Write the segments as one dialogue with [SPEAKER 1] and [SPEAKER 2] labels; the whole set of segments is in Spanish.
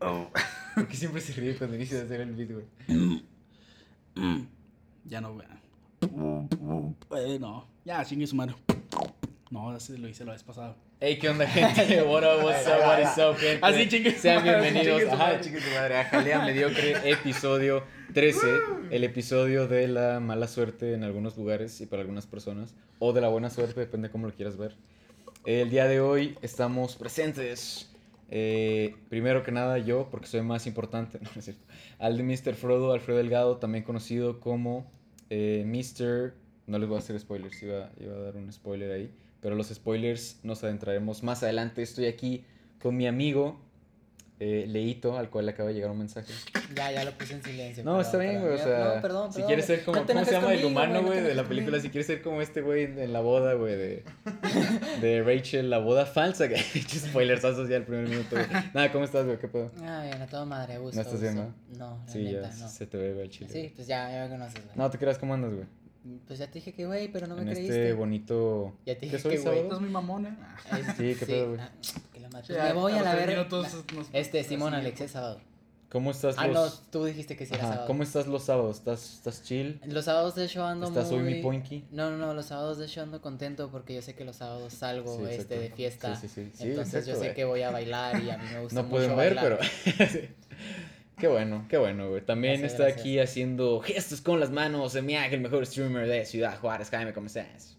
[SPEAKER 1] Oh. que siempre se ríe cuando inicia a hacer el beat, güey.
[SPEAKER 2] Ya no, güey. Eh, no. Ya, chingue su madre. No, ese lo hice la vez pasada.
[SPEAKER 1] Hey, ¿qué onda, gente? What up, what's up, what is up, gente?
[SPEAKER 2] Así, chingue su
[SPEAKER 1] Sean
[SPEAKER 2] madre,
[SPEAKER 1] bienvenidos
[SPEAKER 2] chingue su
[SPEAKER 1] ajá,
[SPEAKER 2] madre.
[SPEAKER 1] chingue su madre, a Jalea Mediocre, episodio 13. El episodio de la mala suerte en algunos lugares y para algunas personas. O de la buena suerte, depende de cómo lo quieras ver. El día de hoy estamos presentes. eh, primero que nada yo, porque soy más importante, no, no es cierto. Al de Mr. Frodo, Alfredo Delgado, también conocido como eh, Mr. No les voy a hacer spoilers, iba, iba a dar un spoiler ahí. Pero los spoilers nos adentraremos más adelante. Estoy aquí con mi amigo eh, Leito, al cual le acaba de llegar un mensaje.
[SPEAKER 3] Ya, ya lo puse en silencio.
[SPEAKER 1] No,
[SPEAKER 3] pero-
[SPEAKER 1] está bien,
[SPEAKER 3] pero-
[SPEAKER 1] güey. O
[SPEAKER 3] ya,
[SPEAKER 1] sea,
[SPEAKER 3] no, perdón,
[SPEAKER 1] si
[SPEAKER 3] perdón,
[SPEAKER 1] quieres ser como.
[SPEAKER 3] no te
[SPEAKER 1] ¿Cómo se
[SPEAKER 3] enojes
[SPEAKER 1] llama el
[SPEAKER 3] conmigo,
[SPEAKER 1] humano,
[SPEAKER 3] no te
[SPEAKER 1] güey, de la
[SPEAKER 3] enojes
[SPEAKER 1] película? Si
[SPEAKER 3] conmigo.
[SPEAKER 1] quieres ser como este güey en, en la boda, güey, de, de Rachel, la boda falsa. Que hecho spoilers ya el primer minuto, güey. Nada, ¿cómo estás, güey? ¿Qué pedo?
[SPEAKER 3] Ah, bien, a toda madre, gusto.
[SPEAKER 1] ¿No estás
[SPEAKER 3] gusto.
[SPEAKER 1] bien, no?
[SPEAKER 3] No, la
[SPEAKER 1] Sí, ya
[SPEAKER 3] neta, no.
[SPEAKER 1] se te ve, güey, el chile.
[SPEAKER 3] Sí, pues ya, ya me conoces, güey.
[SPEAKER 1] No, te creas, ¿cómo andas, güey?
[SPEAKER 3] Pues ya te dije que, güey, pero no me
[SPEAKER 1] en
[SPEAKER 3] creíste.
[SPEAKER 1] este bonito.
[SPEAKER 3] Ya te
[SPEAKER 1] ¿Qué
[SPEAKER 3] dije
[SPEAKER 1] soy,
[SPEAKER 3] que, güey.
[SPEAKER 1] sábado?
[SPEAKER 2] Estás muy mamón, eh.
[SPEAKER 3] Ay,
[SPEAKER 1] Sí, qué pedo, güey.
[SPEAKER 3] ah, que la maté. me voy a la verga. Nah. Este, Simón, Alex, es sábado.
[SPEAKER 1] ¿Cómo estás
[SPEAKER 3] Ah, no,
[SPEAKER 1] los.?
[SPEAKER 3] tú dijiste que sí era
[SPEAKER 1] Ajá,
[SPEAKER 3] sábado.
[SPEAKER 1] ¿Cómo estás los sábados? ¿Estás, estás chill?
[SPEAKER 3] Los sábados de hecho ando
[SPEAKER 1] ¿Estás
[SPEAKER 3] muy...
[SPEAKER 1] hoy mi poinky?
[SPEAKER 3] No, no, no, los sábados de hecho ando contento porque yo sé que los sábados salgo
[SPEAKER 1] Sí,
[SPEAKER 3] este
[SPEAKER 1] exacto.
[SPEAKER 3] de fiesta.
[SPEAKER 1] Sí, sí, sí. Sí,
[SPEAKER 3] Entonces yo
[SPEAKER 1] exacto,
[SPEAKER 3] sé
[SPEAKER 1] güey.
[SPEAKER 3] que voy a bailar y a mí me gusta
[SPEAKER 1] No
[SPEAKER 3] mucho
[SPEAKER 1] pueden ver,
[SPEAKER 3] bailar.
[SPEAKER 1] pero. Sí. Qué bueno, qué bueno, güey. También
[SPEAKER 3] Gracias,
[SPEAKER 1] está
[SPEAKER 3] gracias.
[SPEAKER 1] aquí haciendo gestos con las manos. Emiak, el mejor streamer de Ciudad Juárez. Jaime, ¿cómo estás?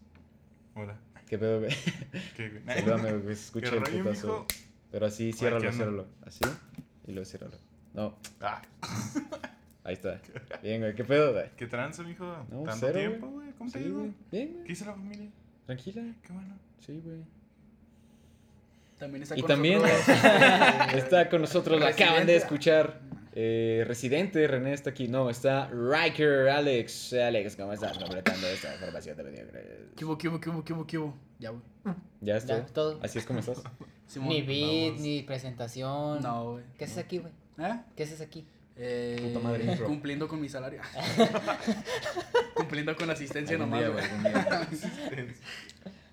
[SPEAKER 4] Hola.
[SPEAKER 1] Qué pedo, güey.
[SPEAKER 4] ¿Qué, güey?
[SPEAKER 1] Salúdame, güey. que se
[SPEAKER 4] ¿Qué
[SPEAKER 1] Escucha el
[SPEAKER 4] rollo,
[SPEAKER 1] putazo.
[SPEAKER 4] mijo?
[SPEAKER 1] güey. Pero así, ciérralo,
[SPEAKER 4] Cualquier
[SPEAKER 1] ciérralo. Así. Y luego ciérralo. No,
[SPEAKER 4] Ah,
[SPEAKER 1] ahí está. Bien, güey. ¿Qué pedo, güey?
[SPEAKER 4] ¿Qué tranza, mijo?
[SPEAKER 1] No,
[SPEAKER 4] ¿Tanto
[SPEAKER 1] cero,
[SPEAKER 4] tiempo,
[SPEAKER 1] güey.
[SPEAKER 4] güey? ¿Cómo te
[SPEAKER 1] Sí,
[SPEAKER 4] digo?
[SPEAKER 1] güey. Bien,
[SPEAKER 4] ¿Qué
[SPEAKER 1] güey.
[SPEAKER 4] hizo la familia?
[SPEAKER 1] Tranquila.
[SPEAKER 4] Qué bueno.
[SPEAKER 1] Sí, güey.
[SPEAKER 2] También está
[SPEAKER 1] Y
[SPEAKER 2] con
[SPEAKER 1] también-
[SPEAKER 2] nosotros.
[SPEAKER 1] Está con nosotros, la acaban de
[SPEAKER 2] Residente.
[SPEAKER 1] escuchar. eh, Residente, René está aquí. No, está Riker, Alex. Alex, ¿cómo estás? Completando esta información de mediocres.
[SPEAKER 2] ¿Qué hubo, qué hubo, qué hubo, qué hubo, qué hubo? Ya, güey.
[SPEAKER 1] Ya está.
[SPEAKER 3] Ya, todo.
[SPEAKER 1] Así es como estás.
[SPEAKER 2] Simón.
[SPEAKER 3] Ni beat,
[SPEAKER 4] vamos.
[SPEAKER 3] ni presentación.
[SPEAKER 2] No, güey.
[SPEAKER 3] ¿Qué haces aquí, güey?
[SPEAKER 2] ¿Eh?
[SPEAKER 3] ¿Qué haces aquí?
[SPEAKER 2] Eh,
[SPEAKER 1] Puta madre, intro.
[SPEAKER 2] Cumpliendo con mi salario. cumpliendo con la asistencia
[SPEAKER 1] Algún
[SPEAKER 2] nomás,
[SPEAKER 1] día,
[SPEAKER 2] güey.
[SPEAKER 1] güey, algún día. Un día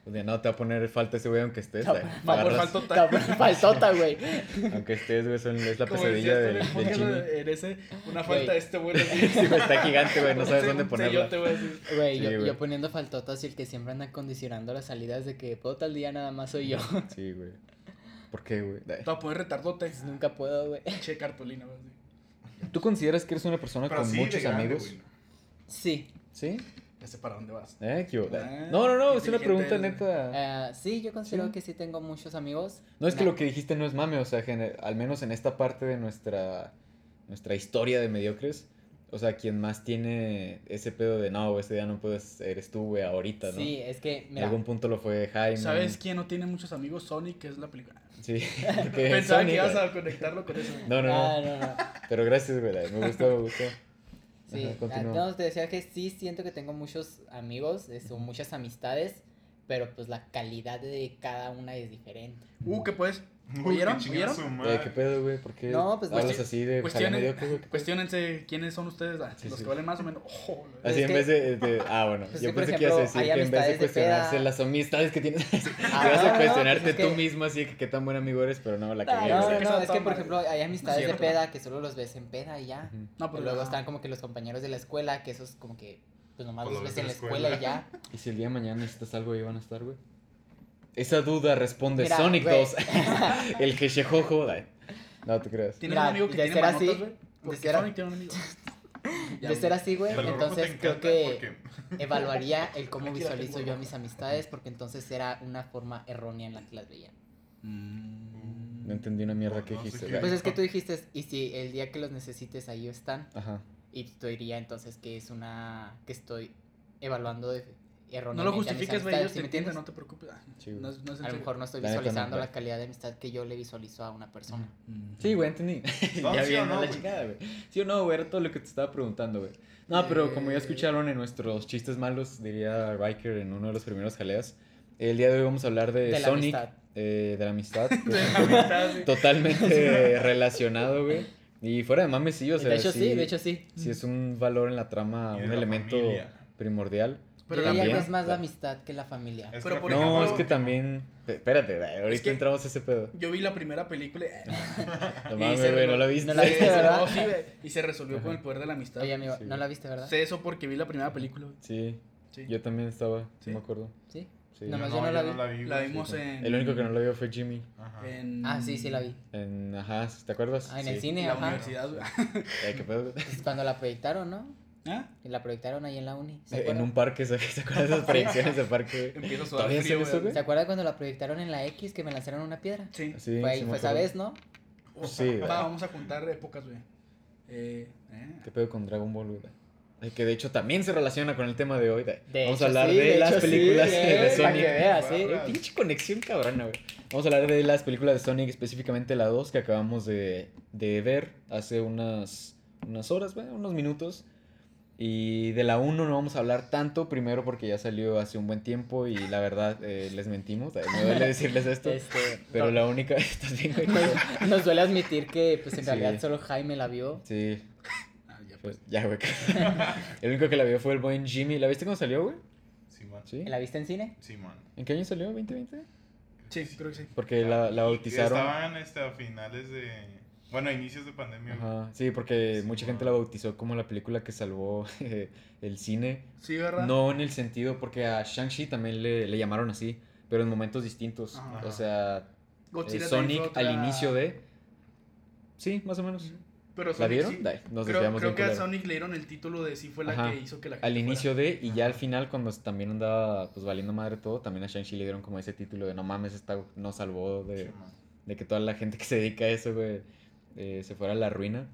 [SPEAKER 1] Pues no te va a poner falta ese güey aunque estés. eh.
[SPEAKER 2] Va por
[SPEAKER 1] Agarras-
[SPEAKER 2] falto
[SPEAKER 3] Está por falsota, güey.
[SPEAKER 1] aunque estés, güey, son- es la
[SPEAKER 2] Como este
[SPEAKER 1] pesadilla
[SPEAKER 2] decías tú
[SPEAKER 1] del del
[SPEAKER 2] en el podcast,
[SPEAKER 1] Jimmy.
[SPEAKER 2] güey, en ese, una falta
[SPEAKER 3] Güey.
[SPEAKER 2] de este bueno.
[SPEAKER 1] Sí, güey, está gigante, güey, no sabes dónde ponerlo.
[SPEAKER 3] Güey,
[SPEAKER 1] Sí,
[SPEAKER 3] yo,
[SPEAKER 1] güey.
[SPEAKER 3] yo poniendo faltotas y el que siempre anda condicionando las salidas de que puedo tal día nada más soy yo.
[SPEAKER 1] Sí, güey. ¿Por qué, güey?
[SPEAKER 2] Te voy a poner retardote.
[SPEAKER 3] Nunca puedo, güey.
[SPEAKER 2] Che, cartulina, güey. así.
[SPEAKER 1] ¿Tú consideras que eres una persona
[SPEAKER 4] Pero
[SPEAKER 1] con
[SPEAKER 4] sí, de
[SPEAKER 1] muchos
[SPEAKER 4] grande,
[SPEAKER 1] amigos?
[SPEAKER 4] güey, ¿no?
[SPEAKER 3] Sí.
[SPEAKER 1] ¿Sí?
[SPEAKER 2] Ya sé para dónde vas.
[SPEAKER 1] Eh, ¿qué hubo?
[SPEAKER 2] Ah,
[SPEAKER 1] no, no, no, es una
[SPEAKER 2] inteligente
[SPEAKER 1] pregunta
[SPEAKER 2] eres, güey.
[SPEAKER 1] neta.
[SPEAKER 3] Ah, sí, yo considero
[SPEAKER 1] Sí.
[SPEAKER 3] que sí tengo muchos amigos.
[SPEAKER 1] No es que
[SPEAKER 3] Nah.
[SPEAKER 1] lo que dijiste no es mame, o sea, gene- al menos en esta parte de nuestra, nuestra historia de mediocres, o sea, quien más tiene ese pedo de no, güey, ese día no puedes, eres tú, güey, ahorita, ¿no?
[SPEAKER 3] Sí, es que,
[SPEAKER 1] En
[SPEAKER 3] mira,
[SPEAKER 1] algún punto lo fue
[SPEAKER 3] Em,
[SPEAKER 1] Jaime.
[SPEAKER 2] ¿Sabes quién no tiene muchos amigos? Sonic, que es la película.
[SPEAKER 1] Sí, porque
[SPEAKER 2] Pensaba
[SPEAKER 1] Sony,
[SPEAKER 2] que ibas
[SPEAKER 1] güey.
[SPEAKER 2] a conectarlo con eso.
[SPEAKER 1] No, no,
[SPEAKER 3] Ah,
[SPEAKER 1] no,
[SPEAKER 3] Eh, no, no.
[SPEAKER 1] pero gracias, güey, me gustó, me gustó.
[SPEAKER 3] Sí,
[SPEAKER 1] Ajá,
[SPEAKER 3] ah,
[SPEAKER 1] continúa.
[SPEAKER 3] no, te decía que sí siento que tengo muchos amigos, es- o muchas amistades, pero pues la calidad de cada una es diferente.
[SPEAKER 2] Uh, ¿qué pues?
[SPEAKER 4] Uy,
[SPEAKER 2] ¿Oyeron?
[SPEAKER 4] qué chingada
[SPEAKER 2] ¿Oyeron?
[SPEAKER 4] su madre.
[SPEAKER 1] Güey, Eh, ¿Qué pedo, güey? ¿Por qué
[SPEAKER 3] No, pues,
[SPEAKER 1] hablas
[SPEAKER 2] cuestion-
[SPEAKER 1] así de Jaime
[SPEAKER 2] cuestiones-
[SPEAKER 1] mediocre, güey? ¿Qué pedo?
[SPEAKER 2] Cuestiónense quiénes son ustedes, ah,
[SPEAKER 1] Sí,
[SPEAKER 2] los
[SPEAKER 1] sí.
[SPEAKER 2] que valen más o menos. Oh, la-
[SPEAKER 1] Así
[SPEAKER 3] Pues Es
[SPEAKER 1] en
[SPEAKER 3] que-
[SPEAKER 1] vez de, de- Ah, bueno.
[SPEAKER 3] Pues
[SPEAKER 1] yo
[SPEAKER 3] que, por
[SPEAKER 1] pensé que ibas a decir
[SPEAKER 3] ejemplo,
[SPEAKER 1] que en
[SPEAKER 3] hay
[SPEAKER 1] vez de
[SPEAKER 3] amistades de
[SPEAKER 1] cuestionarse
[SPEAKER 3] peda.
[SPEAKER 1] las amistades que tienes,
[SPEAKER 3] Ah,
[SPEAKER 1] te vas
[SPEAKER 3] no,
[SPEAKER 1] a
[SPEAKER 3] no,
[SPEAKER 1] cuestionarte
[SPEAKER 3] pues es
[SPEAKER 1] tú
[SPEAKER 3] que-
[SPEAKER 1] mismo así que qué tan buen amigo eres, pero no, la
[SPEAKER 3] No,
[SPEAKER 1] cagué.
[SPEAKER 2] yo sé
[SPEAKER 3] no,
[SPEAKER 1] güey.
[SPEAKER 2] que
[SPEAKER 3] no,
[SPEAKER 2] son
[SPEAKER 3] es que por
[SPEAKER 2] tomas.
[SPEAKER 3] ejemplo hay amistades de
[SPEAKER 2] Cierto.
[SPEAKER 3] peda que solo los ves en peda y ya.
[SPEAKER 1] Ujú.
[SPEAKER 2] No, pues,
[SPEAKER 3] Y
[SPEAKER 2] pero
[SPEAKER 3] luego están como que los compañeros de la escuela, que esos como que pues nomás
[SPEAKER 4] O
[SPEAKER 3] los
[SPEAKER 4] lo
[SPEAKER 3] ves en la escuela, y ya.
[SPEAKER 1] ¿Y si el día de mañana necesitas algo, ahí van a estar, güey? Esa duda responde
[SPEAKER 3] Mira,
[SPEAKER 1] Sonic
[SPEAKER 3] güey.
[SPEAKER 1] 2. el jejejojo. ay. No te creas.
[SPEAKER 2] Tienen
[SPEAKER 3] Mira,
[SPEAKER 2] un amigo que
[SPEAKER 3] de
[SPEAKER 2] tiene
[SPEAKER 3] ser
[SPEAKER 2] manotas,
[SPEAKER 3] así,
[SPEAKER 2] güey.
[SPEAKER 3] de
[SPEAKER 2] Porque
[SPEAKER 3] ser a-
[SPEAKER 2] Sonic tiene un amigo. Ya,
[SPEAKER 3] De ser
[SPEAKER 2] güey.
[SPEAKER 3] así, güey,
[SPEAKER 4] El rojo te
[SPEAKER 3] entonces creo
[SPEAKER 4] encanta
[SPEAKER 3] que
[SPEAKER 4] porque-
[SPEAKER 3] evaluaría el cómo
[SPEAKER 2] Aquí la tengo,
[SPEAKER 3] visualizo yo a
[SPEAKER 2] roja.
[SPEAKER 3] mis amistades, porque entonces era una forma errónea en la que las veía.
[SPEAKER 2] Mm.
[SPEAKER 1] No entendí una mierda
[SPEAKER 4] No,
[SPEAKER 1] que
[SPEAKER 4] no sé
[SPEAKER 1] dijiste.
[SPEAKER 4] qué-
[SPEAKER 1] güey.
[SPEAKER 3] Pues es que tú dijiste, y si el día que los necesites ahí están,
[SPEAKER 1] Ajá.
[SPEAKER 3] Y tú diría entonces que es una. que estoy evaluando de
[SPEAKER 2] No
[SPEAKER 3] erróneamente.
[SPEAKER 2] lo
[SPEAKER 3] a mis
[SPEAKER 2] justifiques, güey,
[SPEAKER 3] amistades,
[SPEAKER 2] ellos
[SPEAKER 3] ¿sí
[SPEAKER 2] te
[SPEAKER 3] me
[SPEAKER 2] entienden,
[SPEAKER 3] entiendes?
[SPEAKER 2] no te preocupes. Ah,
[SPEAKER 1] Sí, güey.
[SPEAKER 2] no es- no es en
[SPEAKER 3] A lo
[SPEAKER 2] serio.
[SPEAKER 3] mejor no estoy
[SPEAKER 1] La neta, no,
[SPEAKER 3] visualizando
[SPEAKER 1] güey.
[SPEAKER 3] la calidad de amistad que yo le visualizo a una persona.
[SPEAKER 2] Mm.
[SPEAKER 1] Sí, güey, entendí.
[SPEAKER 4] No,
[SPEAKER 1] ya
[SPEAKER 4] sí
[SPEAKER 1] bien,
[SPEAKER 4] o no,
[SPEAKER 1] la
[SPEAKER 4] güey.
[SPEAKER 1] chingada, güey. Sí o no, güey, era todo lo que te estaba preguntando, güey. No, pero como ya
[SPEAKER 2] Eh.
[SPEAKER 1] escucharon en nuestros chistes malos, diría Riker en uno de los primeros jaleas, el día de hoy vamos a hablar de,
[SPEAKER 3] De la
[SPEAKER 1] Sonic,
[SPEAKER 3] amistad.
[SPEAKER 1] eh, de la amistad, que
[SPEAKER 2] De
[SPEAKER 1] es
[SPEAKER 2] la mitad, sí.
[SPEAKER 1] totalmente relacionado, güey. Y fuera de mames, sí, o sea,
[SPEAKER 3] de hecho, sí, de hecho, sí.
[SPEAKER 1] sí es Ah, un valor en la trama,
[SPEAKER 4] Y de
[SPEAKER 1] un
[SPEAKER 4] la
[SPEAKER 1] elemento
[SPEAKER 4] familia.
[SPEAKER 1] primordial.
[SPEAKER 3] Pero
[SPEAKER 1] Yo
[SPEAKER 3] diría
[SPEAKER 1] también.
[SPEAKER 3] que es más la amistad que la familia.
[SPEAKER 2] Pero
[SPEAKER 4] Es que,
[SPEAKER 2] por
[SPEAKER 4] por ejemplo,
[SPEAKER 1] No, es que también. Espérate, ahorita
[SPEAKER 2] que-
[SPEAKER 1] entramos a ese pedo.
[SPEAKER 2] Yo vi la primera película. eh,
[SPEAKER 1] No
[SPEAKER 2] Y
[SPEAKER 1] mames,
[SPEAKER 2] se
[SPEAKER 1] güey,
[SPEAKER 2] re-
[SPEAKER 1] no la viste.
[SPEAKER 3] no la
[SPEAKER 2] sí,
[SPEAKER 3] viste,
[SPEAKER 2] se-
[SPEAKER 3] ¿verdad?
[SPEAKER 2] no, sí, güey, y se resolvió con
[SPEAKER 1] Ajá.
[SPEAKER 2] el poder de la amistad.
[SPEAKER 3] Oye, amigo,
[SPEAKER 1] Sí,
[SPEAKER 3] ¿no
[SPEAKER 1] güey.
[SPEAKER 3] la viste, verdad?
[SPEAKER 2] Sé eso porque vi la primera película. güey.
[SPEAKER 1] Sí,
[SPEAKER 2] Sí.
[SPEAKER 1] yo también estaba,
[SPEAKER 2] Sí.
[SPEAKER 1] sí me acuerdo.
[SPEAKER 3] Sí.
[SPEAKER 1] Sí.
[SPEAKER 3] No,
[SPEAKER 4] yo
[SPEAKER 3] más yo no la vi.
[SPEAKER 4] vi.
[SPEAKER 2] La
[SPEAKER 4] güey.
[SPEAKER 2] vimos en.
[SPEAKER 1] El único que no lo vio fue Jimmy.
[SPEAKER 4] Ajá.
[SPEAKER 2] en-
[SPEAKER 3] Ah, sí, sí la vi.
[SPEAKER 1] En, ajá, ¿te acuerdas?
[SPEAKER 3] Ah, en el
[SPEAKER 1] Sí.
[SPEAKER 3] cine,
[SPEAKER 2] La
[SPEAKER 3] ajá.
[SPEAKER 2] universidad, güey.
[SPEAKER 1] Eh, ¿qué pedo?
[SPEAKER 3] Pues cuando la proyectaron, ¿no?
[SPEAKER 2] ¿Ah?
[SPEAKER 3] Y la proyectaron ahí en la uni. ¿Se
[SPEAKER 1] En
[SPEAKER 3] acuerda?
[SPEAKER 1] un parque, ¿se se acuerdan de esas proyecciones de parque? güey?
[SPEAKER 2] Empiezo a sudar
[SPEAKER 1] ¿Todavía
[SPEAKER 2] frío,
[SPEAKER 1] hacen eso,
[SPEAKER 2] güey.
[SPEAKER 1] güey?
[SPEAKER 3] ¿Se acuerda cuando la proyectaron en la X que me lanzaron una piedra?
[SPEAKER 2] Sí.
[SPEAKER 1] Sí,
[SPEAKER 3] fue
[SPEAKER 1] sí
[SPEAKER 3] ahí,
[SPEAKER 1] me
[SPEAKER 3] fue esa
[SPEAKER 1] acuerdo.
[SPEAKER 3] vez, ¿no?
[SPEAKER 1] Sí, güey.
[SPEAKER 2] Va, vamos a juntar épocas, güey. Eh, eh.
[SPEAKER 1] ¿Qué pedo con Dragon Ball, güey? Ay, que de hecho también se relaciona con el tema de hoy. de-
[SPEAKER 3] De
[SPEAKER 1] Vamos
[SPEAKER 3] hecho,
[SPEAKER 1] a hablar
[SPEAKER 3] sí,
[SPEAKER 1] de,
[SPEAKER 3] de
[SPEAKER 1] las
[SPEAKER 3] hecho, sí,
[SPEAKER 1] películas
[SPEAKER 3] eh,
[SPEAKER 1] de
[SPEAKER 3] para que
[SPEAKER 1] Sonic.
[SPEAKER 3] veas, sí.
[SPEAKER 1] Güey, pinche conexión cabrona, güey. Vamos a hablar de las películas de Sonic, específicamente la 2 que acabamos de, de ver hace unas, unas horas, güey, unos minutos. Y de la 1 no vamos a hablar tanto, primero porque ya salió hace un buen tiempo y la verdad eh, les mentimos. eh, Me duele decirles esto.
[SPEAKER 3] Este,
[SPEAKER 1] Pero
[SPEAKER 3] no-
[SPEAKER 1] la única. ¿Estás bien, güey?
[SPEAKER 3] nos duele admitir que pues en
[SPEAKER 1] Sí.
[SPEAKER 3] realidad solo Jaime la vio.
[SPEAKER 1] Sí,
[SPEAKER 2] Ah, ya pues.
[SPEAKER 1] pues ya, güey. El único que la vio fue el buen Jimmy. ¿La viste cuando salió, güey?
[SPEAKER 4] Simón.
[SPEAKER 1] Sí.
[SPEAKER 3] ¿La viste en cine?
[SPEAKER 4] Simón.
[SPEAKER 1] ¿En qué año salió? ¿2020?
[SPEAKER 2] Sí, creo que sí.
[SPEAKER 1] Porque la, la bautizaron.
[SPEAKER 4] Estaban este, a finales de. Bueno, a inicios de pandemia. güey.
[SPEAKER 1] Ajá, Sí, porque
[SPEAKER 4] Sí,
[SPEAKER 1] mucha
[SPEAKER 4] ma.
[SPEAKER 1] gente la bautizó como la película que salvó eh, el cine.
[SPEAKER 2] Sí, ¿verdad?
[SPEAKER 1] No en el sentido, porque a Shang-Chi también le, le llamaron así, pero en momentos distintos.
[SPEAKER 2] Ajá.
[SPEAKER 1] O sea, eh,
[SPEAKER 2] Godzilla también
[SPEAKER 1] Sonic
[SPEAKER 2] fue
[SPEAKER 1] al
[SPEAKER 2] otra-
[SPEAKER 1] inicio de. Sí, más o menos.
[SPEAKER 2] Pero
[SPEAKER 1] ¿La
[SPEAKER 2] Sonic
[SPEAKER 1] vieron?
[SPEAKER 2] sí.
[SPEAKER 1] Ay, nos
[SPEAKER 2] creo
[SPEAKER 1] desviamos
[SPEAKER 2] creo
[SPEAKER 1] bien
[SPEAKER 2] que a
[SPEAKER 1] culero.
[SPEAKER 2] Sonic le dieron el título de si fue la
[SPEAKER 1] Ajá.
[SPEAKER 2] que hizo que la
[SPEAKER 1] Al
[SPEAKER 2] gente
[SPEAKER 1] inicio de, y ya al
[SPEAKER 4] Ajá.
[SPEAKER 1] final, cuando también andaba pues valiendo madre todo, también a Shang-Chi le dieron como ese título de no mames, esta nos salvó de,
[SPEAKER 4] Simón.
[SPEAKER 1] de que toda la gente que se dedica a eso, güey, eh, se fuera a la ruina.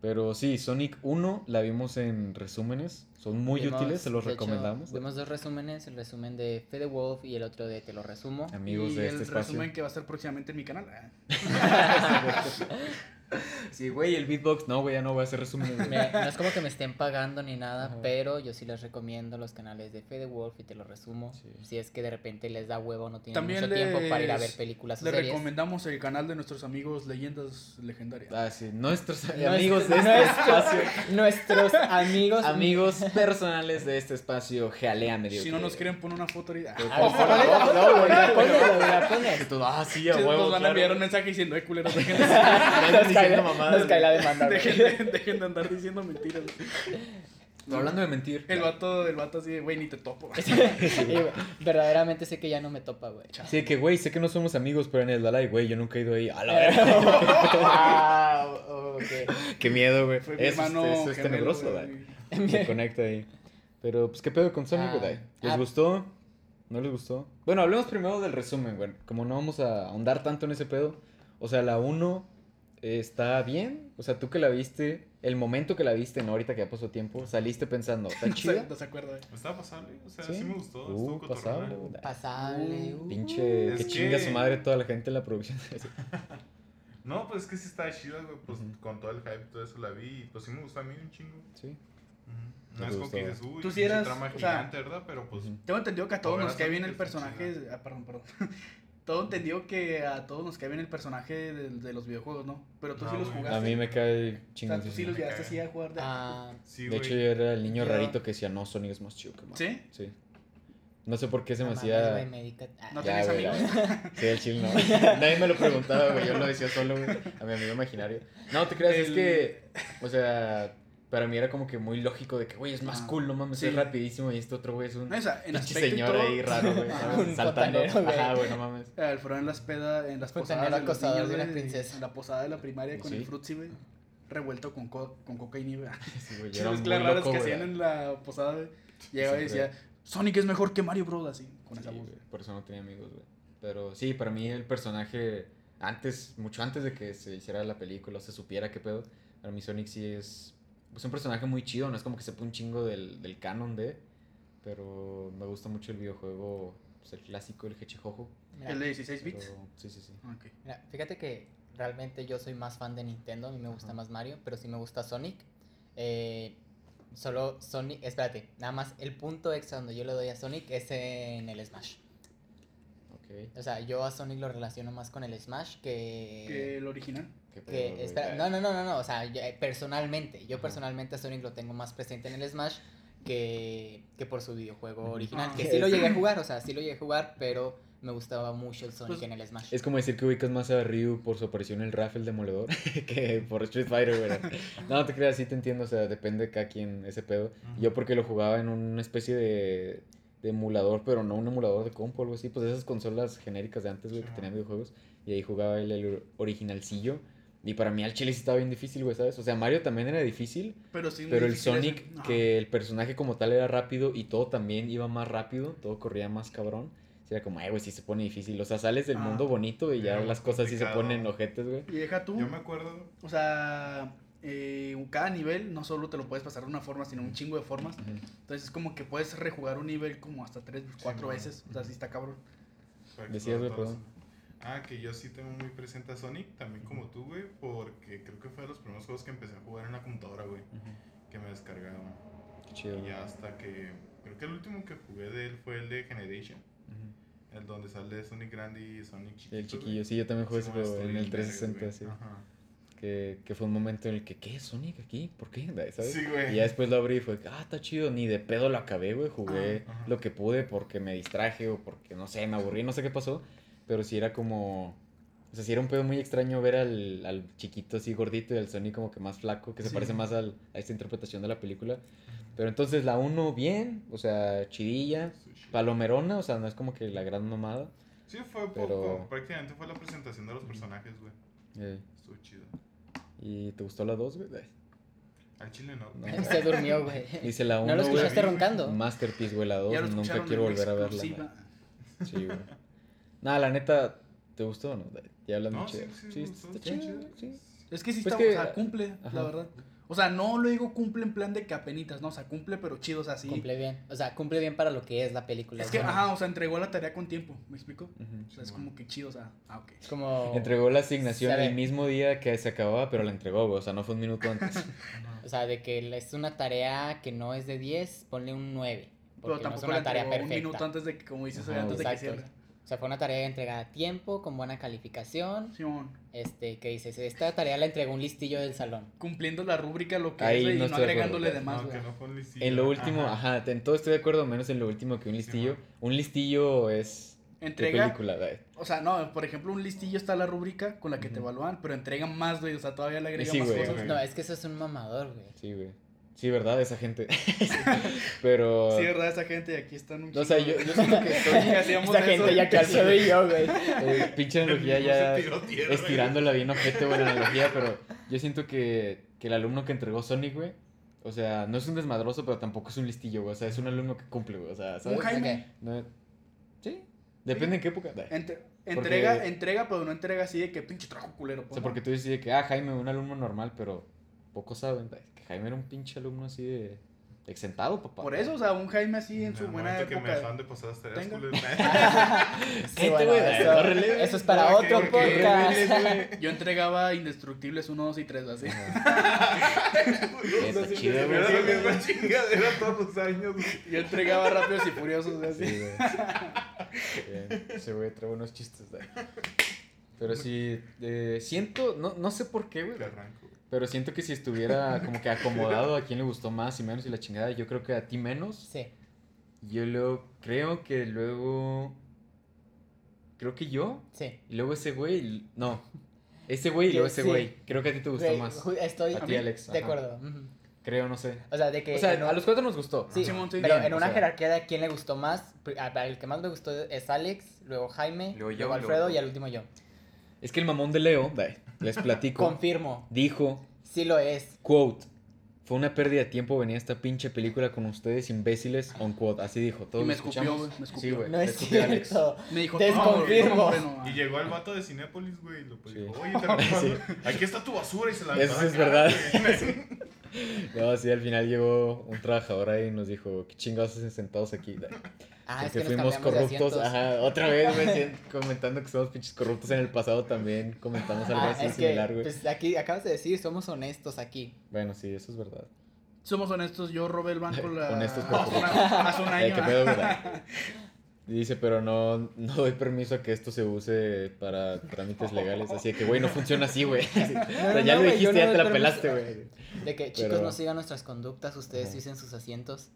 [SPEAKER 1] Pero sí, Sonic 1 la vimos en resúmenes. Son muy
[SPEAKER 3] Vimos,
[SPEAKER 1] útiles, se los
[SPEAKER 3] de hecho,
[SPEAKER 1] recomendamos.
[SPEAKER 3] vimos dos resúmenes, el resumen de Fede Wolf y el otro de Te lo resumo.
[SPEAKER 2] fuera.
[SPEAKER 1] Amigos
[SPEAKER 2] Y
[SPEAKER 1] de
[SPEAKER 2] el
[SPEAKER 1] este espacio.
[SPEAKER 2] resumen que va a estar próximamente en mi canal. ah.
[SPEAKER 1] sí, güey, el beatbox. No, güey, ya no voy a hacer resúmenes. güey.
[SPEAKER 3] Me- no es como que me estén pagando ni nada,
[SPEAKER 1] Ajá.
[SPEAKER 3] pero yo sí les recomiendo los canales de Fede Wolf y te los resumo.
[SPEAKER 1] Sí.
[SPEAKER 3] Si es que de repente les da huevo o no tienen
[SPEAKER 2] También
[SPEAKER 3] mucho tiempo para ir a
[SPEAKER 2] les-
[SPEAKER 3] ver películas o
[SPEAKER 2] Le
[SPEAKER 3] series.
[SPEAKER 2] recomendamos el canal de nuestros amigos Leyendas Legendarias.
[SPEAKER 1] Ah, sí, nuestros
[SPEAKER 3] Nuestro-
[SPEAKER 1] amigos de este
[SPEAKER 3] nuestro-
[SPEAKER 1] espacio.
[SPEAKER 3] Nuestros amigos.
[SPEAKER 1] Amigos personales de este espacio, jalea medio.
[SPEAKER 2] Si no nos quieren Ah, poner una foto ahorita.
[SPEAKER 1] Creo que-
[SPEAKER 3] A ver, ponle la foto, güey, la pones, güey, la pones.
[SPEAKER 1] Que tú, ah, sí, a
[SPEAKER 2] Nos
[SPEAKER 1] huevo.
[SPEAKER 2] van a
[SPEAKER 1] claro.
[SPEAKER 2] enviar un mensaje diciendo, eh, culeros, dejen,
[SPEAKER 1] Andan
[SPEAKER 3] Nos cae,
[SPEAKER 1] diciendo
[SPEAKER 3] la-
[SPEAKER 1] mamadas,
[SPEAKER 3] nos cae la
[SPEAKER 1] güey.
[SPEAKER 3] demanda. güey.
[SPEAKER 2] dejen de, dejen de andar diciendo mentiras.
[SPEAKER 1] Pero Hablando de mentir.
[SPEAKER 2] El vato, el vato así de, güey, ni te topo.
[SPEAKER 3] Y, güey, verdaderamente sé que ya no me topa, güey.
[SPEAKER 1] Sí, de que, güey, sé que no somos amigos, pero en el Dalai, güey, yo nunca he ido ahí. A la verga.
[SPEAKER 3] Ah, ok.
[SPEAKER 1] Qué miedo, güey.
[SPEAKER 2] Fue mi
[SPEAKER 1] Eso,
[SPEAKER 2] hermano
[SPEAKER 1] es- eso es
[SPEAKER 2] gemelo,
[SPEAKER 1] tenebroso,
[SPEAKER 2] güey.
[SPEAKER 1] güey. Se conecta ahí. Pero, pues, ¿qué pedo con Sonic,
[SPEAKER 3] Ah,
[SPEAKER 1] güey? ¿Les
[SPEAKER 3] ah.
[SPEAKER 1] gustó? ¿No les gustó? Bueno, hablemos primero del resumen, güey. Como no vamos a ahondar tanto en ese pedo. O sea, la 1 eh, está bien. O sea, tú que la viste, el momento que la viste, no ahorita que ya pasó tiempo, saliste pensando, ¿está chida?
[SPEAKER 2] No se acuerda.
[SPEAKER 4] Estaba pasable, o sea,
[SPEAKER 1] Sí.
[SPEAKER 4] sí, me gustó.
[SPEAKER 1] Uh,
[SPEAKER 4] estuvo cotorrona.
[SPEAKER 1] pasable, güey.
[SPEAKER 3] Pasable. uh.
[SPEAKER 1] Pinche,
[SPEAKER 4] Es
[SPEAKER 1] que chinga
[SPEAKER 4] que-
[SPEAKER 1] su madre toda la gente en la producción.
[SPEAKER 4] No, pues es que sí estaba chida, güey. Pues
[SPEAKER 1] Ujú.
[SPEAKER 4] con todo el hype, todo eso la vi. Y pues sí me gustó a mí un chingo.
[SPEAKER 1] sí.
[SPEAKER 4] Ujú.
[SPEAKER 1] No
[SPEAKER 4] No
[SPEAKER 1] te
[SPEAKER 4] es como que
[SPEAKER 1] gustó.
[SPEAKER 4] dices, uy,
[SPEAKER 2] Tú sí
[SPEAKER 4] pinche
[SPEAKER 2] eras,
[SPEAKER 4] trama
[SPEAKER 2] o sea,
[SPEAKER 4] gigante, ¿verdad? Pero pues.
[SPEAKER 1] Ujú.
[SPEAKER 2] Tengo entendido que a todos
[SPEAKER 4] Ahora
[SPEAKER 2] nos cae bien el
[SPEAKER 4] Sonic está
[SPEAKER 2] personaje. Ah, perdón, perdón. Todo entendido que a todos nos cae bien el personaje de, de los videojuegos, ¿no? Pero tú
[SPEAKER 4] No,
[SPEAKER 2] sí los
[SPEAKER 4] güey.
[SPEAKER 2] jugaste.
[SPEAKER 1] A mí me cae
[SPEAKER 2] O
[SPEAKER 1] chingón.
[SPEAKER 2] sea, tú sí los llegaste así a jugar. De...
[SPEAKER 3] Ah,
[SPEAKER 4] Sí,
[SPEAKER 1] De
[SPEAKER 4] güey.
[SPEAKER 1] hecho, yo era el niño
[SPEAKER 2] Ya.
[SPEAKER 1] rarito que decía, no, Sonic es más chido que Mario.
[SPEAKER 2] ¿Sí?
[SPEAKER 1] Sí. No sé por qué se
[SPEAKER 3] no
[SPEAKER 1] me
[SPEAKER 3] mames, güey,
[SPEAKER 1] hacía...
[SPEAKER 3] me dedica- ah,
[SPEAKER 2] No
[SPEAKER 1] Ya,
[SPEAKER 2] tenías
[SPEAKER 1] güey,
[SPEAKER 2] amigos.
[SPEAKER 1] ya. Sí, el chill no. Nadie me lo preguntaba, güey. Yo lo decía solo, güey. A mi amigo imaginario. No, te creas, Pues es
[SPEAKER 2] El-
[SPEAKER 1] que. O sea, para mí era como que muy lógico de que, güey, es más
[SPEAKER 2] Ah,
[SPEAKER 1] cool, no mames,
[SPEAKER 2] sí.
[SPEAKER 1] es rapidísimo. Y este otro, güey, es un
[SPEAKER 2] No, o sea, en
[SPEAKER 1] pinche
[SPEAKER 2] aspecto y
[SPEAKER 1] señor
[SPEAKER 2] todo,
[SPEAKER 1] ahí raro, güey.
[SPEAKER 2] Ajá.
[SPEAKER 1] ¿sabes?
[SPEAKER 3] Un
[SPEAKER 1] Saltando.
[SPEAKER 3] botanero, güey.
[SPEAKER 1] Ajá, güey, no mames.
[SPEAKER 2] El Fro en las pedas, en las
[SPEAKER 3] Fontanero
[SPEAKER 2] posadas de los
[SPEAKER 3] acosador
[SPEAKER 2] niños,
[SPEAKER 3] de una
[SPEAKER 2] güey,
[SPEAKER 3] princesa.
[SPEAKER 2] En la posada de la primaria con el
[SPEAKER 1] Sí.
[SPEAKER 2] frutzi, güey. Revuelto con, co con cocaína, güey.
[SPEAKER 1] Sí, güey, yo era
[SPEAKER 2] Las
[SPEAKER 1] muy
[SPEAKER 2] mezclas raras
[SPEAKER 1] loco,
[SPEAKER 2] que
[SPEAKER 1] güey.
[SPEAKER 2] hacían en la posada, güey. Llegaba y
[SPEAKER 1] Sí, creo.
[SPEAKER 2] decía, Sonic es mejor que Mario Bros. Así, con
[SPEAKER 1] Sí,
[SPEAKER 2] esa voz.
[SPEAKER 1] güey, por eso no tenía amigos, güey. Pero sí, para mí el personaje, antes, mucho antes de que se hiciera la película, o se supiera qué pedo, para mí Sonic sí es pues, un personaje muy chido, no es como que sepa un chingo del, del canon de, pero me gusta mucho el videojuego, pues, el clásico, el Hechijojo.
[SPEAKER 3] mira,
[SPEAKER 2] El de 16
[SPEAKER 1] Pero,
[SPEAKER 2] bits.
[SPEAKER 1] sí, sí, sí.
[SPEAKER 2] Ok.
[SPEAKER 3] mira, fíjate que realmente yo soy más fan de Nintendo. A mí me gusta
[SPEAKER 1] Ajá.
[SPEAKER 3] más Mario, pero sí me gusta Sonic. Eh, solo Sonic. Espérate, nada más el punto extra donde yo le doy a Sonic es en el Smash.
[SPEAKER 1] Ok.
[SPEAKER 3] O sea, yo a Sonic lo relaciono más con el Smash que.
[SPEAKER 2] Que el original.
[SPEAKER 1] qué pedo,
[SPEAKER 3] Que,
[SPEAKER 1] güey.
[SPEAKER 3] espera,
[SPEAKER 1] Ah,
[SPEAKER 3] no, no, no, no, no, o sea, yo, eh, personalmente, yo
[SPEAKER 1] Ajá.
[SPEAKER 3] personalmente a Sonic lo tengo más presente en el Smash que, que por su videojuego original.
[SPEAKER 2] Ah,
[SPEAKER 3] Que
[SPEAKER 2] sí.
[SPEAKER 3] sí lo llegué a jugar, o sea, sí lo llegué a jugar, pero me gustaba mucho el Sonic
[SPEAKER 2] Pues,
[SPEAKER 3] en el Smash.
[SPEAKER 1] Es como decir que ubicas más a Ryu por su aparición en el Raffle Demoledor que por Street Fighter, güey. No te creas, sí te entiendo, o sea, depende de cada quien ese pedo. Yo porque lo jugaba en una especie de, de emulador, pero no un emulador de compu o algo así, pues de esas consolas genéricas de antes, güey, que
[SPEAKER 4] Simón.
[SPEAKER 1] tenían videojuegos. Y ahí jugaba el, el originalcillo. Y para mí al chile sí estaba bien difícil, güey, ¿sabes? O sea, Mario también era difícil,
[SPEAKER 2] Pero sí, muy
[SPEAKER 1] pero el
[SPEAKER 2] difícil
[SPEAKER 1] Sonic,
[SPEAKER 2] ese. Ajá.
[SPEAKER 1] que el personaje como tal era rápido y todo también iba más rápido, todo corría más cabrón. Sí, Era como, eh, güey, sí se pone difícil. O sea, sales del
[SPEAKER 2] Ah.
[SPEAKER 1] mundo bonito y ya
[SPEAKER 4] Era
[SPEAKER 1] las cosas sí se
[SPEAKER 4] complicado.
[SPEAKER 1] ponen ojetes, güey.
[SPEAKER 2] Y deja tú.
[SPEAKER 4] Yo me acuerdo.
[SPEAKER 2] O sea, eh, cada nivel no solo te lo puedes pasar de una forma, sino un chingo de formas. Entonces es como que puedes rejugar un nivel como hasta tres, cuatro
[SPEAKER 4] man.
[SPEAKER 2] veces. O sea, sí está cabrón.
[SPEAKER 4] fue que
[SPEAKER 1] Decías, güey,
[SPEAKER 4] pues, todos-
[SPEAKER 1] perdón.
[SPEAKER 4] Ah, que yo sí tengo muy presente a Sonic, también como tú, güey, porque creo que fue de los primeros juegos que empecé a jugar en la computadora, güey, que me descargaba.
[SPEAKER 1] Qué chido,
[SPEAKER 4] Y
[SPEAKER 1] güey.
[SPEAKER 4] ya hasta que. Creo que el último que jugué de él fue el de Generation,
[SPEAKER 1] Ujú.
[SPEAKER 4] el donde sale Sonic grande y Sonic chiquito.
[SPEAKER 1] El
[SPEAKER 4] Pues, güey.
[SPEAKER 1] chiquillo, sí, yo también jugué ese
[SPEAKER 4] Simón,
[SPEAKER 1] juego
[SPEAKER 4] estuvo
[SPEAKER 1] en el
[SPEAKER 4] bien vergas,
[SPEAKER 1] 360,
[SPEAKER 4] güey.
[SPEAKER 1] sí.
[SPEAKER 4] Ajá.
[SPEAKER 1] Que, que fue un momento en el que, ¿qué? ¿Sonic aquí? ¿Por qué? ¿Sabes?
[SPEAKER 4] Sí, güey.
[SPEAKER 1] Y ya después lo abrí y fue, ah, está chido, ni de pedo lo acabé, güey. Jugué
[SPEAKER 4] Ah, ajá.
[SPEAKER 1] lo que pude porque me distraje o porque, no sé, me aburrí, no sé qué pasó. Pero sí era como. O sea, sí era un pedo muy extraño ver al, al chiquito así gordito y al Sonic como que más flaco, que se
[SPEAKER 2] Sí.
[SPEAKER 1] parece más al- a esta interpretación de la película. Pero entonces la uno bien, o sea, chidilla,
[SPEAKER 4] Sushi.
[SPEAKER 1] palomerona, o sea, no es como que la gran mamada.
[SPEAKER 4] Sí, fue
[SPEAKER 1] Pero-
[SPEAKER 4] poco. Prácticamente fue la presentación de los personajes, güey.
[SPEAKER 1] Eh,
[SPEAKER 4] Estuvo chido.
[SPEAKER 1] ¿Y te gustó la dos, güey? Eh,
[SPEAKER 4] Al chile no.
[SPEAKER 1] No.
[SPEAKER 4] Neta,
[SPEAKER 3] Se durmió, güey.
[SPEAKER 1] Dice la
[SPEAKER 3] ¿No
[SPEAKER 1] uno,
[SPEAKER 3] lo
[SPEAKER 1] güey.
[SPEAKER 3] escuchaste roncando?
[SPEAKER 1] Masterpiece, güey, la 2.
[SPEAKER 2] Ya lo
[SPEAKER 1] Nunca
[SPEAKER 2] escucharon
[SPEAKER 1] quiero
[SPEAKER 2] en
[SPEAKER 1] volver a verla.
[SPEAKER 2] exclusiva.
[SPEAKER 1] güey. Sí, güey. Nada, la neta, ¿te gustó o no? Ya hablas
[SPEAKER 4] No,
[SPEAKER 1] muy
[SPEAKER 4] sí,
[SPEAKER 1] chido.
[SPEAKER 4] sí,
[SPEAKER 1] Sí,
[SPEAKER 4] me
[SPEAKER 1] está
[SPEAKER 4] gustó,
[SPEAKER 1] chido,
[SPEAKER 4] está chido.
[SPEAKER 1] sí.
[SPEAKER 2] Es que sí
[SPEAKER 1] Pues
[SPEAKER 2] está,
[SPEAKER 1] que-
[SPEAKER 2] o sea, cumple,
[SPEAKER 1] Ajá.
[SPEAKER 2] la verdad. O sea, no lo digo cumple en plan de que apenitas, no, o sea, cumple, pero chido, o sea, sí.
[SPEAKER 3] Cumple bien. O sea, cumple bien para lo que es la película.
[SPEAKER 2] Es que,
[SPEAKER 3] ¿no?
[SPEAKER 2] ajá, o sea, entregó la tarea con tiempo, ¿me explico?
[SPEAKER 1] Ujú.
[SPEAKER 2] O sea, es
[SPEAKER 4] Simón.
[SPEAKER 2] como que chido, o sea, ah, ok.
[SPEAKER 3] Es como.
[SPEAKER 1] Entregó la asignación
[SPEAKER 3] Sabe.
[SPEAKER 1] el mismo día que se acababa, pero la entregó, güey. O sea, no fue un minuto antes.
[SPEAKER 3] O sea, de que la- es una tarea que no es de 10, ponle un 9.
[SPEAKER 2] Pero
[SPEAKER 3] Porque no es
[SPEAKER 2] tampoco
[SPEAKER 3] una
[SPEAKER 2] la
[SPEAKER 3] tarea
[SPEAKER 2] entregó
[SPEAKER 3] perfecta.
[SPEAKER 2] un minuto antes de que, como dices,
[SPEAKER 1] Ajá,
[SPEAKER 2] antes de que
[SPEAKER 3] exacto.
[SPEAKER 2] cierre.
[SPEAKER 3] O sea, fue una tarea entregada a tiempo, con buena calificación.
[SPEAKER 2] Simón,
[SPEAKER 3] Este, que dices, esta tarea la entregó un listillo del salón.
[SPEAKER 2] cumpliendo la rúbrica lo que
[SPEAKER 1] Ahí
[SPEAKER 2] es güey,
[SPEAKER 1] no
[SPEAKER 2] y no
[SPEAKER 1] estoy de
[SPEAKER 2] agregándole
[SPEAKER 1] acuerdo,
[SPEAKER 2] de más,
[SPEAKER 4] No, que
[SPEAKER 2] güey.
[SPEAKER 4] no fue un listillo.
[SPEAKER 1] en lo último,
[SPEAKER 4] Ajá.
[SPEAKER 1] ajá. en todo estoy de acuerdo, menos en lo último que un listillo.
[SPEAKER 4] Simón.
[SPEAKER 1] Un listillo es. ¿Qué
[SPEAKER 2] Entrega,
[SPEAKER 1] película? güey.
[SPEAKER 2] o sea, no, por ejemplo, un listillo está la rúbrica con la que te
[SPEAKER 1] Ujú.
[SPEAKER 2] evalúan, pero entrega más, güey, o sea, todavía le agrega
[SPEAKER 1] sí,
[SPEAKER 2] más
[SPEAKER 1] güey,
[SPEAKER 2] cosas.
[SPEAKER 4] güey.
[SPEAKER 3] No, es que eso es un mamador, güey.
[SPEAKER 1] Sí, güey. Sí, ¿verdad? Esa gente. pero.
[SPEAKER 2] Sí, verdad, esa gente de aquí están un
[SPEAKER 1] o sea,
[SPEAKER 2] chingo,
[SPEAKER 1] yo,
[SPEAKER 2] güey.
[SPEAKER 1] yo siento que estoy.
[SPEAKER 2] Hacíamos
[SPEAKER 3] Esta
[SPEAKER 2] eso.
[SPEAKER 3] gente ya que Alfredo y yo, güey.
[SPEAKER 1] eh, pinche
[SPEAKER 4] El
[SPEAKER 1] analogía
[SPEAKER 4] mismo
[SPEAKER 1] ya.
[SPEAKER 4] se tiró tierra,
[SPEAKER 1] estirándola bien ojete, buena analogía, pero yo siento que, que el alumno que entregó Sonic, güey, o sea, no es un desmadroso, pero tampoco es un listillo, güey, o sea, es un alumno que cumple, güey, o sea,
[SPEAKER 2] Un
[SPEAKER 1] ¿sabes?
[SPEAKER 2] Jaime.
[SPEAKER 1] No- sí, depende en qué época. da.
[SPEAKER 2] Entre- entrega,
[SPEAKER 1] Porque-
[SPEAKER 2] entrega, pero no entrega así de que pinche trabajo culero.
[SPEAKER 1] O
[SPEAKER 2] pues,
[SPEAKER 1] sea,
[SPEAKER 2] no.
[SPEAKER 1] porque tú dices de que, ah, Jaime, un alumno normal, pero poco saben, da, que Jaime era un pinche alumno así de exentado, papá.
[SPEAKER 2] Por eso, o sea, un Jaime así en
[SPEAKER 4] No,
[SPEAKER 2] su
[SPEAKER 4] el
[SPEAKER 2] buena
[SPEAKER 4] momento que me
[SPEAKER 2] época.
[SPEAKER 4] dejaron de pasar las tareas,
[SPEAKER 2] Tengo.
[SPEAKER 4] culero.
[SPEAKER 3] Sí,
[SPEAKER 1] Vete,
[SPEAKER 3] bueno,
[SPEAKER 1] güey, no
[SPEAKER 3] eso,
[SPEAKER 1] releves.
[SPEAKER 3] eso es para
[SPEAKER 4] No, que-
[SPEAKER 3] otro
[SPEAKER 4] que
[SPEAKER 3] podcast.
[SPEAKER 2] Yo entregaba indestructibles 1, 2 y 3, así.
[SPEAKER 1] Ajá. Está chido,
[SPEAKER 4] Era la
[SPEAKER 1] güey.
[SPEAKER 4] misma chingadera todos los años, güey.
[SPEAKER 2] Yo entregaba rápidos y furiosos, así.
[SPEAKER 1] Sí, güey. Bien, Se güey trae unos chistes. güey. Pero sí, eh, siento, no, no sé por qué, güey.
[SPEAKER 4] Te arranco, güey.
[SPEAKER 1] Pero siento que si estuviera como que acomodado a quién le gustó más y menos y la chingada, yo creo que a ti menos.
[SPEAKER 3] Sí.
[SPEAKER 1] Yo lo creo que luego. Creo que yo.
[SPEAKER 3] Sí.
[SPEAKER 1] Y luego ese güey. y- No. Ese güey y luego ese
[SPEAKER 3] Sí.
[SPEAKER 1] güey. Creo que a ti te gustó
[SPEAKER 3] Güey,
[SPEAKER 1] más.
[SPEAKER 3] ju- Estoy
[SPEAKER 1] A ti, Alex.
[SPEAKER 3] de
[SPEAKER 1] ajá.
[SPEAKER 3] acuerdo. ujú.
[SPEAKER 1] Creo, no sé.
[SPEAKER 3] O sea, de que.
[SPEAKER 1] O sea,
[SPEAKER 3] en un-
[SPEAKER 1] a los cuatro nos gustó.
[SPEAKER 3] Sí,
[SPEAKER 2] Simón, sí,
[SPEAKER 3] pero
[SPEAKER 1] bien,
[SPEAKER 3] en
[SPEAKER 1] o
[SPEAKER 3] una
[SPEAKER 1] sea.
[SPEAKER 3] jerarquía de a quién le gustó más, pr- a- al que más me gustó es Alex, luego Jaime,
[SPEAKER 1] Luego
[SPEAKER 3] luego,
[SPEAKER 1] yo,
[SPEAKER 3] Alfredo
[SPEAKER 1] luego-
[SPEAKER 3] y al último yo.
[SPEAKER 1] Es que el mamón de Leo, da, les platico,
[SPEAKER 3] Confirmo,
[SPEAKER 1] dijo
[SPEAKER 3] sí lo es.
[SPEAKER 1] Quote. Fue una pérdida de tiempo venir a esta pinche película con ustedes imbéciles. On quote. Así dijo. Todos
[SPEAKER 2] Y me
[SPEAKER 1] lo
[SPEAKER 2] escupió,
[SPEAKER 1] escuchamos.
[SPEAKER 2] güey, me escupió.
[SPEAKER 1] Sí, güey.
[SPEAKER 3] No
[SPEAKER 1] le
[SPEAKER 3] es
[SPEAKER 1] escupió a Alex.
[SPEAKER 3] cierto.
[SPEAKER 2] Me dijo,
[SPEAKER 3] Desconfirmo.
[SPEAKER 2] "No, hombre, no, ah. hombre, no".
[SPEAKER 4] Y llegó el vato de Cinépolis, güey, y lo pues,
[SPEAKER 1] Sí.
[SPEAKER 4] dijo, oye, te la paso.
[SPEAKER 1] Sí.
[SPEAKER 4] aquí está tu basura y se la
[SPEAKER 1] Eso sí es verdad. No, sí, al final llegó un trabajador ahí y nos dijo, ¿qué chingados hacen sentados aquí?
[SPEAKER 3] Ah, es
[SPEAKER 1] Porque
[SPEAKER 3] que
[SPEAKER 1] fuimos
[SPEAKER 3] nos cambiamos
[SPEAKER 1] corruptos.
[SPEAKER 3] de asientos.
[SPEAKER 1] Ajá, otra vez, güey, sí, comentando que somos pinches corruptos en el pasado también. Comentamos algo
[SPEAKER 3] Ah,
[SPEAKER 1] así
[SPEAKER 3] es
[SPEAKER 1] similar,
[SPEAKER 3] que,
[SPEAKER 1] güey.
[SPEAKER 3] pues aquí acabas de decir, somos honestos aquí.
[SPEAKER 1] Bueno, sí, eso es verdad.
[SPEAKER 2] Somos honestos, yo robé el banco la...
[SPEAKER 1] Honestos, por
[SPEAKER 2] hace, una- hace un
[SPEAKER 1] Ay,
[SPEAKER 2] año.
[SPEAKER 1] Eh, qué
[SPEAKER 2] ah.
[SPEAKER 1] pedo, ¿verdad? Y Dice, pero no, no doy permiso a que esto se use para trámites legales. Así que, güey, no funciona así, güey. O sea, ya
[SPEAKER 3] no,
[SPEAKER 1] lo
[SPEAKER 3] güey,
[SPEAKER 1] dijiste,
[SPEAKER 3] yo no
[SPEAKER 1] ya
[SPEAKER 3] doy
[SPEAKER 1] te la
[SPEAKER 3] permiso.
[SPEAKER 1] pelaste, güey.
[SPEAKER 3] De que chicos
[SPEAKER 1] Pero-
[SPEAKER 3] no sigan nuestras conductas, ustedes
[SPEAKER 1] Ajá.
[SPEAKER 3] usen sus asientos.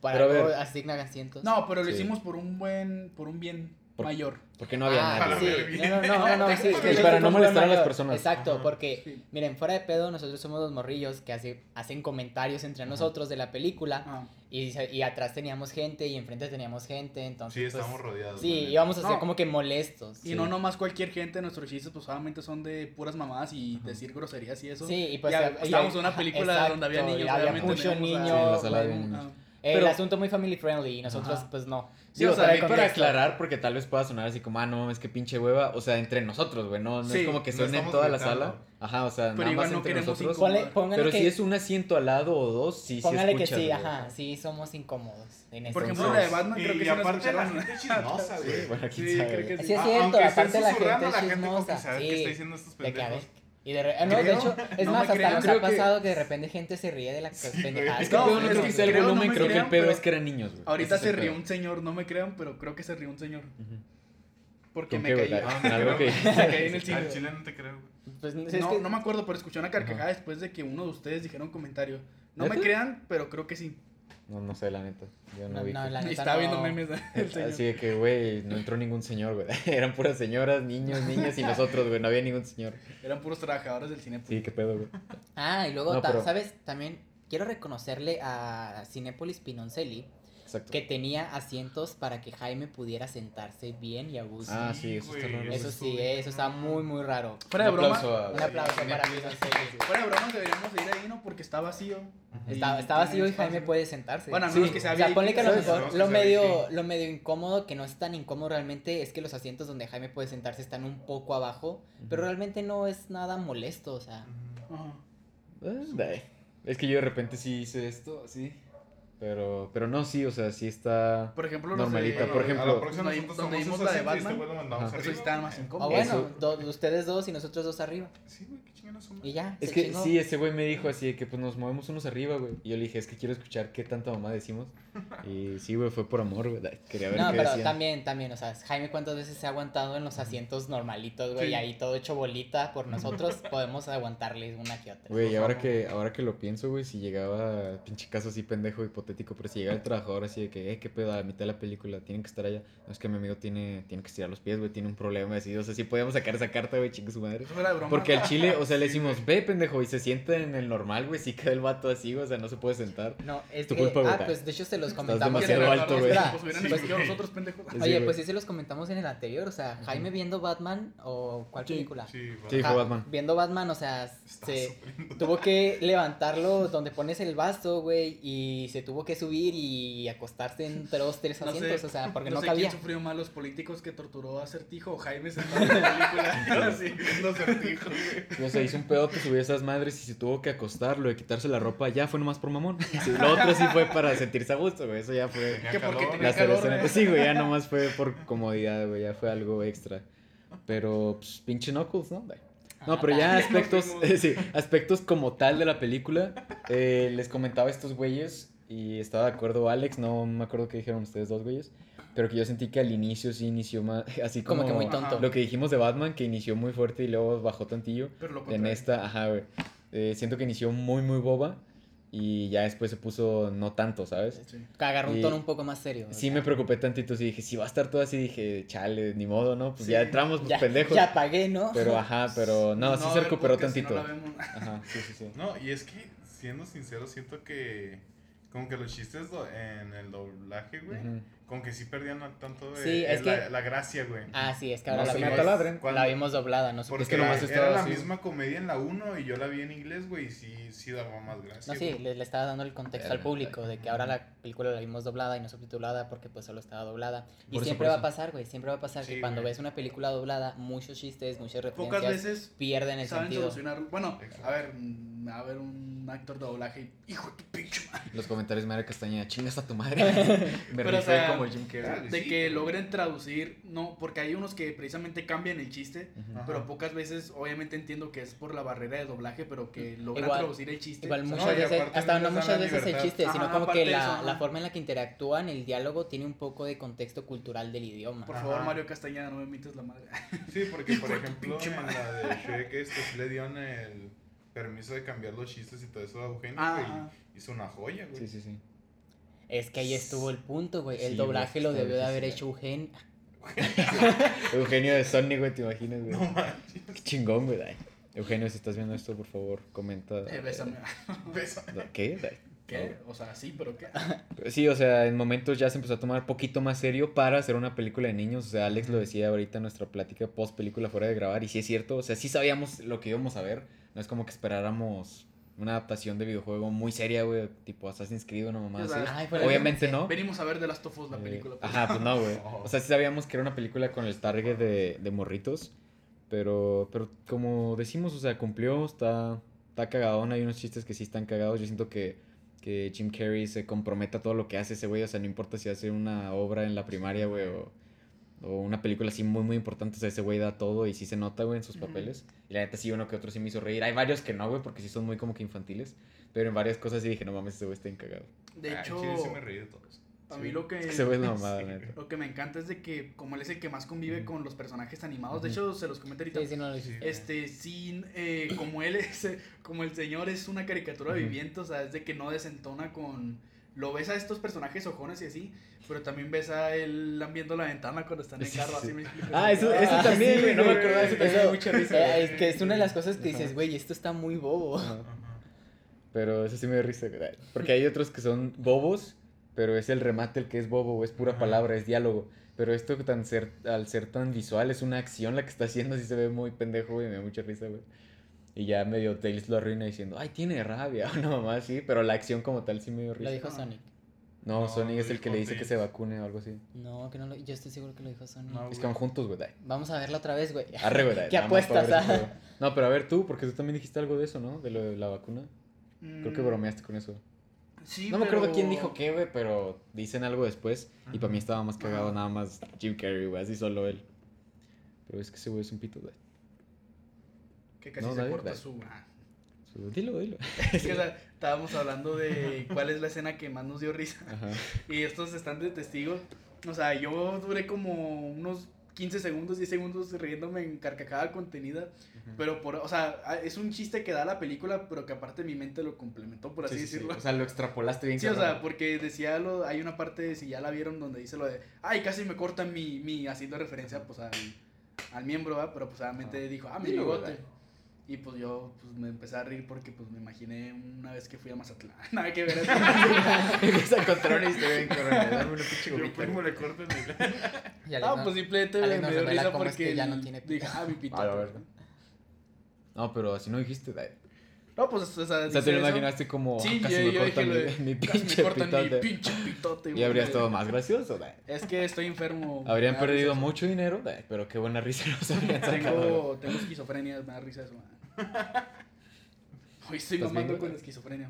[SPEAKER 3] Para
[SPEAKER 1] Pero a
[SPEAKER 3] luego
[SPEAKER 1] ver.
[SPEAKER 3] asignan asientos.
[SPEAKER 2] No, pero lo
[SPEAKER 1] Sí.
[SPEAKER 2] hicimos por un buen, por un bien
[SPEAKER 1] Por-
[SPEAKER 2] mayor.
[SPEAKER 1] Porque no había
[SPEAKER 3] Ah,
[SPEAKER 1] nadie.
[SPEAKER 4] güey.
[SPEAKER 3] sí. No, no, no, no, no, sí,
[SPEAKER 2] Y
[SPEAKER 3] sí,
[SPEAKER 1] para
[SPEAKER 3] sí,
[SPEAKER 1] no
[SPEAKER 3] sí,
[SPEAKER 1] molestar a las
[SPEAKER 3] mayor.
[SPEAKER 1] personas.
[SPEAKER 3] Exacto,
[SPEAKER 4] Ajá.
[SPEAKER 3] porque,
[SPEAKER 2] Sí.
[SPEAKER 3] miren, fuera de pedo, nosotros somos los morrillos que hace- hacen comentarios entre nosotros de la película.
[SPEAKER 2] Ah.
[SPEAKER 3] Y, se- y atrás teníamos gente y enfrente teníamos gente, entonces.
[SPEAKER 4] Sí,
[SPEAKER 3] pues,
[SPEAKER 4] estábamos rodeados.
[SPEAKER 3] Sí,
[SPEAKER 4] la
[SPEAKER 3] íbamos a
[SPEAKER 2] No.
[SPEAKER 3] ser como que molestos.
[SPEAKER 2] Y no nomás cualquier gente, nuestros chistes pues solamente son de puras mamadas y decir groserías y eso.
[SPEAKER 3] Sí, y pues.
[SPEAKER 2] Ya,
[SPEAKER 3] eh,
[SPEAKER 2] estábamos en una
[SPEAKER 3] ajá,
[SPEAKER 2] película donde había niños,
[SPEAKER 3] y había
[SPEAKER 2] obviamente
[SPEAKER 3] mucho
[SPEAKER 2] teníamos a-
[SPEAKER 3] niño.
[SPEAKER 1] Sí, en la sala de
[SPEAKER 3] fue-
[SPEAKER 1] niños.
[SPEAKER 2] Ah.
[SPEAKER 3] El
[SPEAKER 1] Pero-
[SPEAKER 3] asunto muy family friendly y nosotros,
[SPEAKER 2] Ajá.
[SPEAKER 3] pues no.
[SPEAKER 2] Sí,
[SPEAKER 1] Digo,
[SPEAKER 2] o sea,
[SPEAKER 1] también
[SPEAKER 2] de
[SPEAKER 1] para
[SPEAKER 2] contexto.
[SPEAKER 1] aclarar, porque tal vez pueda sonar así como, ah, no mames, qué pinche hueva. O sea, entre nosotros, güey. No, no
[SPEAKER 2] Sí,
[SPEAKER 1] es como que
[SPEAKER 4] no
[SPEAKER 1] suene en
[SPEAKER 4] estamos
[SPEAKER 1] toda la
[SPEAKER 4] gritando.
[SPEAKER 1] sala. Ajá, o sea,
[SPEAKER 2] Pero
[SPEAKER 1] nada
[SPEAKER 2] igual
[SPEAKER 1] más
[SPEAKER 2] no
[SPEAKER 1] entre
[SPEAKER 2] queremos
[SPEAKER 1] nosotros.
[SPEAKER 2] incomodar.
[SPEAKER 3] Ponle- póngale
[SPEAKER 1] Pero
[SPEAKER 3] que,
[SPEAKER 1] si es un asiento al lado o dos, sí, sí
[SPEAKER 3] póngale que
[SPEAKER 1] escuchas,
[SPEAKER 3] sí,
[SPEAKER 1] güey.
[SPEAKER 3] ajá. Sí, somos incómodos. En
[SPEAKER 2] Por
[SPEAKER 3] ese
[SPEAKER 2] ejemplo,
[SPEAKER 3] sentido.
[SPEAKER 2] la de Batman
[SPEAKER 4] Y-
[SPEAKER 2] creo que
[SPEAKER 4] y
[SPEAKER 2] sí nos
[SPEAKER 4] aparte la
[SPEAKER 2] escucharon. Ah,
[SPEAKER 4] gente es chismosa,
[SPEAKER 1] Sí,
[SPEAKER 4] güey.
[SPEAKER 1] bueno, quién
[SPEAKER 2] Sí,
[SPEAKER 1] sabe.
[SPEAKER 2] creo que
[SPEAKER 3] Sí, es
[SPEAKER 4] A-
[SPEAKER 3] cierto,
[SPEAKER 4] Ah, aunque estén
[SPEAKER 3] aparte la gente
[SPEAKER 4] susurrando,
[SPEAKER 3] es
[SPEAKER 4] la gente como que
[SPEAKER 3] chismosa.
[SPEAKER 4] sabe que
[SPEAKER 3] sí.
[SPEAKER 4] está diciendo estos
[SPEAKER 3] De que a ver.
[SPEAKER 4] pendejos.
[SPEAKER 3] Y de, re- ah, no, de
[SPEAKER 4] Creo,
[SPEAKER 3] hecho, es
[SPEAKER 2] no me
[SPEAKER 3] más, hasta
[SPEAKER 2] crean,
[SPEAKER 3] nos
[SPEAKER 2] creo
[SPEAKER 3] ha
[SPEAKER 2] que-
[SPEAKER 3] pasado que de repente gente se ríe de la pendejada.
[SPEAKER 1] Es que el
[SPEAKER 2] No,
[SPEAKER 1] pedo no
[SPEAKER 2] es
[SPEAKER 1] creo
[SPEAKER 2] que
[SPEAKER 1] que sea el
[SPEAKER 2] creo, no
[SPEAKER 1] volumen,
[SPEAKER 2] me
[SPEAKER 1] creo que el
[SPEAKER 2] crean,
[SPEAKER 1] pedo
[SPEAKER 2] pero-
[SPEAKER 1] es que eran niños, güey.
[SPEAKER 2] Ahorita
[SPEAKER 1] Ese es
[SPEAKER 2] se
[SPEAKER 1] el
[SPEAKER 2] rió
[SPEAKER 1] pedo.
[SPEAKER 2] un señor, no me crean, pero creo que se rió un señor.
[SPEAKER 1] Ujú.
[SPEAKER 2] Porque
[SPEAKER 1] ¿Con
[SPEAKER 2] me
[SPEAKER 1] qué, güey?
[SPEAKER 2] caí.
[SPEAKER 1] Ah, en algo que-
[SPEAKER 2] Me caí en el
[SPEAKER 4] Al
[SPEAKER 2] cine.
[SPEAKER 4] chile no te creo, güey.
[SPEAKER 3] Pues, es
[SPEAKER 2] No,
[SPEAKER 3] que-
[SPEAKER 2] no me acuerdo, pero escuché una carcajada después de que uno de ustedes dijera un comentario. No me
[SPEAKER 1] ¿Neta?
[SPEAKER 2] crean, pero creo que sí.
[SPEAKER 1] No, no sé, la neta. Yo no,
[SPEAKER 3] No,
[SPEAKER 1] vi.
[SPEAKER 3] no,
[SPEAKER 1] que-
[SPEAKER 3] la- neta,
[SPEAKER 2] Estaba viendo
[SPEAKER 3] no.
[SPEAKER 2] memes el señor.
[SPEAKER 1] Así de que, güey, no entró ningún señor, güey. Eran puras señoras, niños, niñas y nosotros, güey. No había ningún señor.
[SPEAKER 2] Eran puros trabajadores del cine. pues.
[SPEAKER 1] Sí, qué pedo, güey.
[SPEAKER 3] Ah, y luego,
[SPEAKER 1] No,
[SPEAKER 3] ta-
[SPEAKER 1] pero-
[SPEAKER 3] ¿sabes? También quiero reconocerle a Cinépolis Pinoncelli
[SPEAKER 1] Exacto.
[SPEAKER 3] que tenía asientos para que Jaime pudiera sentarse bien y a gusto.
[SPEAKER 1] Ah, sí, eso está
[SPEAKER 4] güey,
[SPEAKER 1] raro.
[SPEAKER 3] Pues, eso
[SPEAKER 4] estuvo
[SPEAKER 3] sí, eh,
[SPEAKER 4] bien,
[SPEAKER 3] eso está
[SPEAKER 4] no.
[SPEAKER 3] muy, muy raro.
[SPEAKER 2] Fuera de
[SPEAKER 1] Un
[SPEAKER 2] broma,
[SPEAKER 1] aplauso a-
[SPEAKER 3] Un aplauso para Pinoncelli.
[SPEAKER 2] fuera de broma deberíamos de ir ahí, ¿no? Porque está vacío.
[SPEAKER 4] Ujú.
[SPEAKER 3] Está,
[SPEAKER 2] Y
[SPEAKER 3] está vacío y
[SPEAKER 2] tiene
[SPEAKER 3] Jaime
[SPEAKER 2] espacio.
[SPEAKER 3] puede sentarse.
[SPEAKER 2] Bueno, a
[SPEAKER 1] Sí.
[SPEAKER 2] menos que sea
[SPEAKER 3] O sea,
[SPEAKER 2] VIP,
[SPEAKER 3] ponle que lo,
[SPEAKER 2] ¿sabes?
[SPEAKER 3] mejor-
[SPEAKER 4] Sabemos
[SPEAKER 3] lo
[SPEAKER 4] que sabe
[SPEAKER 3] medio, lo medio incómodo, que no es tan incómodo realmente, es que los asientos donde Jaime puede sentarse están un poco abajo, pero realmente no es nada molesto, o sea.
[SPEAKER 4] Ujú.
[SPEAKER 2] Ajá.
[SPEAKER 1] Ah, dai. Es que yo de repente sí hice esto, sí. Pero, pero no, sí, o sea, sí está.
[SPEAKER 2] Por ejemplo, eh, los
[SPEAKER 1] Normalita,
[SPEAKER 2] de-
[SPEAKER 1] por ejemplo,
[SPEAKER 4] a la próxima
[SPEAKER 2] donde-
[SPEAKER 4] nosotros
[SPEAKER 2] donde
[SPEAKER 4] tomamos
[SPEAKER 2] vimos
[SPEAKER 4] un
[SPEAKER 2] la de
[SPEAKER 4] asiento y este
[SPEAKER 2] Batman,
[SPEAKER 4] güey lo mandamos
[SPEAKER 1] Ajá.
[SPEAKER 2] Eso
[SPEAKER 4] arriba,
[SPEAKER 2] estaban
[SPEAKER 4] güey.
[SPEAKER 2] más
[SPEAKER 3] O
[SPEAKER 2] incómodos.
[SPEAKER 3] bueno,
[SPEAKER 1] Eso-
[SPEAKER 3] do- ustedes dos y nosotros dos arriba.
[SPEAKER 4] Sí, güey, qué chingados son.
[SPEAKER 3] Y ya.
[SPEAKER 1] Es
[SPEAKER 3] se
[SPEAKER 1] que
[SPEAKER 3] chingó.
[SPEAKER 1] sí, ese güey me dijo así de que pues nos movemos unos arriba, güey. Y yo le dije, es que quiero escuchar qué tanta mamá decimos. Y sí, güey, fue por amor, güey. Dai, Quería ver
[SPEAKER 3] No,
[SPEAKER 1] qué
[SPEAKER 3] pero
[SPEAKER 1] decían.
[SPEAKER 3] también, también, o sea, Jaime cuántas veces se ha aguantado en los asientos normalitos, güey,
[SPEAKER 2] Sí.
[SPEAKER 3] y ahí todo hecho bolita por nosotros, podemos aguantarle una que otra.
[SPEAKER 1] Güey,
[SPEAKER 4] Por
[SPEAKER 1] ahora
[SPEAKER 4] favor.
[SPEAKER 1] que, ahora que lo pienso, güey, si llegaba, pinche caso así pendejo, hipotético, pero si llegaba el trabajador así de que, eh, qué pedo, a la mitad de la película, tienen que estar allá. No, es que mi amigo tiene, tiene que estirar los pies, güey, tiene un problema así. O sea, sí podíamos sacar esa carta, güey, chingue su madre.
[SPEAKER 2] Fuera de broma.
[SPEAKER 1] Porque al chile, o sea, le decimos, ve, pendejo, y se sienta en el normal, güey, sí queda el vato así, güey, o sea, no se puede sentar.
[SPEAKER 3] No, es
[SPEAKER 1] Tu
[SPEAKER 3] que-
[SPEAKER 1] culpa,
[SPEAKER 3] ah,
[SPEAKER 1] güey.
[SPEAKER 3] pues de hecho se los comentamos.
[SPEAKER 1] demasiado
[SPEAKER 3] Espera,
[SPEAKER 1] alto, güey.
[SPEAKER 3] espera,
[SPEAKER 2] Pues hubieran
[SPEAKER 4] Sí,
[SPEAKER 2] investigado
[SPEAKER 4] güey.
[SPEAKER 2] nosotros, pendejos.
[SPEAKER 1] Sí,
[SPEAKER 3] Oye,
[SPEAKER 1] güey.
[SPEAKER 3] pues sí se los comentamos en el anterior, o sea, Jaime viendo Batman o cuál
[SPEAKER 2] Sí,
[SPEAKER 3] película.
[SPEAKER 4] Sí, va.
[SPEAKER 1] Sí,
[SPEAKER 3] Ja-
[SPEAKER 1] fue Batman.
[SPEAKER 3] Viendo Batman, o sea,
[SPEAKER 4] Está
[SPEAKER 3] se
[SPEAKER 4] sufriendo.
[SPEAKER 3] tuvo que levantarlo donde pones el vaso, güey, y se tuvo que subir y acostarse en dos, tres
[SPEAKER 2] No sé,
[SPEAKER 3] asientos, o sea, porque no,
[SPEAKER 2] sé
[SPEAKER 3] cabía.
[SPEAKER 2] quién sufrió más, los políticos que torturó a Certijo o Jaime sentado en la película. Así, los Certijo.
[SPEAKER 1] O sea, hizo un pedo que subió esas madres y se tuvo que acostar, lo de quitarse la ropa, ya fue nomás por mamón. Sí, lo otro sí fue para sentirse a gusto, güey, eso ya fue.
[SPEAKER 4] Tenía
[SPEAKER 2] Que porque
[SPEAKER 4] calor,
[SPEAKER 2] tenía
[SPEAKER 1] La
[SPEAKER 4] güey.
[SPEAKER 2] calor,
[SPEAKER 1] cerveza en el-
[SPEAKER 2] güey.
[SPEAKER 1] Sí, güey, ya nomás fue por comodidad, güey, ya fue algo extra. Pero, pues, pinche Knuckles, ¿no? No, pero ya
[SPEAKER 2] nos
[SPEAKER 1] aspectos,
[SPEAKER 2] fuimos.
[SPEAKER 1] sí, aspectos como tal de la película, eh, les comentaba a estos güeyes y estaba de acuerdo Alex, no me acuerdo qué dijeron ustedes dos güeyes, pero que yo sentí que al inicio sí inició más, así como,
[SPEAKER 3] Como que muy
[SPEAKER 2] Ajá.
[SPEAKER 3] tonto.
[SPEAKER 1] lo que dijimos de Batman, que inició muy fuerte y luego bajó tantillo.
[SPEAKER 2] Pero lo
[SPEAKER 1] En
[SPEAKER 2] contrario.
[SPEAKER 1] esta, ajá, güey. eh, siento que inició muy, muy boba y ya después se puso no tanto, ¿sabes?
[SPEAKER 2] Sí.
[SPEAKER 3] Agarró un
[SPEAKER 1] Y-
[SPEAKER 3] tono un poco más serio. o
[SPEAKER 1] Sí
[SPEAKER 3] sea.
[SPEAKER 1] me preocupé tantito, sí dije, si va a estar todo así, dije, chale, ni modo, ¿no? Pues
[SPEAKER 2] Sí.
[SPEAKER 1] ya entramos, pues
[SPEAKER 3] ya,
[SPEAKER 1] pendejos.
[SPEAKER 3] ya pagué, ¿no?
[SPEAKER 1] Pero ajá, pero no, sí
[SPEAKER 2] va a
[SPEAKER 1] se
[SPEAKER 2] haber
[SPEAKER 1] recuperó
[SPEAKER 2] podcast si
[SPEAKER 1] tantito.
[SPEAKER 2] no la vemos.
[SPEAKER 1] Ajá, sí, sí, sí.
[SPEAKER 4] No, y es que, siendo sincero, siento que. Como que los chistes do- en el doblaje, güey.
[SPEAKER 1] Ujú.
[SPEAKER 4] Como que sí perdían a- tanto de
[SPEAKER 3] Sí, es
[SPEAKER 4] eh, la,
[SPEAKER 3] que-
[SPEAKER 4] la gracia, güey.
[SPEAKER 3] Ah, sí, es que
[SPEAKER 1] No,
[SPEAKER 3] ahora la,
[SPEAKER 1] se me
[SPEAKER 3] vimos,
[SPEAKER 1] atalabren.
[SPEAKER 3] la vimos doblada, no
[SPEAKER 4] Porque
[SPEAKER 1] que
[SPEAKER 3] supiste.
[SPEAKER 1] nomás
[SPEAKER 4] era,
[SPEAKER 1] estaba
[SPEAKER 4] Pues la
[SPEAKER 1] así.
[SPEAKER 4] misma comedia en la 1 y yo la vi en inglés, güey, y sí, sí daba más gracia.
[SPEAKER 3] No, sí,
[SPEAKER 4] güey.
[SPEAKER 3] le, le estaba dando el contexto al
[SPEAKER 1] Verga.
[SPEAKER 3] público de que ahora la película la vimos doblada y no subtitulada porque pues solo estaba doblada. Y
[SPEAKER 1] Por eso,
[SPEAKER 3] siempre
[SPEAKER 1] por
[SPEAKER 3] va a
[SPEAKER 1] eso.
[SPEAKER 3] pasar, güey, siempre va a pasar
[SPEAKER 4] Sí,
[SPEAKER 3] que cuando
[SPEAKER 4] güey.
[SPEAKER 3] ves una película doblada, muchos chistes, muchas referencias
[SPEAKER 2] Pocas veces
[SPEAKER 3] pierden el
[SPEAKER 2] saben
[SPEAKER 3] sentido.
[SPEAKER 2] solucionarlo. Bueno,
[SPEAKER 4] Exacto.
[SPEAKER 2] a ver, mm, a ver un actor de doblaje. Hijo de tu pinche madre.
[SPEAKER 1] Los comentarios me era castañeda, chingas a tu madre. me
[SPEAKER 2] Pero, o
[SPEAKER 1] rifé
[SPEAKER 2] sea,
[SPEAKER 1] como Jim Carrey.
[SPEAKER 4] Dale,
[SPEAKER 2] De
[SPEAKER 4] sí,
[SPEAKER 2] que
[SPEAKER 4] güey.
[SPEAKER 2] logren traducir, no, porque hay unos que precisamente cambian el chiste.
[SPEAKER 1] Ujú.
[SPEAKER 4] Ajá.
[SPEAKER 2] Pero pocas veces, obviamente entiendo que es por la barrera de doblaje, pero que logran
[SPEAKER 3] Igual-
[SPEAKER 2] traducir el chiste.
[SPEAKER 3] Igual
[SPEAKER 2] O sea,
[SPEAKER 3] muchas
[SPEAKER 4] no, y
[SPEAKER 3] veces,
[SPEAKER 4] aparte
[SPEAKER 3] hasta
[SPEAKER 4] no
[SPEAKER 3] no
[SPEAKER 4] les dan
[SPEAKER 3] muchas
[SPEAKER 4] la
[SPEAKER 3] veces el
[SPEAKER 4] libertad.
[SPEAKER 3] chiste,
[SPEAKER 2] Ajá,
[SPEAKER 3] sino como
[SPEAKER 2] aparte
[SPEAKER 3] que
[SPEAKER 2] de eso,
[SPEAKER 3] la,
[SPEAKER 2] ajá.
[SPEAKER 3] la forma en la que interactúan, el diálogo tiene un poco de contexto cultural del idioma.
[SPEAKER 2] Por favor,
[SPEAKER 4] Ajá.
[SPEAKER 2] Mario Castañeda, no me mientes la madre.
[SPEAKER 4] Sí, porque por
[SPEAKER 2] Hijo de tu
[SPEAKER 4] ejemplo,
[SPEAKER 2] pinche
[SPEAKER 4] en
[SPEAKER 2] madre.
[SPEAKER 4] la de Shrek, esto sí le dieron el permiso de cambiar los chistes y todo eso a Eugenio,
[SPEAKER 2] Ah,
[SPEAKER 4] güey,
[SPEAKER 2] ah.
[SPEAKER 4] Hizo una joya, güey.
[SPEAKER 1] Sí, sí, sí.
[SPEAKER 3] Es que ahí estuvo el punto, güey. El
[SPEAKER 1] Sí, güey,
[SPEAKER 3] doblaje lo
[SPEAKER 1] está
[SPEAKER 3] debió de haber
[SPEAKER 1] difícil.
[SPEAKER 3] hecho Eugen.
[SPEAKER 1] Eugenio de Sony, güey, te imaginas, güey.
[SPEAKER 4] No manches.
[SPEAKER 1] Qué chingón, güey. ay. Eugenio, si estás viendo esto, por favor, comenta.
[SPEAKER 2] Eh, bésame.
[SPEAKER 4] Beso.
[SPEAKER 1] eh, ¿Qué? Ay,
[SPEAKER 2] ¿Qué? O sea, sí, pero ¿qué?
[SPEAKER 1] Sí, o sea, en momentos ya se empezó a tomar poquito más serio para hacer una película de niños. O sea, Alex lo decía ahorita en nuestra plática post película fuera de grabar. Y sí es cierto, o sea, sí sabíamos lo que íbamos a ver. No es como que esperáramos una adaptación de videojuego muy seria, güey, tipo Assassin's Creed o una mamá
[SPEAKER 2] O
[SPEAKER 1] así.
[SPEAKER 2] sea,
[SPEAKER 3] Ay, por ahí
[SPEAKER 1] Obviamente
[SPEAKER 3] pensé.
[SPEAKER 1] no.
[SPEAKER 2] Venimos a ver The Last of Us, la
[SPEAKER 1] Eh,
[SPEAKER 2] película. pues.
[SPEAKER 1] Ajá, pues no, güey.
[SPEAKER 4] No.
[SPEAKER 1] O sea, sí sabíamos que era una película con el target de, de morritos. Pero, pero como decimos, o sea, cumplió, está, está cagadón. Hay unos chistes que sí están cagados. Yo siento que, que Jim Carrey se comprometa a todo lo que hace ese güey. O sea, no importa si hace una obra en la primaria, güey, o, o una película así muy, muy importante. O sea, ese güey da todo y sí se nota, güey, en sus
[SPEAKER 2] Ujú.
[SPEAKER 1] papeles. Y la neta sí, uno que otro sí me hizo reír. Hay varios que no, güey, porque sí son muy como que infantiles. Pero en varias cosas sí dije, no mames, ese güey está encagado.
[SPEAKER 2] De
[SPEAKER 4] Ah,
[SPEAKER 2] hecho,
[SPEAKER 4] chile, sí me reí de todos.
[SPEAKER 2] a
[SPEAKER 1] sí.
[SPEAKER 2] mí lo que...
[SPEAKER 1] Ese güey es la mamada,
[SPEAKER 4] Sí,
[SPEAKER 1] la
[SPEAKER 4] güey.
[SPEAKER 1] neta.
[SPEAKER 2] Lo que me encanta es de que, como él es el que más convive
[SPEAKER 1] Ujú.
[SPEAKER 2] con los personajes animados, de
[SPEAKER 1] Ujú.
[SPEAKER 2] hecho se los comento ahorita.
[SPEAKER 3] Sí, sí, no lo
[SPEAKER 4] Sí.
[SPEAKER 3] hiciste.
[SPEAKER 2] Este, sin, eh, como él es, eh, como el señor es una caricatura
[SPEAKER 1] Ujú.
[SPEAKER 2] viviente, o sea, es de que no desentona con, lo ves a estos personajes ojones y así, pero también ves a él viendo la ventana cuando están en
[SPEAKER 1] Sí,
[SPEAKER 2] carro,
[SPEAKER 1] sí.
[SPEAKER 2] así me explico.
[SPEAKER 1] Ah, eso, eso
[SPEAKER 3] Ah,
[SPEAKER 1] también,
[SPEAKER 2] sí,
[SPEAKER 1] güey. no me
[SPEAKER 2] güey.
[SPEAKER 1] acordaba, eso también me
[SPEAKER 3] Eso-
[SPEAKER 1] dio mucha risa.
[SPEAKER 3] eh, es que es una de las cosas que dices,
[SPEAKER 1] Ajá.
[SPEAKER 3] güey, esto está muy bobo.
[SPEAKER 1] Ajá.
[SPEAKER 4] Ajá.
[SPEAKER 1] Pero eso sí me dio risa, güey. Porque hay otros que son bobos, pero es el remate el que es bobo, güey, es pura
[SPEAKER 4] Ajá.
[SPEAKER 1] palabra, es diálogo. Pero esto tan ser, al ser tan visual, es una acción la que está haciendo, así se ve muy pendejo, güey, me da mucha risa, güey. Y ya medio Tails lo arruina diciendo, ay, tiene rabia, una mamá sí, pero la acción como tal sí me dio
[SPEAKER 3] Lo
[SPEAKER 1] risa.
[SPEAKER 3] dijo
[SPEAKER 2] no.
[SPEAKER 3] Sonic.
[SPEAKER 1] No,
[SPEAKER 4] No,
[SPEAKER 1] Sonic
[SPEAKER 4] lo
[SPEAKER 1] es el que
[SPEAKER 4] dijo
[SPEAKER 1] le dice que se
[SPEAKER 4] Tails.
[SPEAKER 1] vacune o algo así.
[SPEAKER 3] No, que no lo... Yo estoy seguro que lo dijo Sonic.
[SPEAKER 4] No,
[SPEAKER 1] Es
[SPEAKER 4] güey.
[SPEAKER 1] que van juntos, güey. ay.
[SPEAKER 3] Vamos a verla otra vez, güey.
[SPEAKER 1] Arre, güey. ay,
[SPEAKER 3] ¿Qué
[SPEAKER 1] nada más para
[SPEAKER 3] apuestas,
[SPEAKER 1] ver
[SPEAKER 3] ah?
[SPEAKER 1] ese pedo. No, pero a ver tú, porque tú también dijiste algo de eso, ¿no? De lo de la vacuna. Creo que
[SPEAKER 2] Mm,
[SPEAKER 1] bromeaste con eso.
[SPEAKER 2] sí,
[SPEAKER 1] No me acuerdo
[SPEAKER 2] pero-
[SPEAKER 1] quién dijo qué, güey, pero dicen algo después. Y para mí estaba más cagado
[SPEAKER 2] Ajá.
[SPEAKER 1] nada más Jim Carrey, güey, así solo él. Pero es que ese güey es un pito, güey.
[SPEAKER 2] Que casi
[SPEAKER 1] No,
[SPEAKER 2] se
[SPEAKER 1] David,
[SPEAKER 2] corta
[SPEAKER 1] David.
[SPEAKER 2] su... ah.
[SPEAKER 1] Su- Dilo, dilo.
[SPEAKER 2] Es que, o sea, estábamos hablando de cuál es la escena que más nos dio risa.
[SPEAKER 1] Ajá.
[SPEAKER 2] Y estos están de testigos. O sea, yo duré como unos 15 segundos, 10 segundos riéndome en carcajada contenida. Pero, por, o sea, a- es un chiste que da la película, pero que aparte mi mente lo complementó, por así
[SPEAKER 1] Sí, sí, sí.
[SPEAKER 2] decirlo.
[SPEAKER 1] O sea, lo extrapolaste bien.
[SPEAKER 2] Sí, o
[SPEAKER 1] cabrón.
[SPEAKER 2] sea, porque decía, lo, hay una parte, si ya la vieron, donde dice lo de, ay, casi me cortan mi, mi haciendo referencia, pues, al, al miembro, ¿va? Pero, pues, obviamente
[SPEAKER 1] Ajá.
[SPEAKER 2] dijo, ah, mi
[SPEAKER 1] Dilo,
[SPEAKER 2] bigote.
[SPEAKER 1] ¿verdad?
[SPEAKER 2] Y, pues, yo, pues, me empecé a reír porque, pues, me imaginé una vez que fui a Mazatlán. Nada que ver.
[SPEAKER 1] Empieza a encontrar una historia bien cabrón. Dame una pinche
[SPEAKER 4] Yo
[SPEAKER 1] gomita,
[SPEAKER 4] primo
[SPEAKER 1] güey.
[SPEAKER 4] le corta el
[SPEAKER 3] Ya
[SPEAKER 2] Ah,
[SPEAKER 3] les-
[SPEAKER 2] pues simplemente
[SPEAKER 3] Alex
[SPEAKER 2] me
[SPEAKER 3] nos
[SPEAKER 2] dio
[SPEAKER 3] revela
[SPEAKER 2] risa
[SPEAKER 3] cómo
[SPEAKER 2] porque
[SPEAKER 3] es que ya no tiene pito.
[SPEAKER 2] dije, ah, mi pito.
[SPEAKER 1] A la verga. No, pero así no dijiste, güey.
[SPEAKER 2] No, pues, o sea,
[SPEAKER 1] O sea, te
[SPEAKER 2] dice
[SPEAKER 1] lo
[SPEAKER 2] eso.
[SPEAKER 1] imaginaste como.
[SPEAKER 2] Sí,
[SPEAKER 1] ah, casi
[SPEAKER 2] yo,
[SPEAKER 1] me
[SPEAKER 2] yo dije,
[SPEAKER 1] cortan
[SPEAKER 2] lo de,
[SPEAKER 1] mi, mi
[SPEAKER 2] "Casi
[SPEAKER 1] pinche
[SPEAKER 2] me cortan mi
[SPEAKER 1] pitote.
[SPEAKER 2] pinche pitote.
[SPEAKER 1] Y habría
[SPEAKER 2] habrías
[SPEAKER 1] estado más gracioso, güey.
[SPEAKER 2] Es que estoy enfermo.
[SPEAKER 1] Habrían
[SPEAKER 2] me da
[SPEAKER 1] perdido
[SPEAKER 2] risa
[SPEAKER 1] mucho dinero, güey, pero qué buena risa nos habrían
[SPEAKER 2] eso.
[SPEAKER 1] sacado.
[SPEAKER 2] Tengo, tengo esquizofrenia, me da risa eso. Hoy estoy
[SPEAKER 1] ¿Estás bien,
[SPEAKER 2] mamando
[SPEAKER 1] güey?
[SPEAKER 2] con esquizofrenia.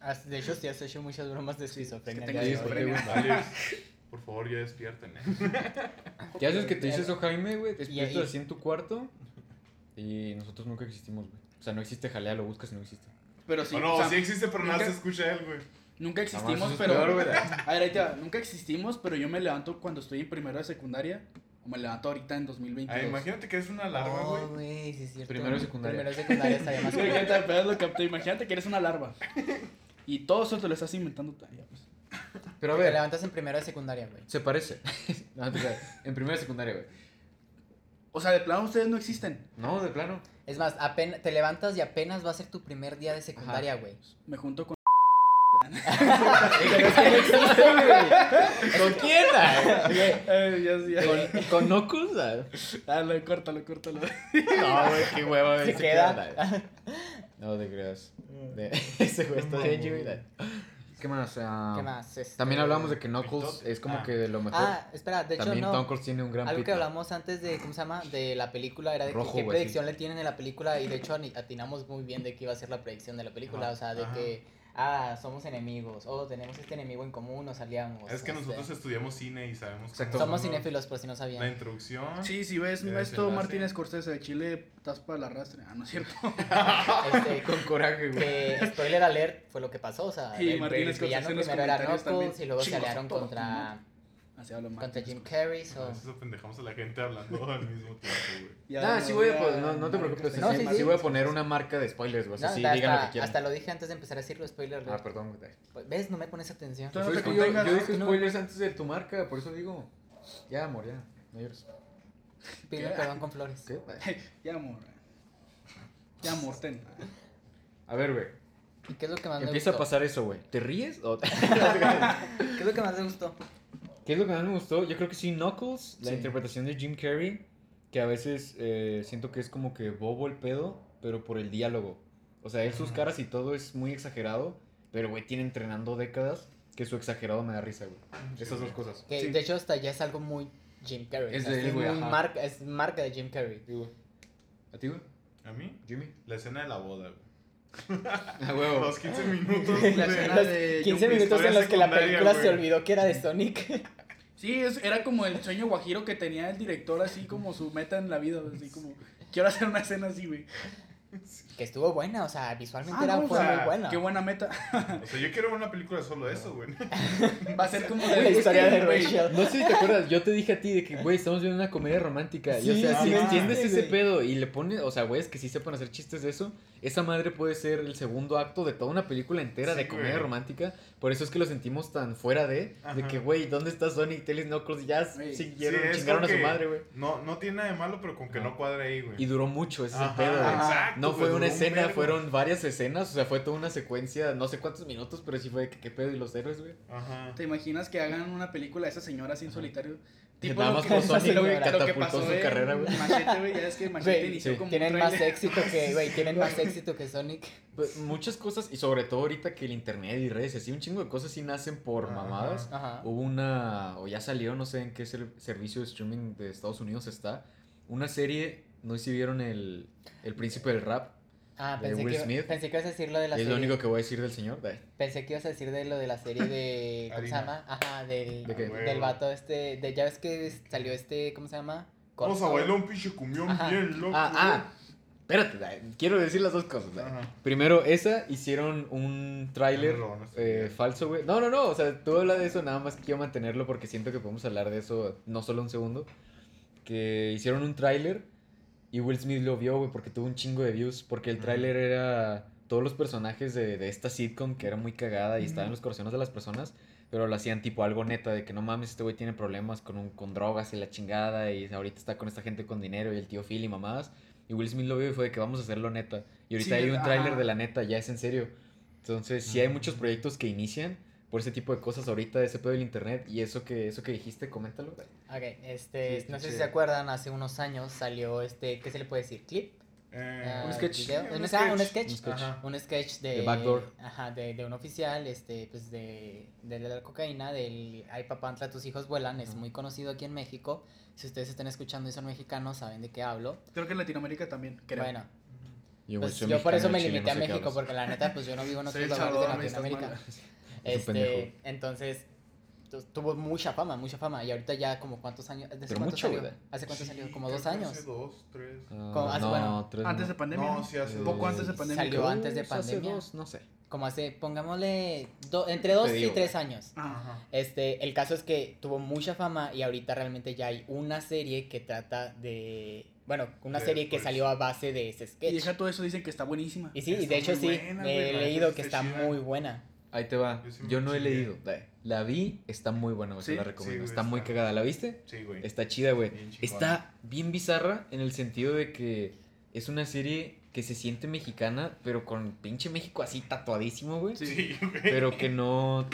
[SPEAKER 3] Has- Ah, De hecho, sí has hecho muchas bromas de
[SPEAKER 2] Sí, es que
[SPEAKER 3] esquizofrenia.
[SPEAKER 2] tengo
[SPEAKER 3] el día de hoy.
[SPEAKER 1] güey.
[SPEAKER 2] esquizofrenia.
[SPEAKER 4] Alex, por favor, ya despierten, eh.
[SPEAKER 1] ¿Qué haces que te dices eso, Jaime, güey? Te
[SPEAKER 3] Y ahí-
[SPEAKER 1] despiertas así en tu cuarto y nosotros nunca existimos, güey. O sea, no existe jalea, lo buscas y no existe.
[SPEAKER 2] Pero sí,
[SPEAKER 4] Oh, no,
[SPEAKER 2] o sea,
[SPEAKER 4] sí existe, pero no
[SPEAKER 2] nunca-
[SPEAKER 4] se escucha él, güey.
[SPEAKER 2] nunca
[SPEAKER 1] No,
[SPEAKER 2] existimos,
[SPEAKER 1] eso es
[SPEAKER 2] pero...
[SPEAKER 1] peor, güey.
[SPEAKER 2] A ver, ahí te va. Nunca existimos, pero yo me levanto cuando estoy en primero de secundaria. O me levanto ahorita en 2022.
[SPEAKER 4] Ah, imagínate que es una alarma, güey.
[SPEAKER 3] Oh, güey, sí es cierto.
[SPEAKER 1] Primero de secundaria.
[SPEAKER 3] Primero de secundaria estaría más
[SPEAKER 2] Sí,
[SPEAKER 3] cool.
[SPEAKER 2] imagínate, apenas lo capté. Imagínate que eres una larva. Y todo eso te lo estás inventando tú. Ya, pues.
[SPEAKER 1] Pero a
[SPEAKER 3] Te
[SPEAKER 1] ver,
[SPEAKER 3] levantas en primero de secundaria, güey.
[SPEAKER 1] se parece. No, te creas. en primera secundaria, güey.
[SPEAKER 2] O sea, de plano ustedes no existen.
[SPEAKER 1] No, de plano.
[SPEAKER 3] Es más, apenas, te levantas y apenas va a ser tu primer día de secundaria, güey.
[SPEAKER 2] Me junto con.
[SPEAKER 1] Pero es que no existe, güey. ¿Con quién? ah?
[SPEAKER 2] Eh, ya, sí, ya.
[SPEAKER 1] ¿Con, con Nocus? ah?
[SPEAKER 2] Ah, lo córtalo, córtalo.
[SPEAKER 1] No, güey, qué hueva. güey,
[SPEAKER 3] Se
[SPEAKER 1] se
[SPEAKER 3] queda.
[SPEAKER 1] queda, güey. No te creas. De- Ese güey está bien chido, güey. ¿Qué más? Ah,
[SPEAKER 3] ¿Qué más? Este-
[SPEAKER 1] También hablamos de que Knuckles
[SPEAKER 4] Pitote.
[SPEAKER 1] es como
[SPEAKER 4] Ah.
[SPEAKER 1] que de lo mejor.
[SPEAKER 3] Ah, espera, de hecho,
[SPEAKER 1] También
[SPEAKER 3] no.
[SPEAKER 1] Knuckles tiene un gran
[SPEAKER 3] Algo que
[SPEAKER 1] pito.
[SPEAKER 3] hablamos antes de, ¿cómo se llama? De la película, era de que
[SPEAKER 1] Rojo,
[SPEAKER 3] qué
[SPEAKER 1] güey,
[SPEAKER 3] predicción le tienen de la película y de hecho ani- atinamos muy bien de que iba a ser la predicción de la película,
[SPEAKER 4] Ajá,
[SPEAKER 3] o sea, de
[SPEAKER 4] ajá.
[SPEAKER 3] que, ah, somos enemigos, o tenemos este enemigo en común, nos
[SPEAKER 2] Oh,
[SPEAKER 3] aliamos.
[SPEAKER 4] Es que
[SPEAKER 3] este,
[SPEAKER 4] nosotros estudiamos cine y sabemos
[SPEAKER 1] Exacto.
[SPEAKER 4] cómo
[SPEAKER 3] Somos
[SPEAKER 4] son los-
[SPEAKER 3] cinéfilos, por si no sabían.
[SPEAKER 4] La introducción.
[SPEAKER 2] Ah. Sí, si ves
[SPEAKER 4] Ya
[SPEAKER 2] esto,
[SPEAKER 4] desenlace.
[SPEAKER 2] Martín Scorsese de Chile, estás para la rastre. Ah, no es cierto.
[SPEAKER 3] Este,
[SPEAKER 1] Con coraje, güey.
[SPEAKER 3] que, spoiler alert, fue lo que pasó, o sea,
[SPEAKER 2] Sí,
[SPEAKER 3] el,
[SPEAKER 2] Martín
[SPEAKER 3] el
[SPEAKER 2] Scorsese
[SPEAKER 3] villano
[SPEAKER 2] en los
[SPEAKER 3] primero era
[SPEAKER 2] comentarios
[SPEAKER 3] Knuckles
[SPEAKER 2] también.
[SPEAKER 3] y luego se
[SPEAKER 2] Chingos a
[SPEAKER 3] aliaron
[SPEAKER 2] todos,
[SPEAKER 3] contra
[SPEAKER 2] Así hablo mal.
[SPEAKER 3] Contra Jim Carrey,
[SPEAKER 4] A
[SPEAKER 3] so...
[SPEAKER 4] veces apendejamos a la gente hablando al mismo tiempo, güey.
[SPEAKER 2] Ya
[SPEAKER 1] Ah,
[SPEAKER 2] veo,
[SPEAKER 1] sí voy a,
[SPEAKER 2] ya,
[SPEAKER 1] pues, no, no te
[SPEAKER 2] ya,
[SPEAKER 1] preocupes,
[SPEAKER 2] ya,
[SPEAKER 1] sí,
[SPEAKER 3] No,
[SPEAKER 1] sí,
[SPEAKER 3] sí,
[SPEAKER 1] sí
[SPEAKER 3] sí.
[SPEAKER 1] voy a poner una marca de spoilers, güey,
[SPEAKER 3] No,
[SPEAKER 1] así,
[SPEAKER 3] hasta,
[SPEAKER 1] digan lo que quieran.
[SPEAKER 3] hasta lo dije antes de empezar a decirlo, spoiler.
[SPEAKER 1] Ah,
[SPEAKER 3] alert. Pues,
[SPEAKER 1] perdón, güey.
[SPEAKER 3] ¿Ves? No me pones atención.
[SPEAKER 2] Tú no
[SPEAKER 1] Pues
[SPEAKER 2] te
[SPEAKER 1] es que yo,
[SPEAKER 2] contengas,
[SPEAKER 1] yo
[SPEAKER 2] ¿no?
[SPEAKER 1] dije
[SPEAKER 2] No.
[SPEAKER 1] spoilers antes de tu marca, por eso digo, ya, amor, ya, no llores.
[SPEAKER 3] Pide
[SPEAKER 2] ¿Qué?
[SPEAKER 3] perdón con flores.
[SPEAKER 1] ¿Qué?
[SPEAKER 2] Ya, amor. Ya, amor, ten.
[SPEAKER 1] A ver, güey,
[SPEAKER 3] ¿Y qué es lo que más
[SPEAKER 1] empieza a
[SPEAKER 3] me gustó?
[SPEAKER 1] pasar eso, güey. ¿Te ríes? o-
[SPEAKER 3] ¿Qué es lo que más me gustó?
[SPEAKER 1] ¿Qué es lo que más me gustó? Yo creo que sí, Knuckles, la
[SPEAKER 2] Sí.
[SPEAKER 1] interpretación de Jim Carrey, que a veces eh, siento que es como que bobo el pedo, pero por el diálogo. O sea, él sus
[SPEAKER 4] Ajá.
[SPEAKER 1] caras y todo es muy exagerado, pero güey, tiene entrenando décadas que su exagerado me da risa, güey. Esas dos cosas.
[SPEAKER 3] Que
[SPEAKER 2] Sí.
[SPEAKER 3] de hecho hasta ya es algo muy Jim Carrey.
[SPEAKER 1] Es
[SPEAKER 3] o sea,
[SPEAKER 1] de él, güey,
[SPEAKER 3] muy
[SPEAKER 1] ajá.
[SPEAKER 3] marca, es marca de Jim Carrey.
[SPEAKER 1] ¿A ti, güey?
[SPEAKER 4] ¿A mí?
[SPEAKER 1] ¿Jimmy?
[SPEAKER 4] La escena de la boda, güey.
[SPEAKER 1] A huevo.
[SPEAKER 4] Los 15 minutos
[SPEAKER 2] La
[SPEAKER 4] de...
[SPEAKER 2] escena
[SPEAKER 3] Los
[SPEAKER 2] de
[SPEAKER 3] 15
[SPEAKER 4] Yuppie,
[SPEAKER 3] minutos
[SPEAKER 4] historia
[SPEAKER 3] en los que la
[SPEAKER 4] secundaria,
[SPEAKER 3] película se
[SPEAKER 4] güey.
[SPEAKER 3] olvidó que era de Sonic.
[SPEAKER 2] Sí, es- era como el sueño guajiro que tenía el director, así como su meta en la vida. Así como, quiero hacer una escena así, güey.
[SPEAKER 3] que estuvo buena, o sea, visualmente
[SPEAKER 2] Ah,
[SPEAKER 3] era,
[SPEAKER 2] no,
[SPEAKER 3] fue
[SPEAKER 4] o sea,
[SPEAKER 3] muy buena.
[SPEAKER 2] Qué buena meta.
[SPEAKER 4] O sea, yo quiero ver una película solo de eso, güey.
[SPEAKER 2] Va a ser como
[SPEAKER 3] La historia de
[SPEAKER 2] güey,
[SPEAKER 3] Rachel.
[SPEAKER 1] No sé si te acuerdas, yo te dije a ti de que, güey, estamos viendo una comedia romántica. y o
[SPEAKER 3] Sí,
[SPEAKER 1] sea, si
[SPEAKER 4] sí,
[SPEAKER 1] entiendes
[SPEAKER 3] sí,
[SPEAKER 1] ese
[SPEAKER 3] güey.
[SPEAKER 1] pedo y le pones, o sea, güey, es que sí sepan hacer chistes de eso, esa madre puede ser el segundo acto de toda una película entera
[SPEAKER 4] Sí,
[SPEAKER 1] de comedia
[SPEAKER 4] güey.
[SPEAKER 1] romántica. Por eso es que lo sentimos tan fuera de, de
[SPEAKER 4] Ajá.
[SPEAKER 1] que, güey, ¿dónde está Sonic, Tails, Knuckles? Ya
[SPEAKER 2] Güey,
[SPEAKER 1] siguieron,
[SPEAKER 4] sí, es
[SPEAKER 1] chingaron a
[SPEAKER 4] como
[SPEAKER 1] su
[SPEAKER 4] que-
[SPEAKER 1] madre, güey.
[SPEAKER 4] No, no tiene nada de malo, pero con que no,
[SPEAKER 1] No.
[SPEAKER 4] cuadra ahí, güey.
[SPEAKER 1] Y duró mucho, ese es el
[SPEAKER 4] Ajá,
[SPEAKER 1] pedo, güey.
[SPEAKER 4] exacto,
[SPEAKER 1] No fue
[SPEAKER 4] güey,
[SPEAKER 1] una
[SPEAKER 4] duró un
[SPEAKER 1] escena,
[SPEAKER 4] vergo.
[SPEAKER 1] fueron varias escenas, o sea, fue toda una secuencia, no sé cuántos minutos, pero sí fue de que qué pedo y los héroes, güey.
[SPEAKER 4] Ajá.
[SPEAKER 2] ¿Te imaginas que hagan una película de esa señora así en solitario?
[SPEAKER 1] Que nada más por
[SPEAKER 3] Sonic,
[SPEAKER 2] lo
[SPEAKER 3] güey,
[SPEAKER 2] lo que
[SPEAKER 1] catapultó
[SPEAKER 2] pasó
[SPEAKER 1] su
[SPEAKER 2] en
[SPEAKER 1] carrera, güey.
[SPEAKER 2] Machete, güey, ya es que Machete
[SPEAKER 3] Güey,
[SPEAKER 2] inició
[SPEAKER 1] sí.
[SPEAKER 2] como un
[SPEAKER 3] Tienen más
[SPEAKER 2] tráiler.
[SPEAKER 3] éxito que, güey, tienen más éxito que Sonic.
[SPEAKER 1] Pues, muchas cosas, y sobre todo ahorita que el internet y redes y así, un chingo de cosas sí nacen por
[SPEAKER 4] Ajá.
[SPEAKER 1] mamadas.
[SPEAKER 3] Ajá.
[SPEAKER 1] Hubo una, o ya salió, no sé en qué ser- servicio de streaming de Estados Unidos está, una serie, no sé si vieron el, el Príncipe del Rap,
[SPEAKER 3] Ah,
[SPEAKER 1] de
[SPEAKER 3] pensé
[SPEAKER 1] Will
[SPEAKER 3] que,
[SPEAKER 1] Smith.
[SPEAKER 3] pensé que ibas a decir lo de la
[SPEAKER 1] es
[SPEAKER 3] serie.
[SPEAKER 1] lo único que voy a decir del señor. de-
[SPEAKER 3] Pensé que ibas a decir de lo de la serie de. ¿Cómo se
[SPEAKER 4] Harina.
[SPEAKER 3] llama? Ajá, del.
[SPEAKER 1] ¿De qué?
[SPEAKER 4] Ah, güey,
[SPEAKER 3] Del
[SPEAKER 4] güey.
[SPEAKER 3] vato este. De, ya ves que salió este. ¿Cómo se llama?
[SPEAKER 4] Vamos a
[SPEAKER 3] Corto.
[SPEAKER 4] bailar un pinche cumión
[SPEAKER 3] Ajá.
[SPEAKER 4] bien loco.
[SPEAKER 1] Ah, ah, espérate, de- quiero decir las dos cosas. de-
[SPEAKER 4] güey. Ajá.
[SPEAKER 1] Primero, esa hicieron un tráiler
[SPEAKER 4] Ya me robaron esta
[SPEAKER 1] eh,
[SPEAKER 4] idea.
[SPEAKER 1] falso, güey. No, no, no, o sea, tú habla de eso, nada más quiero mantenerlo porque siento que podemos hablar de eso no solo un segundo. Que hicieron un tráiler y Will Smith lo vio, güey, porque tuvo un chingo de views, porque el
[SPEAKER 4] Ujú.
[SPEAKER 1] tráiler era todos los personajes de, de esta sitcom que era muy cagada y estaba en los corazones de las personas, pero lo hacían tipo algo neta de que no mames, este güey tiene problemas con, un, con drogas y la chingada y ahorita está con esta gente con dinero y el tío Phil y mamadas. Y Will Smith lo vio y fue de que vamos a hacerlo neta. Y ahorita
[SPEAKER 2] Sí,
[SPEAKER 1] hay un
[SPEAKER 2] ajá.
[SPEAKER 1] tráiler de la neta, ya es en serio. Entonces, sí hay muchos
[SPEAKER 4] Ujú.
[SPEAKER 1] proyectos que inician por ese tipo de cosas ahorita, ese pedo del internet. Y eso que, eso que dijiste, coméntalo. güey.
[SPEAKER 3] Ok, este.
[SPEAKER 1] Sí, está
[SPEAKER 3] no sé si
[SPEAKER 1] chido.
[SPEAKER 3] se acuerdan, hace unos años salió este. ¿Qué se le puede decir? ¿Clip?
[SPEAKER 4] Eh,
[SPEAKER 3] Ah,
[SPEAKER 1] un sketch.
[SPEAKER 3] video.
[SPEAKER 4] Sí,
[SPEAKER 3] Un,
[SPEAKER 4] un
[SPEAKER 3] ah, un
[SPEAKER 4] sketch.
[SPEAKER 3] sketch.
[SPEAKER 1] Un sketch.
[SPEAKER 4] Ajá.
[SPEAKER 3] Un sketch de.
[SPEAKER 1] De Backdoor.
[SPEAKER 3] Ajá, de, de un oficial, este, pues de, de la cocaína, del Ay papantla, tus hijos vuelan, es
[SPEAKER 1] Ujú.
[SPEAKER 3] muy conocido aquí en México. Si ustedes están escuchando y son mexicanos, saben de qué hablo.
[SPEAKER 2] Creo que en Latinoamérica también, creo.
[SPEAKER 3] Bueno,
[SPEAKER 1] Yo,
[SPEAKER 3] pues
[SPEAKER 1] soy
[SPEAKER 3] yo por
[SPEAKER 1] mexicano
[SPEAKER 3] eso
[SPEAKER 1] en
[SPEAKER 3] me
[SPEAKER 1] Chile,
[SPEAKER 3] limité
[SPEAKER 1] no sé
[SPEAKER 3] a
[SPEAKER 1] qué
[SPEAKER 3] México,
[SPEAKER 1] hablas.
[SPEAKER 3] porque la neta, pues yo no vivo en
[SPEAKER 2] Sí,
[SPEAKER 3] otros lugares de
[SPEAKER 2] Salvador, me estás
[SPEAKER 3] Latinoamérica.
[SPEAKER 2] mal.
[SPEAKER 1] Es un pendejo.
[SPEAKER 3] Este, entonces, tu- tuvo mucha fama, mucha fama. Y ahorita ya como cuántos años, ¿desde
[SPEAKER 1] Pero
[SPEAKER 3] cuánto
[SPEAKER 1] mucho,
[SPEAKER 3] salió?
[SPEAKER 1] ¿verdad?
[SPEAKER 3] ¿Hace cuánto
[SPEAKER 4] Sí,
[SPEAKER 3] salió? Como
[SPEAKER 4] creo
[SPEAKER 3] dos
[SPEAKER 4] que
[SPEAKER 3] años.
[SPEAKER 4] Hace dos, tres.
[SPEAKER 1] Ah,
[SPEAKER 3] Como hace-
[SPEAKER 1] no,
[SPEAKER 3] bueno,
[SPEAKER 1] tres
[SPEAKER 2] Antes
[SPEAKER 1] no.
[SPEAKER 2] de pandemia.
[SPEAKER 4] No,
[SPEAKER 2] ¿no?
[SPEAKER 4] sí, hace
[SPEAKER 1] Eh,
[SPEAKER 4] dos.
[SPEAKER 2] Poco antes de
[SPEAKER 1] sí,
[SPEAKER 2] pandemia.
[SPEAKER 3] salió
[SPEAKER 1] creo,
[SPEAKER 3] antes de
[SPEAKER 1] hace
[SPEAKER 3] pandemia.
[SPEAKER 1] dos, no sé.
[SPEAKER 3] Como hace, pongámosle, do- entre dos
[SPEAKER 1] digo,
[SPEAKER 3] y tres años.
[SPEAKER 2] Ajá.
[SPEAKER 4] Ajá.
[SPEAKER 3] Este, el caso es que tuvo mucha fama y ahorita realmente ya hay una serie que trata de, bueno, una
[SPEAKER 4] De-
[SPEAKER 3] serie que
[SPEAKER 4] pues.
[SPEAKER 3] salió a base de ese
[SPEAKER 2] Y
[SPEAKER 3] sketch.
[SPEAKER 2] deja todo eso, dicen que está buenísima.
[SPEAKER 3] Y sí, y
[SPEAKER 4] Está
[SPEAKER 3] de hecho
[SPEAKER 4] muy
[SPEAKER 3] sí,
[SPEAKER 4] buena, güey,
[SPEAKER 3] he
[SPEAKER 4] la neta
[SPEAKER 3] leído
[SPEAKER 4] sí
[SPEAKER 3] que
[SPEAKER 4] está
[SPEAKER 3] está
[SPEAKER 4] chida.
[SPEAKER 3] muy buena.
[SPEAKER 1] Ahí te va.
[SPEAKER 4] Yo sí
[SPEAKER 1] Yo,
[SPEAKER 4] me
[SPEAKER 1] no he
[SPEAKER 4] chingué.
[SPEAKER 1] leído. de- La vi, está muy buena, güey.
[SPEAKER 2] ¿Sí?
[SPEAKER 1] Se la recomiendo.
[SPEAKER 4] Sí, güey,
[SPEAKER 1] está muy
[SPEAKER 4] está-
[SPEAKER 1] cagada. ¿La viste?
[SPEAKER 4] Sí, güey.
[SPEAKER 1] Está chida, güey.
[SPEAKER 4] Bien chingona.
[SPEAKER 1] Está bien bizarra en el sentido de que es una serie que se siente mexicana, pero con pinche México así tatuadísimo, güey.
[SPEAKER 4] Sí, güey.
[SPEAKER 1] Pero que no,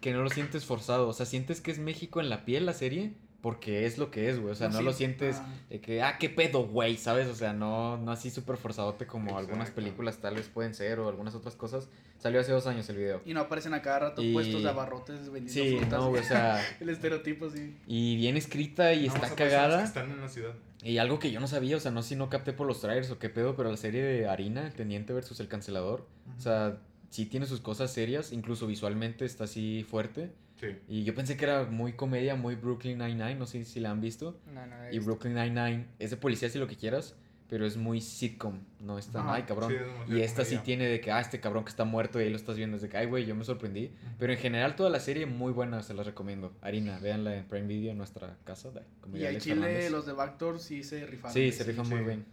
[SPEAKER 1] que no lo sientes forzado. O sea, sientes que es México en la piel la serie porque es lo que es, güey. O sea, no,
[SPEAKER 2] sí.
[SPEAKER 1] lo sientes
[SPEAKER 2] Ah.
[SPEAKER 1] de que, ah, qué pedo, güey, ¿sabes? O sea, no, no así súper forzadote como algunas
[SPEAKER 4] Exacto.
[SPEAKER 1] películas tal vez pueden ser o algunas otras cosas. Salió hace dos años el video.
[SPEAKER 2] Y no aparecen a cada rato
[SPEAKER 1] Y-
[SPEAKER 2] puestos de abarrotes vendiendo
[SPEAKER 1] Sí,
[SPEAKER 2] frutas.
[SPEAKER 1] no, güey, o sea,
[SPEAKER 2] El estereotipo, sí.
[SPEAKER 1] y bien escrita y
[SPEAKER 4] Nada más
[SPEAKER 1] está
[SPEAKER 4] aparecen los
[SPEAKER 1] cagada.
[SPEAKER 4] que están en la ciudad.
[SPEAKER 1] Y algo que yo no sabía, o sea, no sé si no capté por los trailers o qué pedo, pero la serie de Harina, el Teniente versus el Cancelador, o sea, sí tiene sus cosas serias, incluso visualmente está así fuerte.
[SPEAKER 4] Sí.
[SPEAKER 1] Y yo pensé que era muy comedia, muy Brooklyn Nine-Nine, no sé si la han visto.
[SPEAKER 3] No, no,
[SPEAKER 1] Y Brooklyn Nine-Nine es de policías y lo que quieras, pero es muy sitcom, no es tan,
[SPEAKER 2] Ajá,
[SPEAKER 1] ay cabrón.
[SPEAKER 4] Sí, es demasiado
[SPEAKER 1] y esta sí
[SPEAKER 4] comedia.
[SPEAKER 1] tiene de que, ah, este cabrón que está muerto y ahí lo estás viendo, es de que, ay, güey, yo me sorprendí. Pero en general toda la serie muy buena, se las recomiendo. Harina, véanla en Prime Video en nuestra casa, de- como
[SPEAKER 2] Y
[SPEAKER 1] ya
[SPEAKER 2] al
[SPEAKER 1] Alex
[SPEAKER 2] chile,
[SPEAKER 1] Fernández.
[SPEAKER 2] los de Backdoor sí se rifaron.
[SPEAKER 1] Sí,
[SPEAKER 2] güey.
[SPEAKER 1] se
[SPEAKER 4] sí,
[SPEAKER 1] rifan
[SPEAKER 4] sí.
[SPEAKER 1] muy bien.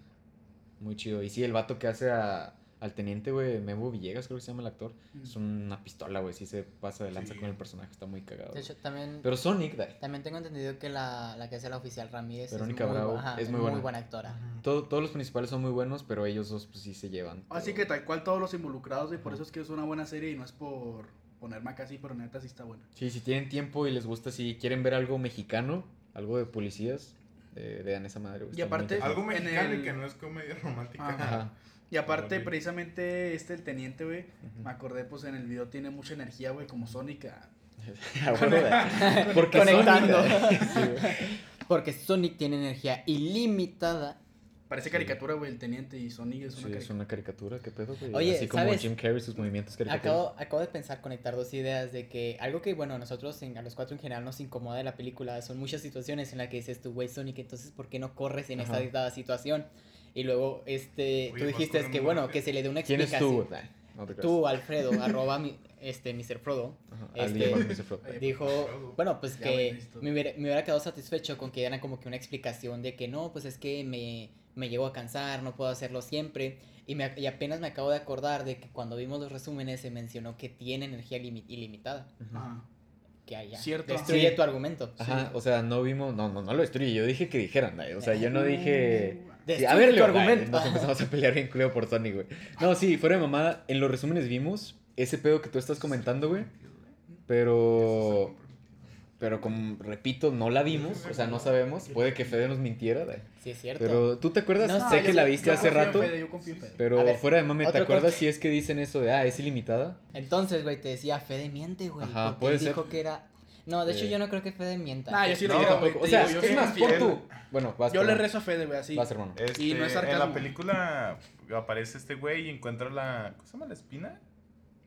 [SPEAKER 1] Muy chido. Y sí, el vato que hace a- al teniente, güey, Memo Villegas, creo que se llama el actor,
[SPEAKER 2] Mm.
[SPEAKER 1] es una pistola, güey, sí se pasa de lanza
[SPEAKER 4] Sí.
[SPEAKER 1] con el personaje, está muy cagado.
[SPEAKER 3] De
[SPEAKER 1] güey.
[SPEAKER 3] hecho, también,
[SPEAKER 1] Pero Sonic, güey,
[SPEAKER 3] también tengo entendido que la, la que hace la oficial Ramírez
[SPEAKER 1] Verónica
[SPEAKER 3] es, muy, bu-
[SPEAKER 1] Bravo
[SPEAKER 3] ajá,
[SPEAKER 1] es muy buena.
[SPEAKER 3] actora.
[SPEAKER 1] todo- todos los principales son muy buenos, pero ellos dos pues, sí se llevan.
[SPEAKER 2] Así Ah, que
[SPEAKER 1] todo.
[SPEAKER 2] tal cual todos los involucrados, y por
[SPEAKER 1] Ajá.
[SPEAKER 2] eso es que es una buena serie y no es por ponerme acá así, pero neta sí está buena.
[SPEAKER 1] Sí, si tienen tiempo y les gusta, si quieren ver algo mexicano, algo de policías, eh, vean esa madre, güey.
[SPEAKER 2] Y
[SPEAKER 1] está muy
[SPEAKER 2] aparte-
[SPEAKER 1] interesante.
[SPEAKER 4] Algo
[SPEAKER 2] En
[SPEAKER 4] mexicano
[SPEAKER 2] el-
[SPEAKER 4] y que no es comedia
[SPEAKER 2] Ajá.
[SPEAKER 4] romántica.
[SPEAKER 1] Ajá.
[SPEAKER 2] Y aparte,
[SPEAKER 4] Órale.
[SPEAKER 2] precisamente este, el teniente, güey,
[SPEAKER 1] Ujú.
[SPEAKER 2] me acordé, pues en el video tiene mucha energía, güey, como Sonic. ah.
[SPEAKER 1] Ah, bueno, güey. Porque
[SPEAKER 3] Conectando.
[SPEAKER 1] Sonic, güey. Sí, güey.
[SPEAKER 3] Porque Sonic tiene energía ilimitada.
[SPEAKER 2] Parece
[SPEAKER 1] Sí.
[SPEAKER 2] caricatura, güey, el teniente y Sonic es una
[SPEAKER 1] Sí, es
[SPEAKER 2] caricatura.
[SPEAKER 1] una caricatura, qué pedo, güey.
[SPEAKER 3] Oye,
[SPEAKER 1] Así como
[SPEAKER 3] ¿sabes?
[SPEAKER 1] Jim Carrey, sus movimientos caricaturas.
[SPEAKER 3] Acabo, acabo de pensar conectar dos ideas de que algo que, bueno, a nosotros, en- a los cuatro en general, nos incomoda de la película son muchas situaciones en las que dices tú, güey, Sonic, entonces, ¿por qué no corres en esta
[SPEAKER 1] Ajá.
[SPEAKER 3] dada situación? Y luego, este,
[SPEAKER 4] Oye,
[SPEAKER 3] tú
[SPEAKER 4] vas
[SPEAKER 3] dijiste es que,
[SPEAKER 4] corriendo
[SPEAKER 3] bueno,
[SPEAKER 4] rápido.
[SPEAKER 3] que se le dé una
[SPEAKER 1] ¿Quién es tú,
[SPEAKER 3] explicación.
[SPEAKER 1] güey? Nah, no te creas.
[SPEAKER 3] Tú, Alfredo, arroba mi- este, Mr. Frodo,
[SPEAKER 1] Ajá,
[SPEAKER 3] este-
[SPEAKER 1] Ali Iván Mr. Frog.
[SPEAKER 2] Oye,
[SPEAKER 3] dijo,
[SPEAKER 4] Frodo.
[SPEAKER 3] bueno, pues
[SPEAKER 2] Ya
[SPEAKER 3] que
[SPEAKER 2] ves, listo.
[SPEAKER 3] me hubiera, me hubiera quedado satisfecho con que dieran como que una explicación de que no, pues es que me, me llego a cansar, no puedo hacerlo siempre. Y, me, ac- y apenas me acabo de acordar de que cuando vimos los resúmenes se mencionó que tiene energía limi- ilimitada.
[SPEAKER 1] Ajá.
[SPEAKER 2] Ajá.
[SPEAKER 3] Que allá.
[SPEAKER 2] Cierto.
[SPEAKER 3] Destruye
[SPEAKER 1] Sí.
[SPEAKER 3] tu argumento.
[SPEAKER 1] Ajá,
[SPEAKER 3] Sí.
[SPEAKER 1] o sea, no vimos, no, no, no lo destruye, yo dije que dijeran, güey. o sea, yo
[SPEAKER 3] Mm.
[SPEAKER 1] no dije... Sí, a
[SPEAKER 3] Destruye
[SPEAKER 1] ver,
[SPEAKER 3] tu
[SPEAKER 1] Leo, ay,
[SPEAKER 3] argumento.
[SPEAKER 1] nos empezamos a pelear bien culero por Sonic, güey. No, sí, fuera de mamada, en los resúmenes vimos ese pedo que tú estás comentando, güey, pero... Pero como, repito, no la vimos, o sea, no sabemos, puede que Fede nos mintiera, güey.
[SPEAKER 3] Sí, es cierto.
[SPEAKER 1] Pero, ¿tú te acuerdas?
[SPEAKER 3] No,
[SPEAKER 1] sé
[SPEAKER 2] yo
[SPEAKER 1] que la viste
[SPEAKER 2] yo
[SPEAKER 1] hace
[SPEAKER 2] confío en
[SPEAKER 1] rato,
[SPEAKER 2] Fede, yo confío en Fede.
[SPEAKER 1] pero
[SPEAKER 3] A ver,
[SPEAKER 1] fuera de mame, ¿te
[SPEAKER 3] otro
[SPEAKER 1] acuerdas
[SPEAKER 3] corte.
[SPEAKER 1] si es que dicen eso de, ah, es ilimitada?
[SPEAKER 3] Entonces, güey, te decía, Fede miente, güey.
[SPEAKER 1] Ajá,
[SPEAKER 3] porque
[SPEAKER 1] puede
[SPEAKER 3] él
[SPEAKER 1] ser.
[SPEAKER 3] dijo que era... No, de hecho
[SPEAKER 1] Eh. Ah,
[SPEAKER 3] yo no creo que Fede mienta.
[SPEAKER 2] Nah, yo sí
[SPEAKER 4] No,
[SPEAKER 2] lo creo, güey,
[SPEAKER 1] tampoco.
[SPEAKER 2] te
[SPEAKER 1] O sea,
[SPEAKER 2] digo, yo
[SPEAKER 1] es
[SPEAKER 2] sí
[SPEAKER 1] más,
[SPEAKER 2] confío.
[SPEAKER 1] pon tú. Bueno, vas.
[SPEAKER 2] Yo le
[SPEAKER 1] perdón.
[SPEAKER 2] rezo a Fede, güey, así.
[SPEAKER 1] Vas, hermano.
[SPEAKER 4] Este,
[SPEAKER 2] Y no es
[SPEAKER 4] en
[SPEAKER 2] sarcasmo.
[SPEAKER 4] la película aparece este güey y encuentra la. ¿Cómo se llama la espina?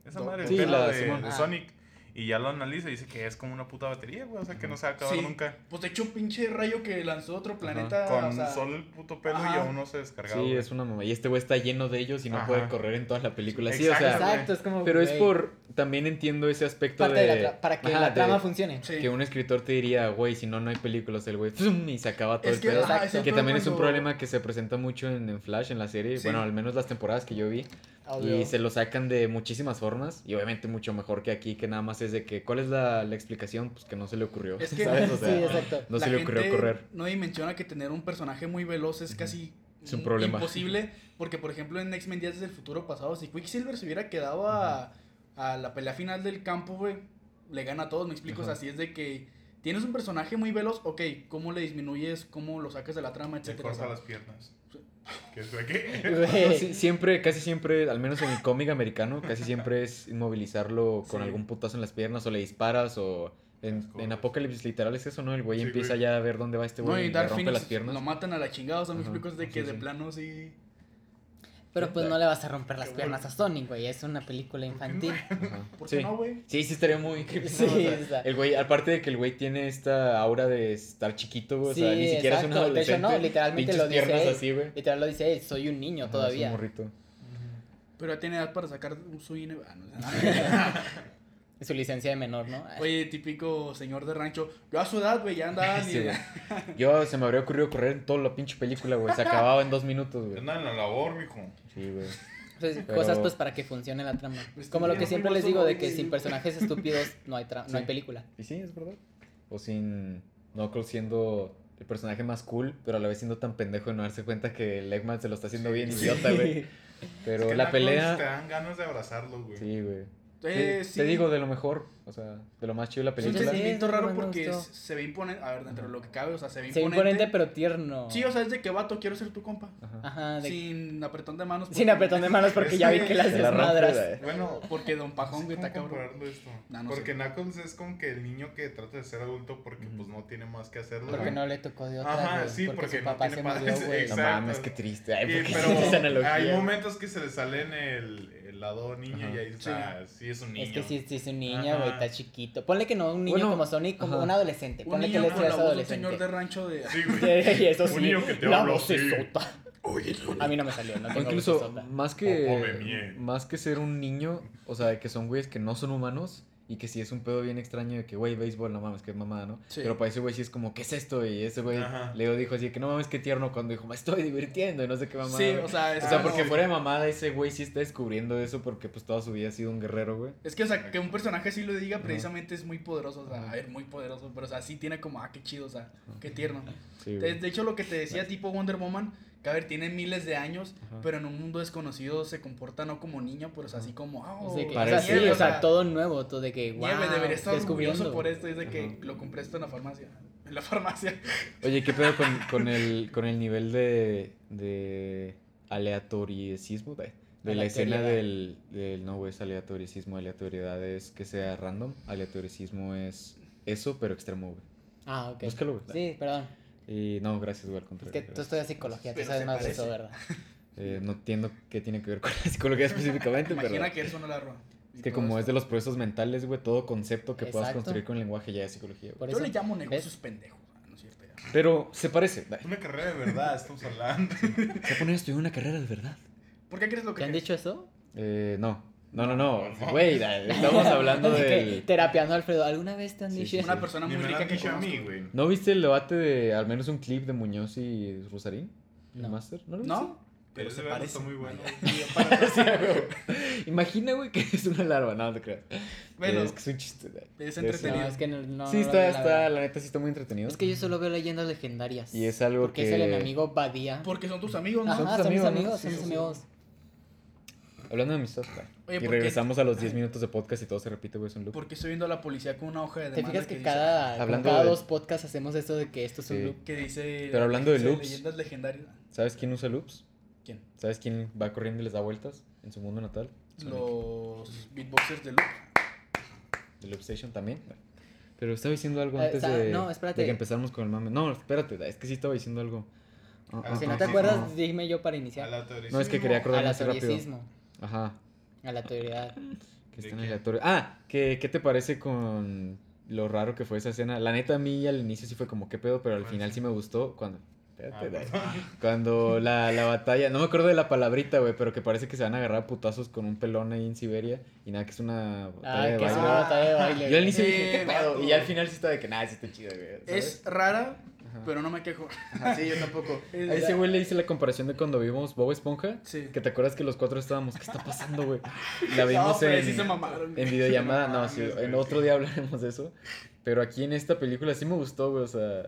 [SPEAKER 4] Esa
[SPEAKER 2] No,
[SPEAKER 4] madre,
[SPEAKER 1] sí,
[SPEAKER 4] el pelo
[SPEAKER 1] la-
[SPEAKER 4] de,
[SPEAKER 1] Simón.
[SPEAKER 4] de
[SPEAKER 3] Ah.
[SPEAKER 4] Sonic. Y ya lo analiza y dice que es como una puta batería, güey. O sea, que no se va a acabar
[SPEAKER 2] Sí.
[SPEAKER 4] nunca.
[SPEAKER 2] Pues de hecho, un pinche rayo que lanzó otro planeta.
[SPEAKER 4] Con
[SPEAKER 2] o sea,
[SPEAKER 4] solo el puto pelo y
[SPEAKER 2] ajá.
[SPEAKER 4] aún no se ha descargado.
[SPEAKER 1] Sí,
[SPEAKER 4] güey.
[SPEAKER 1] es una mamá. Y este güey está lleno de ellos y no
[SPEAKER 4] Ajá.
[SPEAKER 1] puede correr en toda la película. Sí, o sea.
[SPEAKER 4] Exacto.
[SPEAKER 3] Exacto, es como...
[SPEAKER 1] Pero es
[SPEAKER 3] güey,
[SPEAKER 1] por. También entiendo ese aspecto
[SPEAKER 3] Parte
[SPEAKER 1] de.
[SPEAKER 3] de la tra- para que
[SPEAKER 1] Ajá,
[SPEAKER 3] la
[SPEAKER 1] de-
[SPEAKER 3] trama funcione.
[SPEAKER 2] sí.
[SPEAKER 1] Que un escritor te diría, güey, si no, no hay películas, el güey, ¡zum! y se acaba todo
[SPEAKER 2] Es
[SPEAKER 1] el
[SPEAKER 2] que,
[SPEAKER 1] pedo.
[SPEAKER 2] ajá, es el
[SPEAKER 1] que
[SPEAKER 2] pedo
[SPEAKER 1] también es un
[SPEAKER 2] cuando-
[SPEAKER 1] problema que se presenta mucho en, en Flash, en la serie,
[SPEAKER 2] Sí.
[SPEAKER 1] bueno, al menos las temporadas que yo vi,
[SPEAKER 3] Obvio.
[SPEAKER 1] y se lo sacan de muchísimas formas, y obviamente mucho mejor que aquí, que nada más es de que, ¿cuál es la, la explicación? Pues que no se le ocurrió,
[SPEAKER 2] Es que-
[SPEAKER 1] ¿sabes? O sea,
[SPEAKER 3] sí, exacto.
[SPEAKER 1] no
[SPEAKER 2] La
[SPEAKER 1] se le ocurrió
[SPEAKER 2] gente
[SPEAKER 1] correr.
[SPEAKER 2] No dimensiona que tener un personaje muy veloz es casi
[SPEAKER 1] Es un
[SPEAKER 2] mm,
[SPEAKER 1] problema.
[SPEAKER 2] imposible. Porque, por ejemplo, en X-Men Días del Futuro pasado, si Quicksilver se hubiera quedado a, a la pelea final del campo, güey, le gana a todos. Me explico, o sea,
[SPEAKER 1] Ajá.
[SPEAKER 2] si es de que tienes un personaje muy veloz, ok, ¿cómo le disminuyes? ¿Cómo lo sacas de la trama?
[SPEAKER 4] Le
[SPEAKER 2] Etcétera. o
[SPEAKER 4] corta
[SPEAKER 2] sea.
[SPEAKER 4] las piernas. ¿Qué es, güey? ¿Qué?
[SPEAKER 1] No,
[SPEAKER 3] Güey.
[SPEAKER 1] sí, siempre, casi siempre, al menos en el cómic americano, casi siempre es inmovilizarlo con
[SPEAKER 2] Sí.
[SPEAKER 1] algún putazo en las piernas o le disparas o... En,
[SPEAKER 4] Las
[SPEAKER 1] en
[SPEAKER 4] cosas.
[SPEAKER 1] Apocalipsis literal es eso, ¿no? El güey
[SPEAKER 4] Sí,
[SPEAKER 1] empieza
[SPEAKER 4] güey.
[SPEAKER 1] ya a ver dónde va este
[SPEAKER 2] No,
[SPEAKER 1] güey y
[SPEAKER 2] y
[SPEAKER 1] le
[SPEAKER 2] Dark
[SPEAKER 1] rompe
[SPEAKER 2] Phoenix
[SPEAKER 1] las piernas.
[SPEAKER 2] lo matan a la chingada, o sea, me
[SPEAKER 1] Ajá,
[SPEAKER 2] explico, es de
[SPEAKER 1] sí,
[SPEAKER 2] que de
[SPEAKER 1] sí.
[SPEAKER 2] plano sí.
[SPEAKER 3] Pero pues no le vas a romper las
[SPEAKER 2] Qué
[SPEAKER 3] piernas a Sonic, güey. Es una película
[SPEAKER 4] ¿Por qué
[SPEAKER 3] infantil.
[SPEAKER 1] Ajá.
[SPEAKER 2] ¿Por qué
[SPEAKER 1] Sí.
[SPEAKER 2] no, güey?
[SPEAKER 1] sí, sí estaría muy... creepy,
[SPEAKER 3] Sí,
[SPEAKER 1] ¿no? O sea,
[SPEAKER 3] está.
[SPEAKER 1] el güey, aparte de que el güey tiene esta aura de estar chiquito, güey, o sea, ni
[SPEAKER 3] Sí,
[SPEAKER 1] siquiera es un
[SPEAKER 3] exacto. De hecho,
[SPEAKER 1] adolescente.
[SPEAKER 3] no, literalmente
[SPEAKER 1] pinches
[SPEAKER 3] lo dice
[SPEAKER 1] piernas
[SPEAKER 3] él.
[SPEAKER 1] así, güey.
[SPEAKER 3] Literal lo dice él, soy un
[SPEAKER 1] Ajá,
[SPEAKER 3] niño
[SPEAKER 1] es
[SPEAKER 3] todavía.
[SPEAKER 1] un morrito.
[SPEAKER 2] Pero ya tiene edad para sacar un suine. Ah, no,
[SPEAKER 3] Su licencia de menor, ¿no?
[SPEAKER 2] Oye, típico señor de rancho. Yo a su edad, güey, ya andaba ni
[SPEAKER 1] Sí,
[SPEAKER 2] de-
[SPEAKER 1] güey. Yo se me habría ocurrido correr en toda la pinche película, güey. Se acababa en dos minutos, güey.
[SPEAKER 4] Anda en la labor, mijo.
[SPEAKER 1] Sí, güey.
[SPEAKER 3] Entonces,
[SPEAKER 1] pero-
[SPEAKER 3] Cosas pues para que funcione la trama.
[SPEAKER 2] Pues,
[SPEAKER 3] Como lo que
[SPEAKER 2] ya
[SPEAKER 3] siempre
[SPEAKER 2] fuimos
[SPEAKER 3] les digo de
[SPEAKER 2] solo,
[SPEAKER 3] que
[SPEAKER 2] güey.
[SPEAKER 3] sin personajes estúpidos no hay tra-
[SPEAKER 1] Sí.
[SPEAKER 3] no hay película.
[SPEAKER 1] Y sí, es verdad. O sin Knuckles siendo el personaje más cool, pero a la vez siendo tan pendejo de no darse cuenta que el Eggman se lo está haciendo bien idiota, güey. Pero
[SPEAKER 4] Es que
[SPEAKER 1] la
[SPEAKER 4] Knuckles Te
[SPEAKER 1] pelea...
[SPEAKER 4] dan ganas de abrazarlo, güey.
[SPEAKER 1] Sí, güey.
[SPEAKER 2] Eh,
[SPEAKER 1] Sí,
[SPEAKER 2] sí.
[SPEAKER 1] Te digo de lo mejor, o sea, de lo más chido de la
[SPEAKER 2] Es un
[SPEAKER 1] película.
[SPEAKER 3] Sí, sí, sí.
[SPEAKER 2] sentimiento
[SPEAKER 3] es lo que
[SPEAKER 2] raro
[SPEAKER 3] más me
[SPEAKER 2] porque
[SPEAKER 3] gustó.
[SPEAKER 2] se- se ve imponente. A ver, dentro de lo que cabe, o sea, se ve
[SPEAKER 3] Se ve
[SPEAKER 2] imponente.
[SPEAKER 3] imponente pero tierno.
[SPEAKER 2] Sí, o sea, es de que vato, quiero ser tu compa.
[SPEAKER 1] Ajá.
[SPEAKER 3] Ajá, Ah, de-
[SPEAKER 2] Sin apretón de manos.
[SPEAKER 3] sin apretón de manos porque
[SPEAKER 4] Es
[SPEAKER 3] ya
[SPEAKER 4] que
[SPEAKER 3] vi que las
[SPEAKER 1] se la rompe,
[SPEAKER 3] desmadras.
[SPEAKER 1] güey.
[SPEAKER 4] Bueno,
[SPEAKER 2] Porque Don
[SPEAKER 4] no sé
[SPEAKER 2] Pajón, güey,
[SPEAKER 4] cómo
[SPEAKER 2] está cabrón.
[SPEAKER 4] compararlo esto.
[SPEAKER 2] No, no
[SPEAKER 4] porque
[SPEAKER 2] sé.
[SPEAKER 4] Knuckles es como que el niño que trata de ser adulto porque
[SPEAKER 1] Ujú.
[SPEAKER 4] pues no tiene más que hacerlo.
[SPEAKER 3] Porque
[SPEAKER 4] güey.
[SPEAKER 3] no le tocó de otra,
[SPEAKER 4] Ajá,
[SPEAKER 3] güey,
[SPEAKER 4] sí,
[SPEAKER 3] porque
[SPEAKER 4] porque
[SPEAKER 3] su
[SPEAKER 4] no
[SPEAKER 3] papá
[SPEAKER 4] tiene
[SPEAKER 3] se
[SPEAKER 4] madres,
[SPEAKER 3] murió, güey.
[SPEAKER 1] No
[SPEAKER 4] Exacto.
[SPEAKER 1] mames, qué triste. Ay,
[SPEAKER 4] Sí,
[SPEAKER 1] ¿por qué
[SPEAKER 4] Eh, pero
[SPEAKER 1] esa analogía?
[SPEAKER 4] hay
[SPEAKER 1] güey?
[SPEAKER 4] momentos que se le salen el, el lado niño
[SPEAKER 1] Ajá.
[SPEAKER 4] y ahí está. Sí, es un niño.
[SPEAKER 3] Es que sí, sí es un niño, güey,
[SPEAKER 4] Ajá.
[SPEAKER 3] está chiquito. Ponle que no un niño
[SPEAKER 1] Bueno,
[SPEAKER 3] como Sonic, como
[SPEAKER 1] ajá.
[SPEAKER 3] un adolescente. Ah,
[SPEAKER 2] Un
[SPEAKER 3] Ponle que
[SPEAKER 2] niño
[SPEAKER 3] le
[SPEAKER 2] con la
[SPEAKER 3] seas
[SPEAKER 2] voz de un señor
[SPEAKER 3] adolescente.
[SPEAKER 2] de rancho de.
[SPEAKER 4] Sí, güey.
[SPEAKER 3] Y eso
[SPEAKER 4] Un
[SPEAKER 3] sí,
[SPEAKER 4] niño que te
[SPEAKER 3] la
[SPEAKER 4] habló, sí.
[SPEAKER 3] vocesota. A mí no me salió, no
[SPEAKER 1] O
[SPEAKER 4] Ah,
[SPEAKER 3] tengo
[SPEAKER 1] incluso,
[SPEAKER 3] vocesota.
[SPEAKER 1] más
[SPEAKER 4] O- o me
[SPEAKER 1] que,
[SPEAKER 4] mié.
[SPEAKER 1] más que ser un niño, o sea, que son güeyes que no son humanos y que sí es un pedo bien extraño de que, güey, béisbol, no mames, qué mamada, ¿no?
[SPEAKER 2] Sí.
[SPEAKER 1] Pero para ese güey sí es como, ¿qué es esto? Y ese güey
[SPEAKER 4] Ajá.
[SPEAKER 1] Leo dijo así, que no mames, qué tierno cuando dijo, me estoy divirtiendo y no sé qué mamada.
[SPEAKER 2] Sí,
[SPEAKER 1] güey.
[SPEAKER 2] o sea, es,
[SPEAKER 1] O sea,
[SPEAKER 4] Ah,
[SPEAKER 2] como-
[SPEAKER 1] porque
[SPEAKER 4] sí.
[SPEAKER 1] fuera de mamada, ese güey sí está descubriendo eso porque pues toda su vida ha sido un guerrero, güey.
[SPEAKER 2] es que, o sea, que un personaje sí lo diga
[SPEAKER 1] Ajá.
[SPEAKER 2] precisamente es muy poderoso, o sea,
[SPEAKER 1] Ajá.
[SPEAKER 2] a ver, muy poderoso, pero, o sea, sí tiene como, ah, qué chido, o sea, qué tierno.
[SPEAKER 1] Sí,
[SPEAKER 2] De,
[SPEAKER 1] güey.
[SPEAKER 2] de hecho, lo que te decía, tipo Wonder Woman, que a ver, tiene miles de años,
[SPEAKER 1] Ajá.
[SPEAKER 2] pero en un mundo desconocido se comporta no como niño, pero es así como, ah,
[SPEAKER 3] O sea, que- o sea,
[SPEAKER 1] Parece-
[SPEAKER 3] sí,
[SPEAKER 2] nieve,
[SPEAKER 3] o sea, todo nuevo, todo de que, wow,
[SPEAKER 2] nieve, debería estar orgulloso
[SPEAKER 3] descubriendo.
[SPEAKER 2] por esto, es de que
[SPEAKER 1] Ajá.
[SPEAKER 2] lo compré esto en la farmacia. En la farmacia.
[SPEAKER 1] Oye, ¿qué pedo con, con el, con el nivel de, de aleatoricismo? De, de la escena del, del- No, güey, es aleatoricismo. Aleatoriedad es que sea random. Aleatoricismo es eso, pero extremo, güey.
[SPEAKER 3] Ah, ok.
[SPEAKER 1] Búscalo, güey.
[SPEAKER 3] Sí, perdón.
[SPEAKER 1] Y no, gracias, güey, al
[SPEAKER 3] Es
[SPEAKER 1] contrario.
[SPEAKER 3] que tú estudias psicología, tú
[SPEAKER 2] Pero
[SPEAKER 3] sabes
[SPEAKER 2] se
[SPEAKER 3] más de
[SPEAKER 2] parece.
[SPEAKER 3] eso, ¿verdad?
[SPEAKER 1] Eh, no entiendo qué tiene que ver con la psicología específicamente, pero...
[SPEAKER 2] Imagina que eso no la roba.
[SPEAKER 1] Es que como es de los procesos mentales, güey, todo concepto que puedas
[SPEAKER 3] Exacto.
[SPEAKER 1] construir con lenguaje ya es psicología, güey.
[SPEAKER 3] Por
[SPEAKER 2] Yo
[SPEAKER 3] eso.
[SPEAKER 2] le llamo negocios pendejos. ah, No es cierto, ya.
[SPEAKER 1] Pero se parece. güey.
[SPEAKER 4] Una carrera de verdad, estamos hablando.
[SPEAKER 1] Se pone a estudiar una carrera de verdad.
[SPEAKER 2] ¿Por qué crees lo que
[SPEAKER 3] ¿Te han
[SPEAKER 2] crees?
[SPEAKER 3] dicho eso?
[SPEAKER 1] Eh, no. No, no, no. Güey, estamos hablando
[SPEAKER 3] De que,
[SPEAKER 1] del...
[SPEAKER 3] Terapeando, Alfredo. ¿Alguna vez te han
[SPEAKER 1] Sí,
[SPEAKER 3] dicho
[SPEAKER 1] sí,
[SPEAKER 3] eso?
[SPEAKER 2] Una persona
[SPEAKER 4] Ni
[SPEAKER 2] muy
[SPEAKER 4] me la
[SPEAKER 2] rica
[SPEAKER 4] han
[SPEAKER 2] que
[SPEAKER 4] dicho a mí,
[SPEAKER 2] conozco.
[SPEAKER 4] güey.
[SPEAKER 1] ¿No viste el debate de al menos un clip de Muñoz y Rosarín?
[SPEAKER 3] No.
[SPEAKER 1] ¿El máster? ¿No? lo
[SPEAKER 2] ¿No?
[SPEAKER 4] Pero ese
[SPEAKER 2] se
[SPEAKER 4] verano
[SPEAKER 2] parece.
[SPEAKER 4] está muy bueno.
[SPEAKER 1] viste? Sí, güey. Imagina, güey, que es una larva. No, no te creas.
[SPEAKER 2] Bueno,
[SPEAKER 1] es que es un chiste. güey.
[SPEAKER 2] es
[SPEAKER 3] No,
[SPEAKER 2] entretenido.
[SPEAKER 3] es que no, no,
[SPEAKER 1] sí, está,
[SPEAKER 3] no lo vi, la
[SPEAKER 1] está,
[SPEAKER 3] verdad.
[SPEAKER 1] la neta sí está muy entretenido.
[SPEAKER 3] Es que yo solo veo leyendas legendarias.
[SPEAKER 1] Y es algo
[SPEAKER 3] Porque
[SPEAKER 1] que...
[SPEAKER 3] es el enemigo Badía.
[SPEAKER 2] Porque son tus amigos, ¿no?
[SPEAKER 1] son
[SPEAKER 3] Ajá,
[SPEAKER 1] tus
[SPEAKER 3] son mis
[SPEAKER 1] amigos, ¿no?
[SPEAKER 3] amigos,
[SPEAKER 1] Sí,
[SPEAKER 3] son mis
[SPEAKER 1] sí, sí.
[SPEAKER 3] amigos.
[SPEAKER 1] Hablando de amistad, güey.
[SPEAKER 2] Oye,
[SPEAKER 1] Y
[SPEAKER 2] ¿por qué?
[SPEAKER 1] regresamos a los 10 minutos de podcast y todo se repite, güey, es un loop.
[SPEAKER 2] Porque estoy viendo a la policía con una hoja de
[SPEAKER 3] ¿Te
[SPEAKER 2] demanda
[SPEAKER 3] fijas que
[SPEAKER 2] dice-
[SPEAKER 3] cada, como
[SPEAKER 1] Hablando
[SPEAKER 3] cada
[SPEAKER 1] de-
[SPEAKER 3] dos podcasts hacemos esto de que esto es un
[SPEAKER 1] Sí.
[SPEAKER 3] loop?
[SPEAKER 2] que dice
[SPEAKER 1] Pero hablando de
[SPEAKER 2] dice
[SPEAKER 1] loops.
[SPEAKER 2] leyendas legendarias
[SPEAKER 1] ¿Sabes quién usa loops?
[SPEAKER 2] quién
[SPEAKER 1] ¿Sabes quién va corriendo y les da vueltas en su mundo natal? Sonic.
[SPEAKER 2] los beatboxers de loop
[SPEAKER 1] De Loop Station también. güey. Pero estaba diciendo algo
[SPEAKER 3] Eh,
[SPEAKER 1] antes
[SPEAKER 3] sa-
[SPEAKER 1] de,
[SPEAKER 3] no, espérate.
[SPEAKER 1] de que empezáramos con el mame. No, espérate, es que sí estaba diciendo algo. Ah, ah,
[SPEAKER 3] Si
[SPEAKER 1] ah,
[SPEAKER 3] no te
[SPEAKER 1] ah,
[SPEAKER 3] acuerdas,
[SPEAKER 1] ah.
[SPEAKER 3] dime yo para iniciar.
[SPEAKER 1] No, es que quería
[SPEAKER 3] A
[SPEAKER 1] acordarme
[SPEAKER 3] la
[SPEAKER 1] así rápido.
[SPEAKER 3] teoricismo,
[SPEAKER 1] Ajá,
[SPEAKER 3] a la teoría.
[SPEAKER 1] que
[SPEAKER 4] ¿De
[SPEAKER 1] está en
[SPEAKER 4] qué?
[SPEAKER 1] aleatorio. Ah, que, ¿qué te parece con lo raro que fue esa escena? La neta, a mí al inicio sí fue como qué pedo, pero al
[SPEAKER 4] ¿Cuál
[SPEAKER 1] final sí me gustó cuando... espérate, güey.
[SPEAKER 4] Ah,
[SPEAKER 1] Cuando la, la batalla, no me acuerdo de la palabrita, güey, pero que parece que se van a agarrar a putazos con un pelón ahí en Siberia y nada, que es una
[SPEAKER 3] Ah,
[SPEAKER 1] batalla de
[SPEAKER 3] que es
[SPEAKER 1] baile.
[SPEAKER 3] una batalla de baile.
[SPEAKER 1] Yo al inicio
[SPEAKER 2] Sí,
[SPEAKER 1] dije, ¿qué pedo?
[SPEAKER 2] vato.
[SPEAKER 1] Y ya al final sí está de que nada, sí está chido, güey. ¿sabes?
[SPEAKER 2] es rara
[SPEAKER 1] Ajá.
[SPEAKER 2] pero no me quejo
[SPEAKER 1] Ajá, sí, yo tampoco.
[SPEAKER 2] Es-
[SPEAKER 1] A ese güey le hice la comparación de cuando vimos Bob Esponja.
[SPEAKER 2] sí
[SPEAKER 1] Que te acuerdas que los cuatro estábamos, ¿qué está pasando, güey? La
[SPEAKER 2] no,
[SPEAKER 1] vimos
[SPEAKER 2] pero
[SPEAKER 1] en,
[SPEAKER 2] sí se Ah, mamaron
[SPEAKER 1] en videollamada, no,
[SPEAKER 4] mames,
[SPEAKER 1] sí,
[SPEAKER 4] güey,
[SPEAKER 1] en
[SPEAKER 4] sí.
[SPEAKER 1] otro día hablaremos de eso. Pero aquí en esta película sí me gustó, güey, o sea,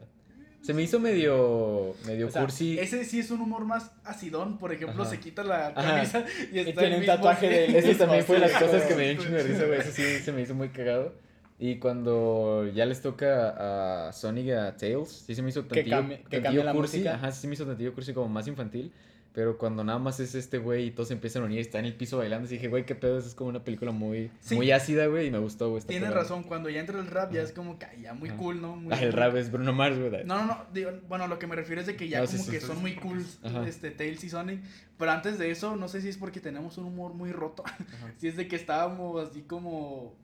[SPEAKER 1] se me hizo medio, medio
[SPEAKER 3] O sea,
[SPEAKER 1] cursi.
[SPEAKER 2] ese sí es un humor más acidón por ejemplo
[SPEAKER 1] Ajá.
[SPEAKER 2] se quita la
[SPEAKER 1] Ajá.
[SPEAKER 2] camisa y está
[SPEAKER 3] tiene
[SPEAKER 2] el
[SPEAKER 3] un
[SPEAKER 2] mismo
[SPEAKER 3] tatuaje de-
[SPEAKER 2] jean.
[SPEAKER 1] Eso también
[SPEAKER 3] mismo,
[SPEAKER 1] fue de
[SPEAKER 3] sí,
[SPEAKER 1] las cosas
[SPEAKER 3] güey.
[SPEAKER 1] que me dio un chingo de risa, güey, eso sí se me hizo muy cagado. Y cuando ya les toca a Sonic y a Tails, sí se me hizo
[SPEAKER 3] Que
[SPEAKER 1] tantillo,
[SPEAKER 3] cambie- que
[SPEAKER 1] tantillo
[SPEAKER 3] cambie la
[SPEAKER 1] cursi,
[SPEAKER 3] música.
[SPEAKER 1] ajá, sí se me hizo tantillo cursi como más infantil. Pero cuando nada más es este güey y todos se empiezan a unir, está en el piso bailando, así dije, güey, qué pedo, eso es como una película muy,
[SPEAKER 2] Sí.
[SPEAKER 1] muy ácida, güey, y me gustó, güey. está
[SPEAKER 2] tienes
[SPEAKER 1] cagado.
[SPEAKER 2] razón cuando ya entra el rap ya es como que ay, ya muy
[SPEAKER 1] Ajá.
[SPEAKER 2] cool no Muy-
[SPEAKER 1] Ah, el rap es Bruno Mars, güey.
[SPEAKER 2] No, no, no. digo, bueno, lo que me refiero es de que ya
[SPEAKER 1] No, sí,
[SPEAKER 2] como
[SPEAKER 1] sí,
[SPEAKER 2] que
[SPEAKER 4] sí,
[SPEAKER 2] son
[SPEAKER 4] sí,
[SPEAKER 2] muy
[SPEAKER 4] porque
[SPEAKER 2] cool
[SPEAKER 4] es-
[SPEAKER 1] Ajá.
[SPEAKER 2] este, Tails y Sonic. Pero antes de eso, no sé si es porque tenemos un humor muy roto.
[SPEAKER 1] Ajá.
[SPEAKER 2] si es de que estábamos así como,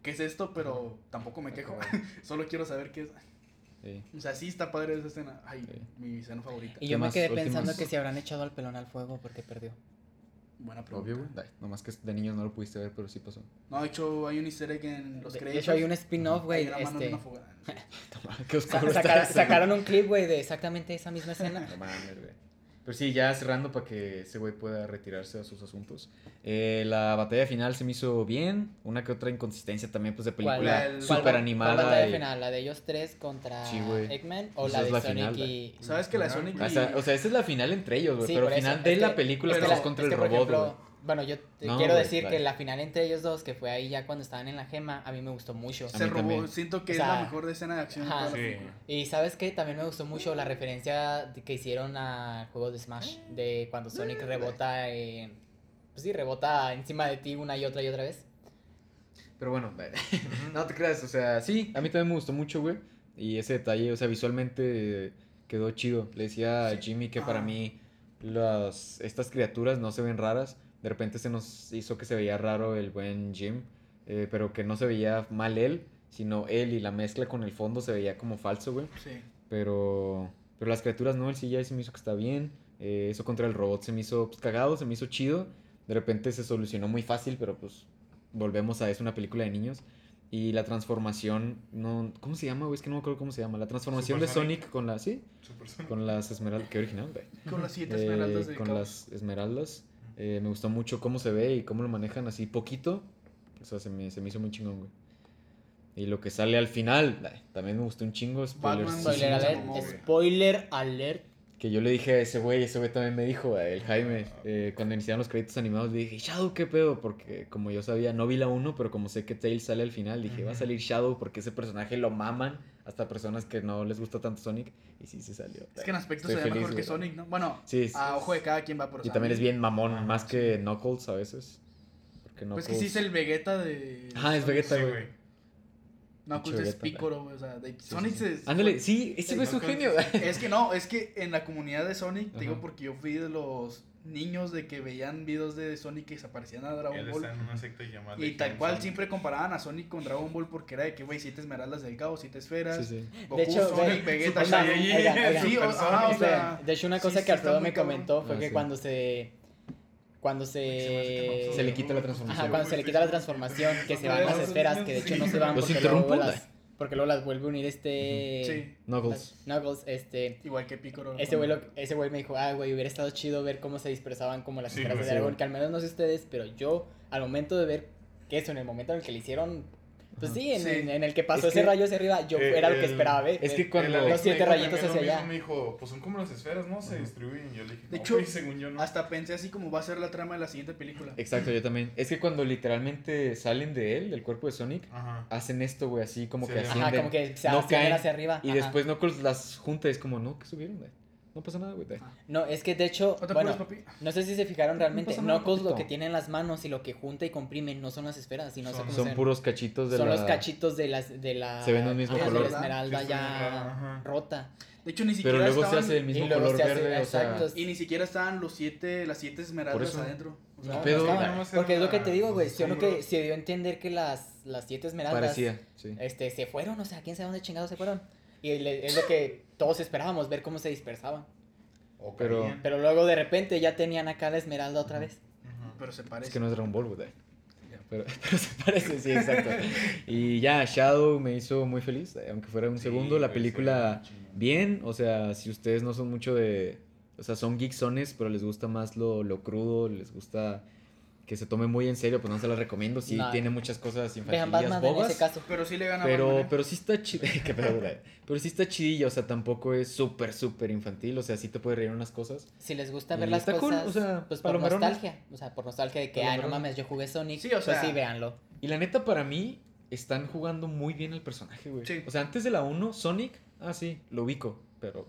[SPEAKER 2] ¿qué es esto? Pero tampoco me quejo. Solo quiero saber qué es.
[SPEAKER 1] Sí.
[SPEAKER 2] O sea, sí está padre esa escena. Ay,
[SPEAKER 1] Sí.
[SPEAKER 2] mi escena favorita.
[SPEAKER 3] Y yo me
[SPEAKER 1] Últimas-
[SPEAKER 3] quedé pensando
[SPEAKER 1] últimas-
[SPEAKER 3] que si habrán echado al pelón al fuego porque perdió.
[SPEAKER 2] Buena pregunta.
[SPEAKER 1] Obvio, güey. Ay, Nomás que de niños no lo pudiste ver, pero sí pasó.
[SPEAKER 2] No, de hecho, hay un easter egg en los
[SPEAKER 3] De, de
[SPEAKER 2] créditos.
[SPEAKER 3] hecho, hay un spin-off, güey.
[SPEAKER 2] Hay una mano en
[SPEAKER 3] Este,
[SPEAKER 2] una fogata.
[SPEAKER 1] Toma, qué
[SPEAKER 3] sa-
[SPEAKER 1] oscuro está
[SPEAKER 3] saca-
[SPEAKER 1] eso, güey.
[SPEAKER 3] sacaron un clip, güey, de exactamente esa misma escena.
[SPEAKER 1] No mames, güey. Pero sí, ya cerrando para que ese güey pueda retirarse a sus asuntos. Eh, la batalla final se me hizo bien. Una que otra inconsistencia también, pues de
[SPEAKER 2] La
[SPEAKER 1] película
[SPEAKER 2] del-
[SPEAKER 3] ¿Cuál-
[SPEAKER 1] súper
[SPEAKER 3] cuál
[SPEAKER 1] animada.
[SPEAKER 3] batalla
[SPEAKER 1] y-
[SPEAKER 3] final? ¿La de ellos tres contra
[SPEAKER 1] Sí, güey. Pues
[SPEAKER 3] Eggman? ¿O
[SPEAKER 1] Esa
[SPEAKER 3] la
[SPEAKER 1] es
[SPEAKER 3] de
[SPEAKER 1] la
[SPEAKER 3] Sonic
[SPEAKER 1] final,
[SPEAKER 3] y...?
[SPEAKER 2] ¿Sabes que la Sonic y...
[SPEAKER 1] O sea, o sea, Ah, esa es la final entre ellos, güey.
[SPEAKER 3] Sí,
[SPEAKER 1] pero
[SPEAKER 3] por
[SPEAKER 1] al
[SPEAKER 3] eso,
[SPEAKER 1] final
[SPEAKER 3] es
[SPEAKER 1] de la
[SPEAKER 3] que-
[SPEAKER 1] película
[SPEAKER 3] es que
[SPEAKER 1] estás
[SPEAKER 3] la-
[SPEAKER 1] contra
[SPEAKER 3] es
[SPEAKER 1] el
[SPEAKER 3] que, por
[SPEAKER 1] robot,
[SPEAKER 3] ejemplo,
[SPEAKER 1] güey.
[SPEAKER 3] Bueno, yo te
[SPEAKER 1] No,
[SPEAKER 3] quiero
[SPEAKER 1] güey,
[SPEAKER 3] decir
[SPEAKER 1] vale.
[SPEAKER 3] que la final entre ellos dos, que fue ahí ya cuando estaban en la gema, a mí me gustó mucho.
[SPEAKER 1] A
[SPEAKER 2] se
[SPEAKER 1] mí
[SPEAKER 2] robó.
[SPEAKER 1] también.
[SPEAKER 2] Siento que
[SPEAKER 3] O
[SPEAKER 2] es
[SPEAKER 3] sea,
[SPEAKER 2] la mejor escena de acción. de
[SPEAKER 3] ajá.
[SPEAKER 2] toda la
[SPEAKER 4] Sí.
[SPEAKER 2] película.
[SPEAKER 3] Y sabes que también me gustó mucho la referencia de- que hicieron al juego de Smash, de cuando Sonic
[SPEAKER 2] Eh.
[SPEAKER 3] rebota en... Pues sí, rebota encima de ti una y otra y otra vez.
[SPEAKER 1] Pero bueno, no te creas, o sea, sí, a mí también me gustó mucho, güey. Y ese detalle, o sea, visualmente eh, quedó chido. Le decía a Jimmy que para
[SPEAKER 2] Ajá.
[SPEAKER 1] mí las, estas criaturas no se ven raras. De repente se nos hizo que se veía raro el buen Jim, eh, pero que no se veía mal él, sino él y la mezcla con el fondo se veía como falso, güey.
[SPEAKER 2] Sí.
[SPEAKER 1] Pero, pero las criaturas no, el CGI se me hizo que está bien. Eh, eso contra el robot se me hizo pues, cagado, se me hizo chido. De repente se solucionó muy fácil, pero pues volvemos a es una película de niños. Y la transformación, no, ¿cómo se llama, güey? Es que no me acuerdo cómo se llama. La transformación de
[SPEAKER 4] Supersonic.
[SPEAKER 1] Sonic con la, ¿sí?
[SPEAKER 4] Super Sonic.
[SPEAKER 1] Con las esmeraldas, qué original, güey.
[SPEAKER 2] Con las siete
[SPEAKER 1] Eh,
[SPEAKER 2] esmeraldas de
[SPEAKER 1] con
[SPEAKER 2] caos.
[SPEAKER 1] las esmeraldas. Eh, me gustó mucho cómo se ve y cómo lo manejan así poquito. O sea, se me, se me hizo muy chingón, güey. Y lo que sale al final, ay, también me gustó un chingo. Spoilers.
[SPEAKER 2] Batman,
[SPEAKER 1] sí, sí,
[SPEAKER 3] Spoiler
[SPEAKER 2] se
[SPEAKER 3] alert.
[SPEAKER 2] mamó, güey.
[SPEAKER 3] spoiler alert.
[SPEAKER 1] Que yo le dije a ese güey, ese güey también me dijo, a el Jaime, eh, cuando iniciaron los créditos animados, le dije, Shadow, ¿qué pedo? Porque como yo sabía, no vi la 1, pero como sé que Tails sale al final, dije, va a
[SPEAKER 4] Ujú.
[SPEAKER 1] salir Shadow porque ese personaje lo maman hasta personas que no les gusta tanto Sonic. Y sí, se salió.
[SPEAKER 2] Es que en aspecto
[SPEAKER 1] Estoy
[SPEAKER 2] se ve
[SPEAKER 1] feliz,
[SPEAKER 2] mejor que
[SPEAKER 1] güey.
[SPEAKER 2] Sonic, ¿no? Bueno,
[SPEAKER 1] Sí, sí.
[SPEAKER 2] a ojo de cada quien va por
[SPEAKER 1] Y también es bien mamón,
[SPEAKER 4] Ajá,
[SPEAKER 1] más
[SPEAKER 4] sí.
[SPEAKER 1] que Knuckles a veces. Porque
[SPEAKER 2] ah, Pues
[SPEAKER 1] Knuckles...
[SPEAKER 2] que sí es el Vegeta de.
[SPEAKER 1] Ajá, es Vegeta,
[SPEAKER 4] Sí,
[SPEAKER 1] güey.
[SPEAKER 4] güey.
[SPEAKER 2] Knuckles
[SPEAKER 1] Pinche
[SPEAKER 2] es
[SPEAKER 1] Vegeta.
[SPEAKER 2] Piccolo, güey. O sea, de Sonic
[SPEAKER 1] sí,
[SPEAKER 2] se.
[SPEAKER 1] Ándale, sí, ese güey es un
[SPEAKER 4] Knuckles.
[SPEAKER 1] genio.
[SPEAKER 2] Es que no, es que en la comunidad de Sonic, te digo
[SPEAKER 1] Ajá.
[SPEAKER 2] porque yo fui de los niños de que veían videos de Sonic que se parecían a Dragon
[SPEAKER 4] Él
[SPEAKER 2] Ball.
[SPEAKER 4] está en una secta llamada.
[SPEAKER 2] Y
[SPEAKER 4] Legion
[SPEAKER 2] tal cual
[SPEAKER 4] Sonic.
[SPEAKER 2] siempre comparaban a Sonic con Dragon Ball porque era de que, güey, siete esmeraldas del caos, siete esferas.
[SPEAKER 1] Sí, sí.
[SPEAKER 2] Goku,
[SPEAKER 3] De hecho,
[SPEAKER 2] Sonic,
[SPEAKER 3] güey,
[SPEAKER 2] Vegeta,
[SPEAKER 3] Super
[SPEAKER 2] Saiyajin.
[SPEAKER 3] Saiyan, oigan, oigan.
[SPEAKER 2] Sí, o-
[SPEAKER 4] Super
[SPEAKER 2] ajá, o
[SPEAKER 4] Sonic.
[SPEAKER 2] sea,
[SPEAKER 3] De hecho, una
[SPEAKER 2] sí,
[SPEAKER 3] cosa
[SPEAKER 2] sí,
[SPEAKER 3] que
[SPEAKER 2] está
[SPEAKER 3] Alfredo
[SPEAKER 2] muy
[SPEAKER 3] me
[SPEAKER 2] cabrón.
[SPEAKER 3] comentó fue
[SPEAKER 1] Ah,
[SPEAKER 3] que
[SPEAKER 1] sí.
[SPEAKER 3] cuando se. Cuando
[SPEAKER 4] Se me hace que
[SPEAKER 3] se.
[SPEAKER 4] no,
[SPEAKER 1] Eh, Se le
[SPEAKER 4] güey. pues,
[SPEAKER 1] quita la transformación.
[SPEAKER 3] Ajá, cuando se le quita la transformación, que se van las esferas, que de hecho no se van
[SPEAKER 1] ¿Los
[SPEAKER 3] porque luego
[SPEAKER 1] interrumpo?
[SPEAKER 3] las, porque luego las vuelve a unir este.
[SPEAKER 2] sí,
[SPEAKER 1] Knuckles.
[SPEAKER 3] las- Knuckles, este.
[SPEAKER 2] igual que Piccolo.
[SPEAKER 3] Ese güey, lo- ese güey me dijo, ah, güey, hubiera estado chido ver cómo se dispersaban como las
[SPEAKER 4] Sí,
[SPEAKER 3] esferas
[SPEAKER 4] güey,
[SPEAKER 3] de
[SPEAKER 1] sí,
[SPEAKER 3] dragón.
[SPEAKER 1] güey.
[SPEAKER 3] Que al menos no sé ustedes, pero yo, al momento de ver que eso, en el momento en el que le hicieron, pues
[SPEAKER 1] Ajá.
[SPEAKER 3] sí, en,
[SPEAKER 2] Sí.
[SPEAKER 3] en- en el que pasó
[SPEAKER 1] Es
[SPEAKER 3] ese
[SPEAKER 1] que-
[SPEAKER 3] rayo hacia arriba, yo
[SPEAKER 4] Eh,
[SPEAKER 3] era lo que
[SPEAKER 4] el-
[SPEAKER 3] esperaba ver.
[SPEAKER 1] Es
[SPEAKER 3] Eh,
[SPEAKER 1] que cuando...
[SPEAKER 4] El Alex
[SPEAKER 3] Los siete
[SPEAKER 4] me dijo
[SPEAKER 3] rayitos
[SPEAKER 4] también
[SPEAKER 3] hacia
[SPEAKER 4] lo mismo,
[SPEAKER 3] allá.
[SPEAKER 4] Me dijo, pues son como las esferas, ¿no? Se distribuyen. Yo le dije,
[SPEAKER 2] De
[SPEAKER 4] de
[SPEAKER 2] hecho,
[SPEAKER 4] hecho, según yo no.
[SPEAKER 2] Hasta pensé así como va a ser la trama de la siguiente película.
[SPEAKER 1] Exacto, yo también. Es que cuando literalmente salen de él, del cuerpo de Sonic,
[SPEAKER 4] Ajá.
[SPEAKER 1] hacen esto, güey, así como
[SPEAKER 4] Sí.
[SPEAKER 1] que
[SPEAKER 4] Ajá,
[SPEAKER 1] ascienden.
[SPEAKER 3] Ajá, como que se
[SPEAKER 1] no
[SPEAKER 3] ascienden
[SPEAKER 1] caen,
[SPEAKER 3] hacia arriba.
[SPEAKER 1] Y
[SPEAKER 3] ajá.
[SPEAKER 1] después Knuckles las junta y es como, no, que subieron, güey. No pasa nada, güey. de-
[SPEAKER 3] No, es que de hecho,
[SPEAKER 2] ¿No te
[SPEAKER 3] bueno,
[SPEAKER 2] acuerdas, papi?
[SPEAKER 3] no sé si se fijaron realmente,
[SPEAKER 1] pasa nada,
[SPEAKER 3] Knuckles lo
[SPEAKER 1] papito.
[SPEAKER 3] que tiene en las manos y lo que junta y comprime no son las esferas, sino sé
[SPEAKER 4] Son-
[SPEAKER 3] cómo se
[SPEAKER 1] Son
[SPEAKER 3] ven.
[SPEAKER 1] puros cachitos de
[SPEAKER 3] Son
[SPEAKER 1] la...
[SPEAKER 3] los cachitos de las de la
[SPEAKER 1] Se ven del mismo
[SPEAKER 3] ajá, de
[SPEAKER 2] color.
[SPEAKER 3] la esmeralda
[SPEAKER 4] Sí, está bien
[SPEAKER 3] ya
[SPEAKER 4] raro, ajá.
[SPEAKER 3] rota.
[SPEAKER 2] De hecho, ni
[SPEAKER 1] Pero
[SPEAKER 2] siquiera
[SPEAKER 1] luego se
[SPEAKER 2] estaban...
[SPEAKER 1] hace el mismo
[SPEAKER 3] y luego
[SPEAKER 1] color
[SPEAKER 3] se hace-
[SPEAKER 1] verde, o sea...
[SPEAKER 3] exacto.
[SPEAKER 2] Y ni siquiera estaban los siete, las siete esmeraldas
[SPEAKER 1] eso.
[SPEAKER 2] adentro. O sea,
[SPEAKER 3] No, no
[SPEAKER 1] pedo?
[SPEAKER 3] estaba,
[SPEAKER 4] Nada más
[SPEAKER 3] porque es
[SPEAKER 4] era
[SPEAKER 3] lo que te digo,
[SPEAKER 4] los
[SPEAKER 3] güey, yo lo que
[SPEAKER 4] escombros.
[SPEAKER 3] se dio a entender que las las siete esmeraldas
[SPEAKER 1] Parecía, sí.
[SPEAKER 3] este se fueron, o sea, quién sabe dónde chingados se fueron. Y le- es lo que todos esperábamos ver cómo se dispersaban.
[SPEAKER 4] O
[SPEAKER 1] pero-
[SPEAKER 4] caían.
[SPEAKER 3] Pero luego de repente ya tenían acá la esmeralda otra vez.
[SPEAKER 4] Ajá.
[SPEAKER 2] Pero se
[SPEAKER 1] Es
[SPEAKER 2] parece.
[SPEAKER 1] que no es Dragon Ball, güey. de-
[SPEAKER 2] Ya.
[SPEAKER 1] Pero, pero se parece, sí, exacto. Y ya, Shadow me hizo muy feliz, eh, aunque fuera un
[SPEAKER 4] Sí,
[SPEAKER 1] segundo. La
[SPEAKER 4] güey,
[SPEAKER 1] película,
[SPEAKER 4] sí, chingón.
[SPEAKER 1] bien. O sea, si ustedes no son mucho de. O sea, son geeksones, pero les gusta más lo, lo crudo, les gusta que se tome muy en serio, pues no se las recomiendo. Sí,
[SPEAKER 3] No.
[SPEAKER 1] tiene muchas cosas
[SPEAKER 3] Vean
[SPEAKER 1] infantiles,
[SPEAKER 3] Batman en
[SPEAKER 1] bobas.
[SPEAKER 3] ese caso.
[SPEAKER 2] Pero sí le gana a
[SPEAKER 1] Pero,
[SPEAKER 2] Batman, ¿eh?
[SPEAKER 1] pero sí está chida. Qué pedo, güey. Pero sí está chidilla, o sea, tampoco es súper, súper infantil. O sea, sí te puede reír unas cosas.
[SPEAKER 3] Si les gusta
[SPEAKER 1] Y
[SPEAKER 3] ver las
[SPEAKER 1] está
[SPEAKER 3] cosas,
[SPEAKER 1] cool, o sea,
[SPEAKER 3] pues por
[SPEAKER 1] palomerones.
[SPEAKER 3] nostalgia, o sea, por nostalgia de que, ah, no
[SPEAKER 1] Palomerones.
[SPEAKER 3] mames, yo jugué Sonic,
[SPEAKER 2] Sí, o sea-
[SPEAKER 3] pues sí, véanlo.
[SPEAKER 1] Y la neta, para mí, están jugando muy bien el personaje, güey.
[SPEAKER 2] Sí.
[SPEAKER 1] O sea, antes de la 1, Sonic, ah, sí, lo ubico, pero.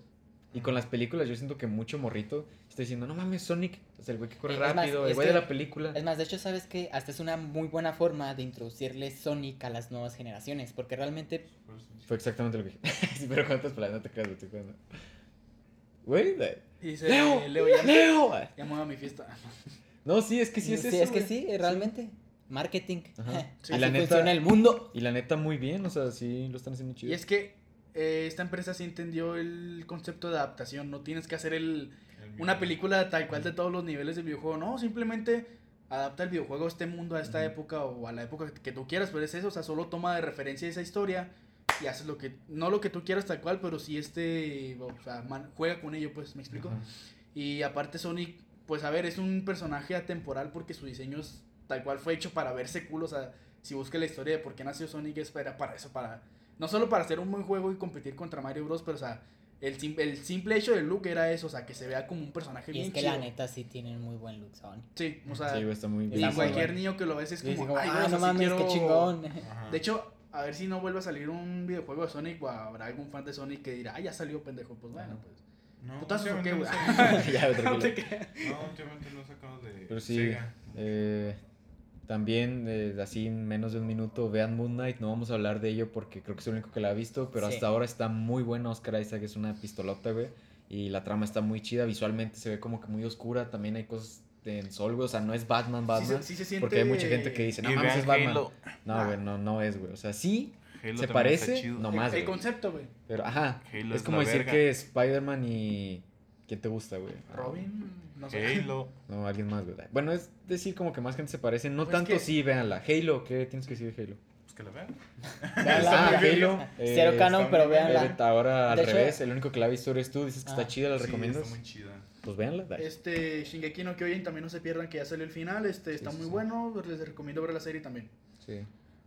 [SPEAKER 1] Y con las películas, yo siento que mucho morrito está diciendo, no mames, Sonic. O sea, el güey que corre
[SPEAKER 3] Es más,
[SPEAKER 1] rápido, el
[SPEAKER 3] es
[SPEAKER 1] güey
[SPEAKER 3] que-
[SPEAKER 1] de la película.
[SPEAKER 3] Es más, de hecho, sabes que hasta es una muy buena forma de introducirle Sonic a las nuevas generaciones, porque realmente
[SPEAKER 1] Fue exactamente lo que dije. sí, pero cuántas palabras no te creas, güey, estoy jugando. Güey, de-
[SPEAKER 2] Y dice,
[SPEAKER 1] Leo,
[SPEAKER 2] Leo,
[SPEAKER 1] Leo,
[SPEAKER 2] ya,
[SPEAKER 1] güey.
[SPEAKER 2] ya mueva mi fiesta.
[SPEAKER 1] No, sí, es que sí es
[SPEAKER 3] mm, sí,
[SPEAKER 1] eso.
[SPEAKER 3] es que
[SPEAKER 1] güey.
[SPEAKER 3] sí, realmente marketing.
[SPEAKER 1] Ajá.
[SPEAKER 3] Así
[SPEAKER 1] Y la neta-
[SPEAKER 3] funciona el mundo.
[SPEAKER 1] Y la neta, muy bien, o sea, sí lo están haciendo chido.
[SPEAKER 2] Y es que eh, esta empresa sí entendió el concepto de adaptación. No tienes que hacer el,
[SPEAKER 4] El
[SPEAKER 2] una
[SPEAKER 4] mío.
[SPEAKER 2] película tal cual de todos los niveles del videojuego. No, simplemente adapta el videojuego a este mundo, a esta
[SPEAKER 1] Ujú.
[SPEAKER 2] época o a la época que tú quieras. Pero es eso, o sea, solo toma de referencia esa historia y haces lo que, no lo que tú quieras tal cual, pero sí este, o sea, man- juega con ello, pues, ¿me explico?
[SPEAKER 1] Ajá.
[SPEAKER 2] Y aparte Sonic, pues a ver, es un personaje atemporal porque su diseño es tal cual fue hecho para verse cool. O sea, si busca la historia de por qué nació Sonic, es para, para eso, para... No solo para hacer un buen juego y competir contra Mario Bros, pero o sea, el, sim- el simple hecho del look era eso, o sea, que se vea como un personaje
[SPEAKER 3] Y
[SPEAKER 2] bien
[SPEAKER 3] es que
[SPEAKER 2] chido.
[SPEAKER 3] la neta sí tienen muy buen look, Sonic.
[SPEAKER 2] Sí, o sea,
[SPEAKER 1] Sí, güey, está muy
[SPEAKER 2] y
[SPEAKER 1] bien.
[SPEAKER 3] está muy
[SPEAKER 2] cualquier
[SPEAKER 3] bueno.
[SPEAKER 2] niño que lo ves es
[SPEAKER 3] Y es
[SPEAKER 2] como,
[SPEAKER 3] como,
[SPEAKER 2] ay,
[SPEAKER 3] ah, no mames,
[SPEAKER 2] quiero...
[SPEAKER 3] qué chingón.
[SPEAKER 4] Ajá.
[SPEAKER 2] De hecho, a ver si no vuelve a salir un videojuego de Sonic o habrá algún fan de Sonic que dirá, ah, ya salió pendejo, pues bueno, pues.
[SPEAKER 4] no,
[SPEAKER 2] ¿Putazos o qué,
[SPEAKER 4] últimamente
[SPEAKER 2] güey?
[SPEAKER 4] no sacamos-
[SPEAKER 1] Ya, tranquilo.
[SPEAKER 2] No te creas.
[SPEAKER 4] No, últimamente no sacamos de.
[SPEAKER 1] Pero sí,
[SPEAKER 4] Sega.
[SPEAKER 1] eh, también eh, así en menos de un minuto vean Moon Knight, no vamos a hablar de ello porque creo que es el único que la ha visto, pero
[SPEAKER 3] Sí.
[SPEAKER 1] hasta ahora está muy buena Oscar Isaac, es una pistolota, güey, y la trama está muy chida, visualmente se ve como que muy oscura, también hay cosas de- en sol, güey, o sea, no es Batman,
[SPEAKER 2] Sí se-
[SPEAKER 1] Batman,
[SPEAKER 2] sí se siente...
[SPEAKER 1] porque hay mucha gente que dice, no
[SPEAKER 5] Y
[SPEAKER 1] mames,
[SPEAKER 5] vean
[SPEAKER 1] es Batman.
[SPEAKER 5] Halo.
[SPEAKER 1] No, güey, no, no es, güey, o sea, sí,
[SPEAKER 5] Halo
[SPEAKER 1] se
[SPEAKER 5] también
[SPEAKER 1] parece,
[SPEAKER 5] está chido.
[SPEAKER 1] no
[SPEAKER 2] El-
[SPEAKER 1] más,
[SPEAKER 2] el
[SPEAKER 1] güey,
[SPEAKER 2] concepto, güey.
[SPEAKER 1] pero ajá,
[SPEAKER 5] Halo
[SPEAKER 1] es
[SPEAKER 5] es
[SPEAKER 1] como
[SPEAKER 5] la
[SPEAKER 1] decir
[SPEAKER 5] verga.
[SPEAKER 1] que Spider-Man y... ¿Quién te gusta, güey? Ah,
[SPEAKER 2] Robin, no sé.
[SPEAKER 4] Halo.
[SPEAKER 1] No, alguien más, güey. Bueno, es decir como que más gente se parece. No
[SPEAKER 2] Pues
[SPEAKER 1] tanto
[SPEAKER 2] que-
[SPEAKER 1] sí, véanla. Halo, ¿qué tienes que decir de Halo?
[SPEAKER 4] Pues que la vean.
[SPEAKER 3] Véanla,
[SPEAKER 1] Ah,
[SPEAKER 3] véanla.
[SPEAKER 1] Halo. eh,
[SPEAKER 3] Cero canon,
[SPEAKER 4] está
[SPEAKER 3] pero
[SPEAKER 4] muy bien.
[SPEAKER 1] eh,
[SPEAKER 3] véanla.
[SPEAKER 1] Ahora al
[SPEAKER 3] De hecho-
[SPEAKER 1] revés, el único que la ha visto eres tú. Dices que
[SPEAKER 3] Ah.
[SPEAKER 1] está chida, ¿la
[SPEAKER 4] Sí,
[SPEAKER 1] recomiendas?
[SPEAKER 4] Está muy chida.
[SPEAKER 1] Pues véanla. dale.
[SPEAKER 2] Este, Shingeki no Kyojin también no se pierdan que ya salió el final, este, está
[SPEAKER 1] sí,
[SPEAKER 2] muy
[SPEAKER 1] sí.
[SPEAKER 2] bueno, pues, les recomiendo ver la serie también.
[SPEAKER 1] Sí.
[SPEAKER 3] Mm.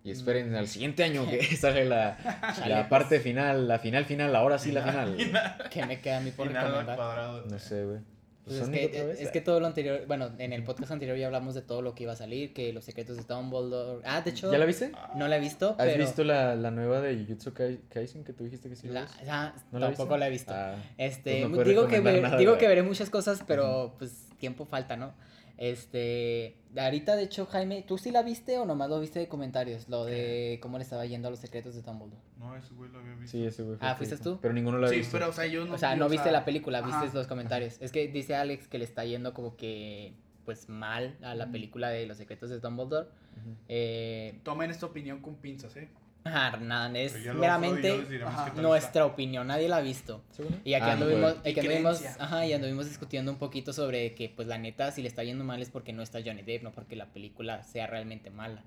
[SPEAKER 1] Y esperen al siguiente año que sale la, la parte final, la final final, ahora sí la final. güey.
[SPEAKER 3] Que me queda a mí por
[SPEAKER 4] Y nada al
[SPEAKER 3] recomendar.
[SPEAKER 4] cuadrado.
[SPEAKER 1] No sé, güey.
[SPEAKER 3] Pues
[SPEAKER 1] Pues
[SPEAKER 3] es,
[SPEAKER 1] Sonic
[SPEAKER 3] que,
[SPEAKER 1] otra vez.
[SPEAKER 3] es que todo lo anterior, bueno, en el podcast anterior ya hablamos de todo lo que iba a salir, que los secretos de Dumbledore. Ah, de hecho,
[SPEAKER 1] ¿Ya la viste?
[SPEAKER 3] no la he visto,
[SPEAKER 1] ¿Has
[SPEAKER 3] pero
[SPEAKER 1] visto la, la nueva de Jujutsu Kai- Kaisen que tú dijiste que sí?
[SPEAKER 3] la-
[SPEAKER 1] ves?
[SPEAKER 3] ah,
[SPEAKER 1] ¿No
[SPEAKER 3] tampoco
[SPEAKER 1] viste?
[SPEAKER 3] la he visto.
[SPEAKER 1] Ah,
[SPEAKER 3] Este,
[SPEAKER 1] Pues no puedes
[SPEAKER 3] digo, que,
[SPEAKER 1] recomendar
[SPEAKER 3] ver-
[SPEAKER 1] nada,
[SPEAKER 3] digo
[SPEAKER 1] ¿verdad?
[SPEAKER 3] que veré muchas cosas, pero pues tiempo falta, ¿no? Este, ahorita de hecho, Jaime, ¿tú sí la viste o nomás lo viste de comentarios? Lo de cómo le estaba yendo a los secretos de Dumbledore.
[SPEAKER 4] No, ese güey lo había visto.
[SPEAKER 1] sí, ese güey. fue
[SPEAKER 3] Ah,
[SPEAKER 1] el que
[SPEAKER 3] ¿fuiste
[SPEAKER 1] dijo.
[SPEAKER 3] tú?
[SPEAKER 1] Pero ninguno la ha
[SPEAKER 2] Sí,
[SPEAKER 1] visto.
[SPEAKER 2] pero o sea, yo no
[SPEAKER 3] O sea, no viste la película, viste
[SPEAKER 2] ajá.
[SPEAKER 3] los comentarios. Es que dice Alex que le está yendo como que, pues mal a la
[SPEAKER 2] Mm.
[SPEAKER 3] película de los secretos de Dumbledore.
[SPEAKER 1] Ujú.
[SPEAKER 3] Eh,
[SPEAKER 2] Tomen esta opinión con pinzas, ¿eh?
[SPEAKER 3] ajá, nada, es
[SPEAKER 4] Pero ya lo otro día les
[SPEAKER 3] meramente
[SPEAKER 4] diremos
[SPEAKER 2] ajá,
[SPEAKER 4] qué tal está.
[SPEAKER 3] nuestra opinión, nadie la ha visto.
[SPEAKER 1] ¿Seguro?
[SPEAKER 3] Y aquí
[SPEAKER 1] Ah, no,
[SPEAKER 3] anduvimos,
[SPEAKER 1] güey.
[SPEAKER 3] y
[SPEAKER 2] Y
[SPEAKER 3] que anduvimos-
[SPEAKER 2] creencia.
[SPEAKER 3] ajá, y anduvimos discutiendo un poquito sobre que, pues, la neta, si le está yendo mal es porque no está Johnny Depp, no porque la película sea realmente mala.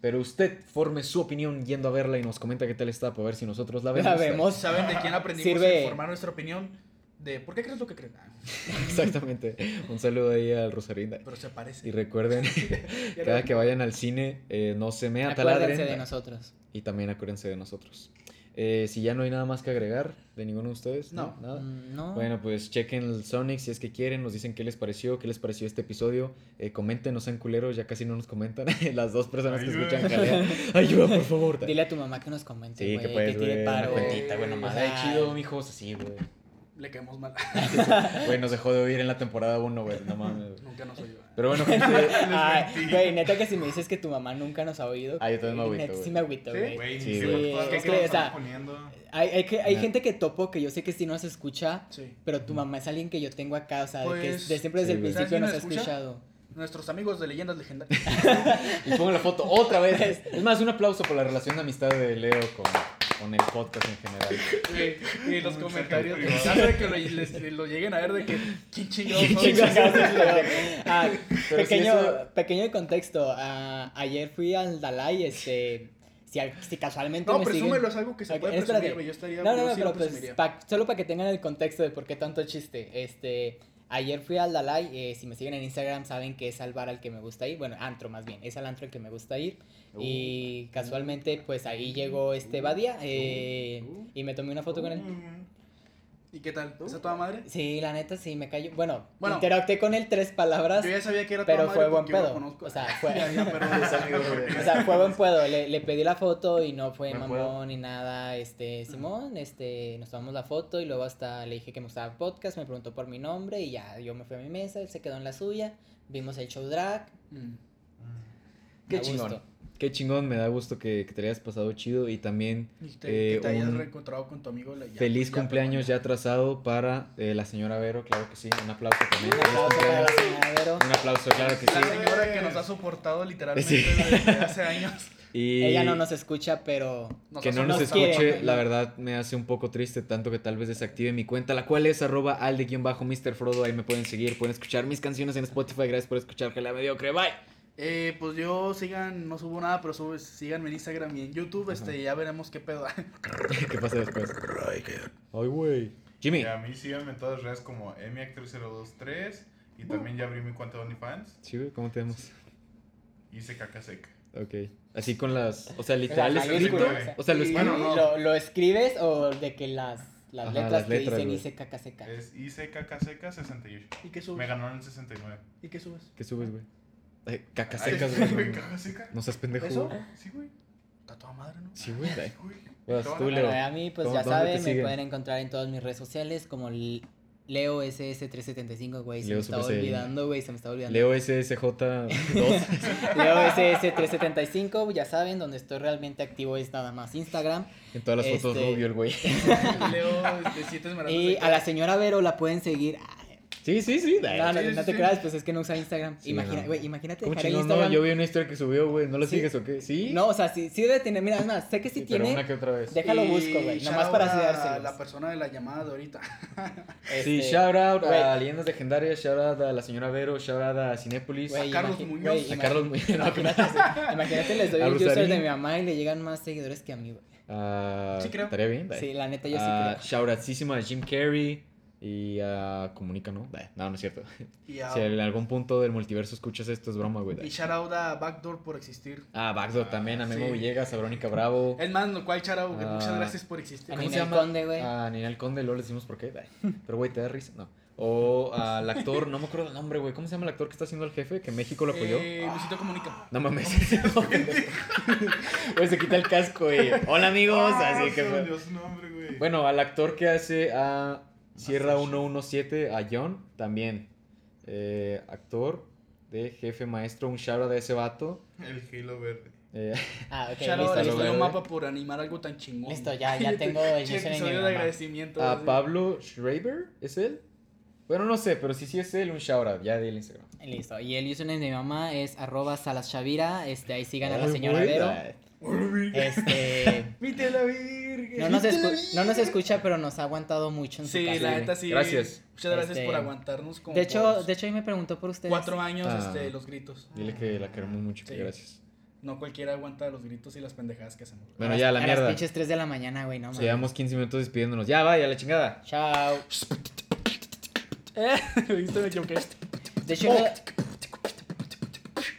[SPEAKER 1] Pero usted forme su opinión yendo a verla y nos comenta qué tal está para ver si nosotros la vemos.
[SPEAKER 3] La vemos.
[SPEAKER 2] ¿Saben de quién aprendimos
[SPEAKER 3] Sirve.
[SPEAKER 2] a formar nuestra opinión? De por qué crees lo que crees. Ah,
[SPEAKER 1] Exactamente. Un saludo ahí al Rosarinda.
[SPEAKER 2] pero se parece.
[SPEAKER 1] Y recuerden,
[SPEAKER 2] Ya
[SPEAKER 1] cada
[SPEAKER 2] no-
[SPEAKER 1] que vayan al cine, eh, no se me ataladren.
[SPEAKER 3] Acuérdense de nosotros.
[SPEAKER 1] Y también acuérdense de nosotros. Eh, si ya no hay nada más que agregar de ninguno de ustedes, ¿no?
[SPEAKER 2] No.
[SPEAKER 1] Nada.
[SPEAKER 3] Mm, No.
[SPEAKER 1] Bueno, pues chequen el Sonic si es que quieren, nos dicen qué les pareció, qué les pareció este episodio. Eh, comenten, no sean culeros, ya casi no nos comentan. Las dos personas que
[SPEAKER 4] Ayuda.
[SPEAKER 1] escuchan jalea. Ayuda, por favor.
[SPEAKER 3] Dile a tu mamá que nos comente,
[SPEAKER 1] pues, sí,
[SPEAKER 3] güey,
[SPEAKER 1] que puedes,
[SPEAKER 3] tire
[SPEAKER 1] güey. Una
[SPEAKER 3] paro.
[SPEAKER 1] cuentita, güey, nomás. Ay,
[SPEAKER 3] Ay.
[SPEAKER 1] chido, mijos, así, güey.
[SPEAKER 2] Le caemos mal.
[SPEAKER 1] Güey, nos dejó de oír en la temporada 1, güey, no mames. güey.
[SPEAKER 2] Nunca nos oyó.
[SPEAKER 1] Pero bueno, gente.
[SPEAKER 3] Ay, güey, neta que si me dices que tu mamá nunca nos ha oído.
[SPEAKER 1] Ah, yo también me agüito,
[SPEAKER 3] neta,
[SPEAKER 1] güey.
[SPEAKER 3] Sí me agüito,
[SPEAKER 2] ¿Sí?
[SPEAKER 3] güey.
[SPEAKER 4] Güey, ni
[SPEAKER 1] Sí,
[SPEAKER 4] sé
[SPEAKER 1] güey.
[SPEAKER 2] Pues,
[SPEAKER 4] por todas
[SPEAKER 3] Sí,
[SPEAKER 4] las
[SPEAKER 3] es que,
[SPEAKER 4] cosas
[SPEAKER 3] o
[SPEAKER 4] que
[SPEAKER 3] sea,
[SPEAKER 4] están poniendo.
[SPEAKER 3] Hay, hay, que, hay
[SPEAKER 1] Nah.
[SPEAKER 3] gente que topo que yo sé que sí nos escucha,
[SPEAKER 2] Sí.
[SPEAKER 3] pero tu mamá es alguien que yo tengo acá, o sea, de que
[SPEAKER 2] Pues,
[SPEAKER 3] de- siempre desde
[SPEAKER 1] sí,
[SPEAKER 3] el
[SPEAKER 1] güey.
[SPEAKER 2] ¿Sabes
[SPEAKER 3] principio
[SPEAKER 2] quién
[SPEAKER 3] nos
[SPEAKER 2] nos
[SPEAKER 3] ha
[SPEAKER 2] escucha?
[SPEAKER 3] escuchado.
[SPEAKER 2] Nuestros amigos de leyendas legendarias.
[SPEAKER 1] Y pongo la foto otra vez. Es más, un aplauso por la relación de amistad de Leo con, con el podcast en general.
[SPEAKER 2] Güey, Y los
[SPEAKER 4] Muchas
[SPEAKER 2] comentarios.
[SPEAKER 4] gracias.
[SPEAKER 2] Antes de que lo, les- lo lleguen a ver de que. ¿Quién chingados son?
[SPEAKER 3] Ah,
[SPEAKER 1] Pero sí,
[SPEAKER 3] pequeño,
[SPEAKER 1] eso-
[SPEAKER 3] pequeño contexto. ah, ayer fui al Dalai, este. Si, al- si casualmente
[SPEAKER 2] No,
[SPEAKER 3] me siguen-
[SPEAKER 2] presúmelo, es algo que se
[SPEAKER 3] Ok,
[SPEAKER 2] puede
[SPEAKER 3] espérate.
[SPEAKER 2] presumir, güey. Yo estaría.
[SPEAKER 3] No, no,
[SPEAKER 2] yo
[SPEAKER 3] no,
[SPEAKER 2] sí lo
[SPEAKER 3] pero pues
[SPEAKER 2] presumiría.
[SPEAKER 3] pa- solo para que tengan el contexto de por qué tanto chiste. Este, ayer fui al Dalai, eh, si me siguen en Instagram saben que es al bar al que me gusta ir, bueno, antro más bien, es al antro al que me gusta ir. y
[SPEAKER 2] Uh,
[SPEAKER 3] casualmente pues ahí llegó este Badía eh,
[SPEAKER 4] uh.
[SPEAKER 3] y me tomé una foto con él.
[SPEAKER 2] Mm. ¿Y qué tal? ¿Está toda madre?
[SPEAKER 3] Sí, la neta sí me cayó. Bueno,
[SPEAKER 2] Bueno.
[SPEAKER 3] interacté con él tres palabras,
[SPEAKER 2] Yo ya sabía que era toda
[SPEAKER 3] pero
[SPEAKER 2] madre
[SPEAKER 3] fue buen
[SPEAKER 2] porque yo lo
[SPEAKER 3] pedo.
[SPEAKER 2] conozco.
[SPEAKER 3] O sea, fue
[SPEAKER 2] Ya, ya, pero-
[SPEAKER 1] Uh,
[SPEAKER 3] O sea, fue buen puedo, le, le pedí la foto y no fue
[SPEAKER 1] Buen
[SPEAKER 3] mamón
[SPEAKER 1] puedo.
[SPEAKER 3] ni nada, este, Simón, este, nos tomamos la foto y luego hasta le dije que me gustaba el podcast, me preguntó por mi nombre y ya, yo me fui a mi mesa, él se quedó en la suya, vimos el show drag,
[SPEAKER 2] Mm.
[SPEAKER 1] Qué
[SPEAKER 3] a
[SPEAKER 1] chingón.
[SPEAKER 3] gusto.
[SPEAKER 1] Qué chingón, me da gusto que, que te hayas pasado chido y también
[SPEAKER 2] Y te-
[SPEAKER 1] Eh,
[SPEAKER 2] que te hayas
[SPEAKER 1] un
[SPEAKER 2] reencontrado con tu amigo. la- ya,
[SPEAKER 1] feliz
[SPEAKER 2] ya,
[SPEAKER 1] cumpleaños ya atrasado para eh, la señora Vero, claro que sí. Un aplauso también.
[SPEAKER 3] Un aplauso para la señora Vero.
[SPEAKER 1] Un aplauso, claro que
[SPEAKER 2] La
[SPEAKER 1] sí.
[SPEAKER 2] señora que nos ha soportado literalmente
[SPEAKER 1] Sí.
[SPEAKER 2] desde hace años.
[SPEAKER 1] Y
[SPEAKER 3] Ella no nos escucha, pero
[SPEAKER 2] Nos
[SPEAKER 1] que
[SPEAKER 2] ha
[SPEAKER 1] no nos
[SPEAKER 3] nos
[SPEAKER 2] soportado.
[SPEAKER 1] escuche,
[SPEAKER 3] quiere,
[SPEAKER 1] la verdad me hace un poco triste, tanto que tal vez desactive mi cuenta, la cual es arroba alde-mr Frodo, ahí me pueden seguir, pueden escuchar mis canciones en Spotify, gracias por escuchar, que la mediocre, bye.
[SPEAKER 2] Eh, pues yo sigan, no subo nada, pero subo, síganme en Instagram y en YouTube, este, ya veremos qué pedo.
[SPEAKER 1] ¿Qué pasa después? Ay, güey. Jimmy.
[SPEAKER 4] Y a mí síganme en todas las redes como emiac3023 y también ya abrí mi cuenta de OnlyFans
[SPEAKER 1] Sí, güey, ¿cómo te llamas?
[SPEAKER 4] hice caca seca.
[SPEAKER 1] Ok. Así con las. O sea,
[SPEAKER 3] o sea,
[SPEAKER 1] literal
[SPEAKER 4] es
[SPEAKER 3] mayúscula,
[SPEAKER 1] escrito.
[SPEAKER 4] mayúsculas.
[SPEAKER 3] o sea,
[SPEAKER 1] O sea, lo
[SPEAKER 2] Y-
[SPEAKER 1] escribo.
[SPEAKER 4] Bueno, no.
[SPEAKER 3] lo, lo escribes o de que las, las
[SPEAKER 1] Ajá,
[SPEAKER 3] letras
[SPEAKER 1] las
[SPEAKER 3] que
[SPEAKER 1] letras,
[SPEAKER 3] dicen
[SPEAKER 1] güey.
[SPEAKER 3] hice caca seca.
[SPEAKER 4] Es hice caca seca 68.
[SPEAKER 2] ¿Y qué
[SPEAKER 4] Me
[SPEAKER 2] subes?
[SPEAKER 4] ganaron el 69.
[SPEAKER 2] ¿Y qué subes?
[SPEAKER 1] ¿Qué subes, güey? Ay, Caca
[SPEAKER 4] Ay,
[SPEAKER 1] secas,
[SPEAKER 4] sí,
[SPEAKER 1] güey.
[SPEAKER 4] Caca seca.
[SPEAKER 1] No seas pendejo.
[SPEAKER 2] ¿Eso?
[SPEAKER 1] güey.
[SPEAKER 4] Sí, güey.
[SPEAKER 2] Está toda madre, ¿no?
[SPEAKER 1] Sí, güey.
[SPEAKER 4] Sí, güey.
[SPEAKER 1] Vas
[SPEAKER 4] Te van a
[SPEAKER 1] tú,
[SPEAKER 4] ganar.
[SPEAKER 1] Leo.
[SPEAKER 3] Bueno, a mí, pues
[SPEAKER 1] ¿Dónde-
[SPEAKER 3] ya
[SPEAKER 1] dónde te
[SPEAKER 3] saben, me
[SPEAKER 1] siguen?
[SPEAKER 3] pueden encontrar en todas mis redes sociales como L- Leo SS375, güey. Se
[SPEAKER 1] Leo
[SPEAKER 3] me estaba
[SPEAKER 1] SSL.
[SPEAKER 3] olvidando, güey. Se me estaba olvidando.
[SPEAKER 1] Leo SSJ2.
[SPEAKER 3] Leo SS375, ya saben, donde estoy realmente activo es nada más Instagram.
[SPEAKER 1] En todas las fotos
[SPEAKER 3] Este-
[SPEAKER 1] rubio, el güey.
[SPEAKER 2] Leo, este, siete esmeraldas.
[SPEAKER 3] Y
[SPEAKER 2] de-
[SPEAKER 3] a la señora Vero la pueden seguir. ah,
[SPEAKER 1] Sí, Sí, sí, sí. da-
[SPEAKER 3] No, no,
[SPEAKER 4] sí, sí,
[SPEAKER 3] no te
[SPEAKER 4] sí.
[SPEAKER 3] creas, pues es que no usa Instagram.
[SPEAKER 1] Sí,
[SPEAKER 3] Imagina,
[SPEAKER 1] no.
[SPEAKER 3] güey, imagínate
[SPEAKER 1] ¿Cómo
[SPEAKER 3] dejar el
[SPEAKER 1] chingón, no?
[SPEAKER 3] Instagram.
[SPEAKER 1] Yo vi una historia que subió, güey. ¿No la
[SPEAKER 3] Sí.
[SPEAKER 1] sigues o qué? Sí.
[SPEAKER 3] No, o sea, sí, sí debe tener. Mira, es más, sé que sí,
[SPEAKER 1] Sí, pero una
[SPEAKER 3] tiene.
[SPEAKER 1] que otra vez.
[SPEAKER 3] Déjalo
[SPEAKER 2] Y
[SPEAKER 3] busco, güey.
[SPEAKER 2] shout
[SPEAKER 3] Nomás para
[SPEAKER 2] out a
[SPEAKER 3] ciudárselos.
[SPEAKER 2] La persona de la llamada de ahorita.
[SPEAKER 1] Sí,
[SPEAKER 3] este,
[SPEAKER 1] shout out a
[SPEAKER 3] güey.
[SPEAKER 1] Leyendas Legendarias, shout out a la señora Vero, shout out a Cinépolis,
[SPEAKER 3] güey,
[SPEAKER 1] a
[SPEAKER 2] a Carlos
[SPEAKER 3] imagi-
[SPEAKER 2] Muñoz.
[SPEAKER 3] güey,
[SPEAKER 1] a
[SPEAKER 3] imagi-
[SPEAKER 1] Carlos Muñoz, no, que no-
[SPEAKER 3] Imagínate, Ah, imagínate, les doy
[SPEAKER 1] A
[SPEAKER 3] el user de
[SPEAKER 1] Rosarín.
[SPEAKER 3] mi mamá y le llegan más seguidores que a mí, güey.
[SPEAKER 1] a-
[SPEAKER 2] Sí, creo.
[SPEAKER 1] Ah, Estaría bien, da.
[SPEAKER 3] Sí, la neta, yo sí
[SPEAKER 1] A
[SPEAKER 3] creo.
[SPEAKER 1] shout outísimo a Jim Carrey y a Comunica, ¿no? Da, No, no es cierto.
[SPEAKER 2] Y, a,
[SPEAKER 1] Si en algún punto del multiverso escuchas esto, es broma, güey. da.
[SPEAKER 2] y shout out a Backdoor por existir.
[SPEAKER 1] Ah, Baxdo también, a Memo
[SPEAKER 2] Sí.
[SPEAKER 1] Villegas, a Verónica Bravo.
[SPEAKER 2] Es más, lo cual, shout out,
[SPEAKER 1] Ah.
[SPEAKER 2] muchas gracias por existir.
[SPEAKER 3] A
[SPEAKER 1] ¿Cómo se
[SPEAKER 3] Ninel
[SPEAKER 1] llama? Ah,
[SPEAKER 3] Conde, güey.
[SPEAKER 1] A Ninel Conde, luego le decimos por qué. da. Pero, güey, te da risa. No. O al actor, no me acuerdo el nombre, güey. ¿Cómo se llama el actor que está haciendo el jefe? Que México lo apoyó.
[SPEAKER 2] Eh, Luisito Comunica.
[SPEAKER 1] No mames. Güey, se quita el casco y. Hola, amigos. Así que. fue-
[SPEAKER 4] Dios, no, hombre, güey.
[SPEAKER 1] Bueno, al actor que hace a Sierra 117, a John, también. Eh, actor de jefe maestro, un shout out de ese vato.
[SPEAKER 4] El Halo Verde.
[SPEAKER 1] Eh,
[SPEAKER 3] Ah, ok,
[SPEAKER 2] Shout out
[SPEAKER 3] listo,
[SPEAKER 2] a
[SPEAKER 1] lo
[SPEAKER 3] listo.
[SPEAKER 2] Estudio
[SPEAKER 1] veo,
[SPEAKER 2] Mapa por animar algo tan chingón.
[SPEAKER 3] Listo, ya, ya tengo el
[SPEAKER 2] Che,
[SPEAKER 3] username de mi
[SPEAKER 2] episodio de
[SPEAKER 3] mamá.
[SPEAKER 2] agradecimiento.
[SPEAKER 1] a
[SPEAKER 2] así.
[SPEAKER 1] Pablo Schreiber, ¿es él? Bueno, no sé, pero si sí es él, un shout out. Ya del Instagram.
[SPEAKER 3] Listo, y el username de mi mamá es arroba salashavira, este, ahí sigan a la
[SPEAKER 1] Ay,
[SPEAKER 3] señora
[SPEAKER 1] güey,
[SPEAKER 3] Vero.
[SPEAKER 1] ay.
[SPEAKER 3] Este,
[SPEAKER 2] Vite la virgen.
[SPEAKER 3] no nos,
[SPEAKER 2] vite la
[SPEAKER 3] escu-
[SPEAKER 2] virgen.
[SPEAKER 3] no nos escucha, pero nos ha aguantado mucho en su
[SPEAKER 2] Sí,
[SPEAKER 3] casa.
[SPEAKER 2] la
[SPEAKER 1] Sí,
[SPEAKER 2] neta sí.
[SPEAKER 1] gracias.
[SPEAKER 2] Muchas gracias
[SPEAKER 3] Este,
[SPEAKER 2] por aguantarnos como
[SPEAKER 3] De
[SPEAKER 2] por
[SPEAKER 3] hecho, de hecho, ahí me preguntó por ustedes.
[SPEAKER 2] cuatro años
[SPEAKER 1] Ah.
[SPEAKER 2] este, los gritos.
[SPEAKER 1] Dile que la queremos mucho, que
[SPEAKER 2] Sí.
[SPEAKER 1] gracias.
[SPEAKER 2] No cualquiera aguanta los gritos y las pendejadas que hacemos.
[SPEAKER 1] Bueno,
[SPEAKER 3] A
[SPEAKER 1] ya, la
[SPEAKER 3] las- a
[SPEAKER 1] mierda.
[SPEAKER 3] las pinches 3 de la mañana, güey, no mames.
[SPEAKER 1] Llevamos 15 minutos despidiéndonos. Ya, vaya, la chingada.
[SPEAKER 3] Chao.
[SPEAKER 2] Eh, ¿Viste? Me equivoqué.
[SPEAKER 3] De hecho, me-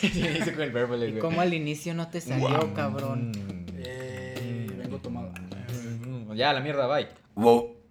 [SPEAKER 1] Sí, hice con el verbo, le
[SPEAKER 3] ¿y
[SPEAKER 1] digo.
[SPEAKER 3] cómo al inicio no te salió, cabrón?
[SPEAKER 1] Mm.
[SPEAKER 2] Eh, vengo tomado.
[SPEAKER 1] Ya, la mierda, bye.
[SPEAKER 5] Wow.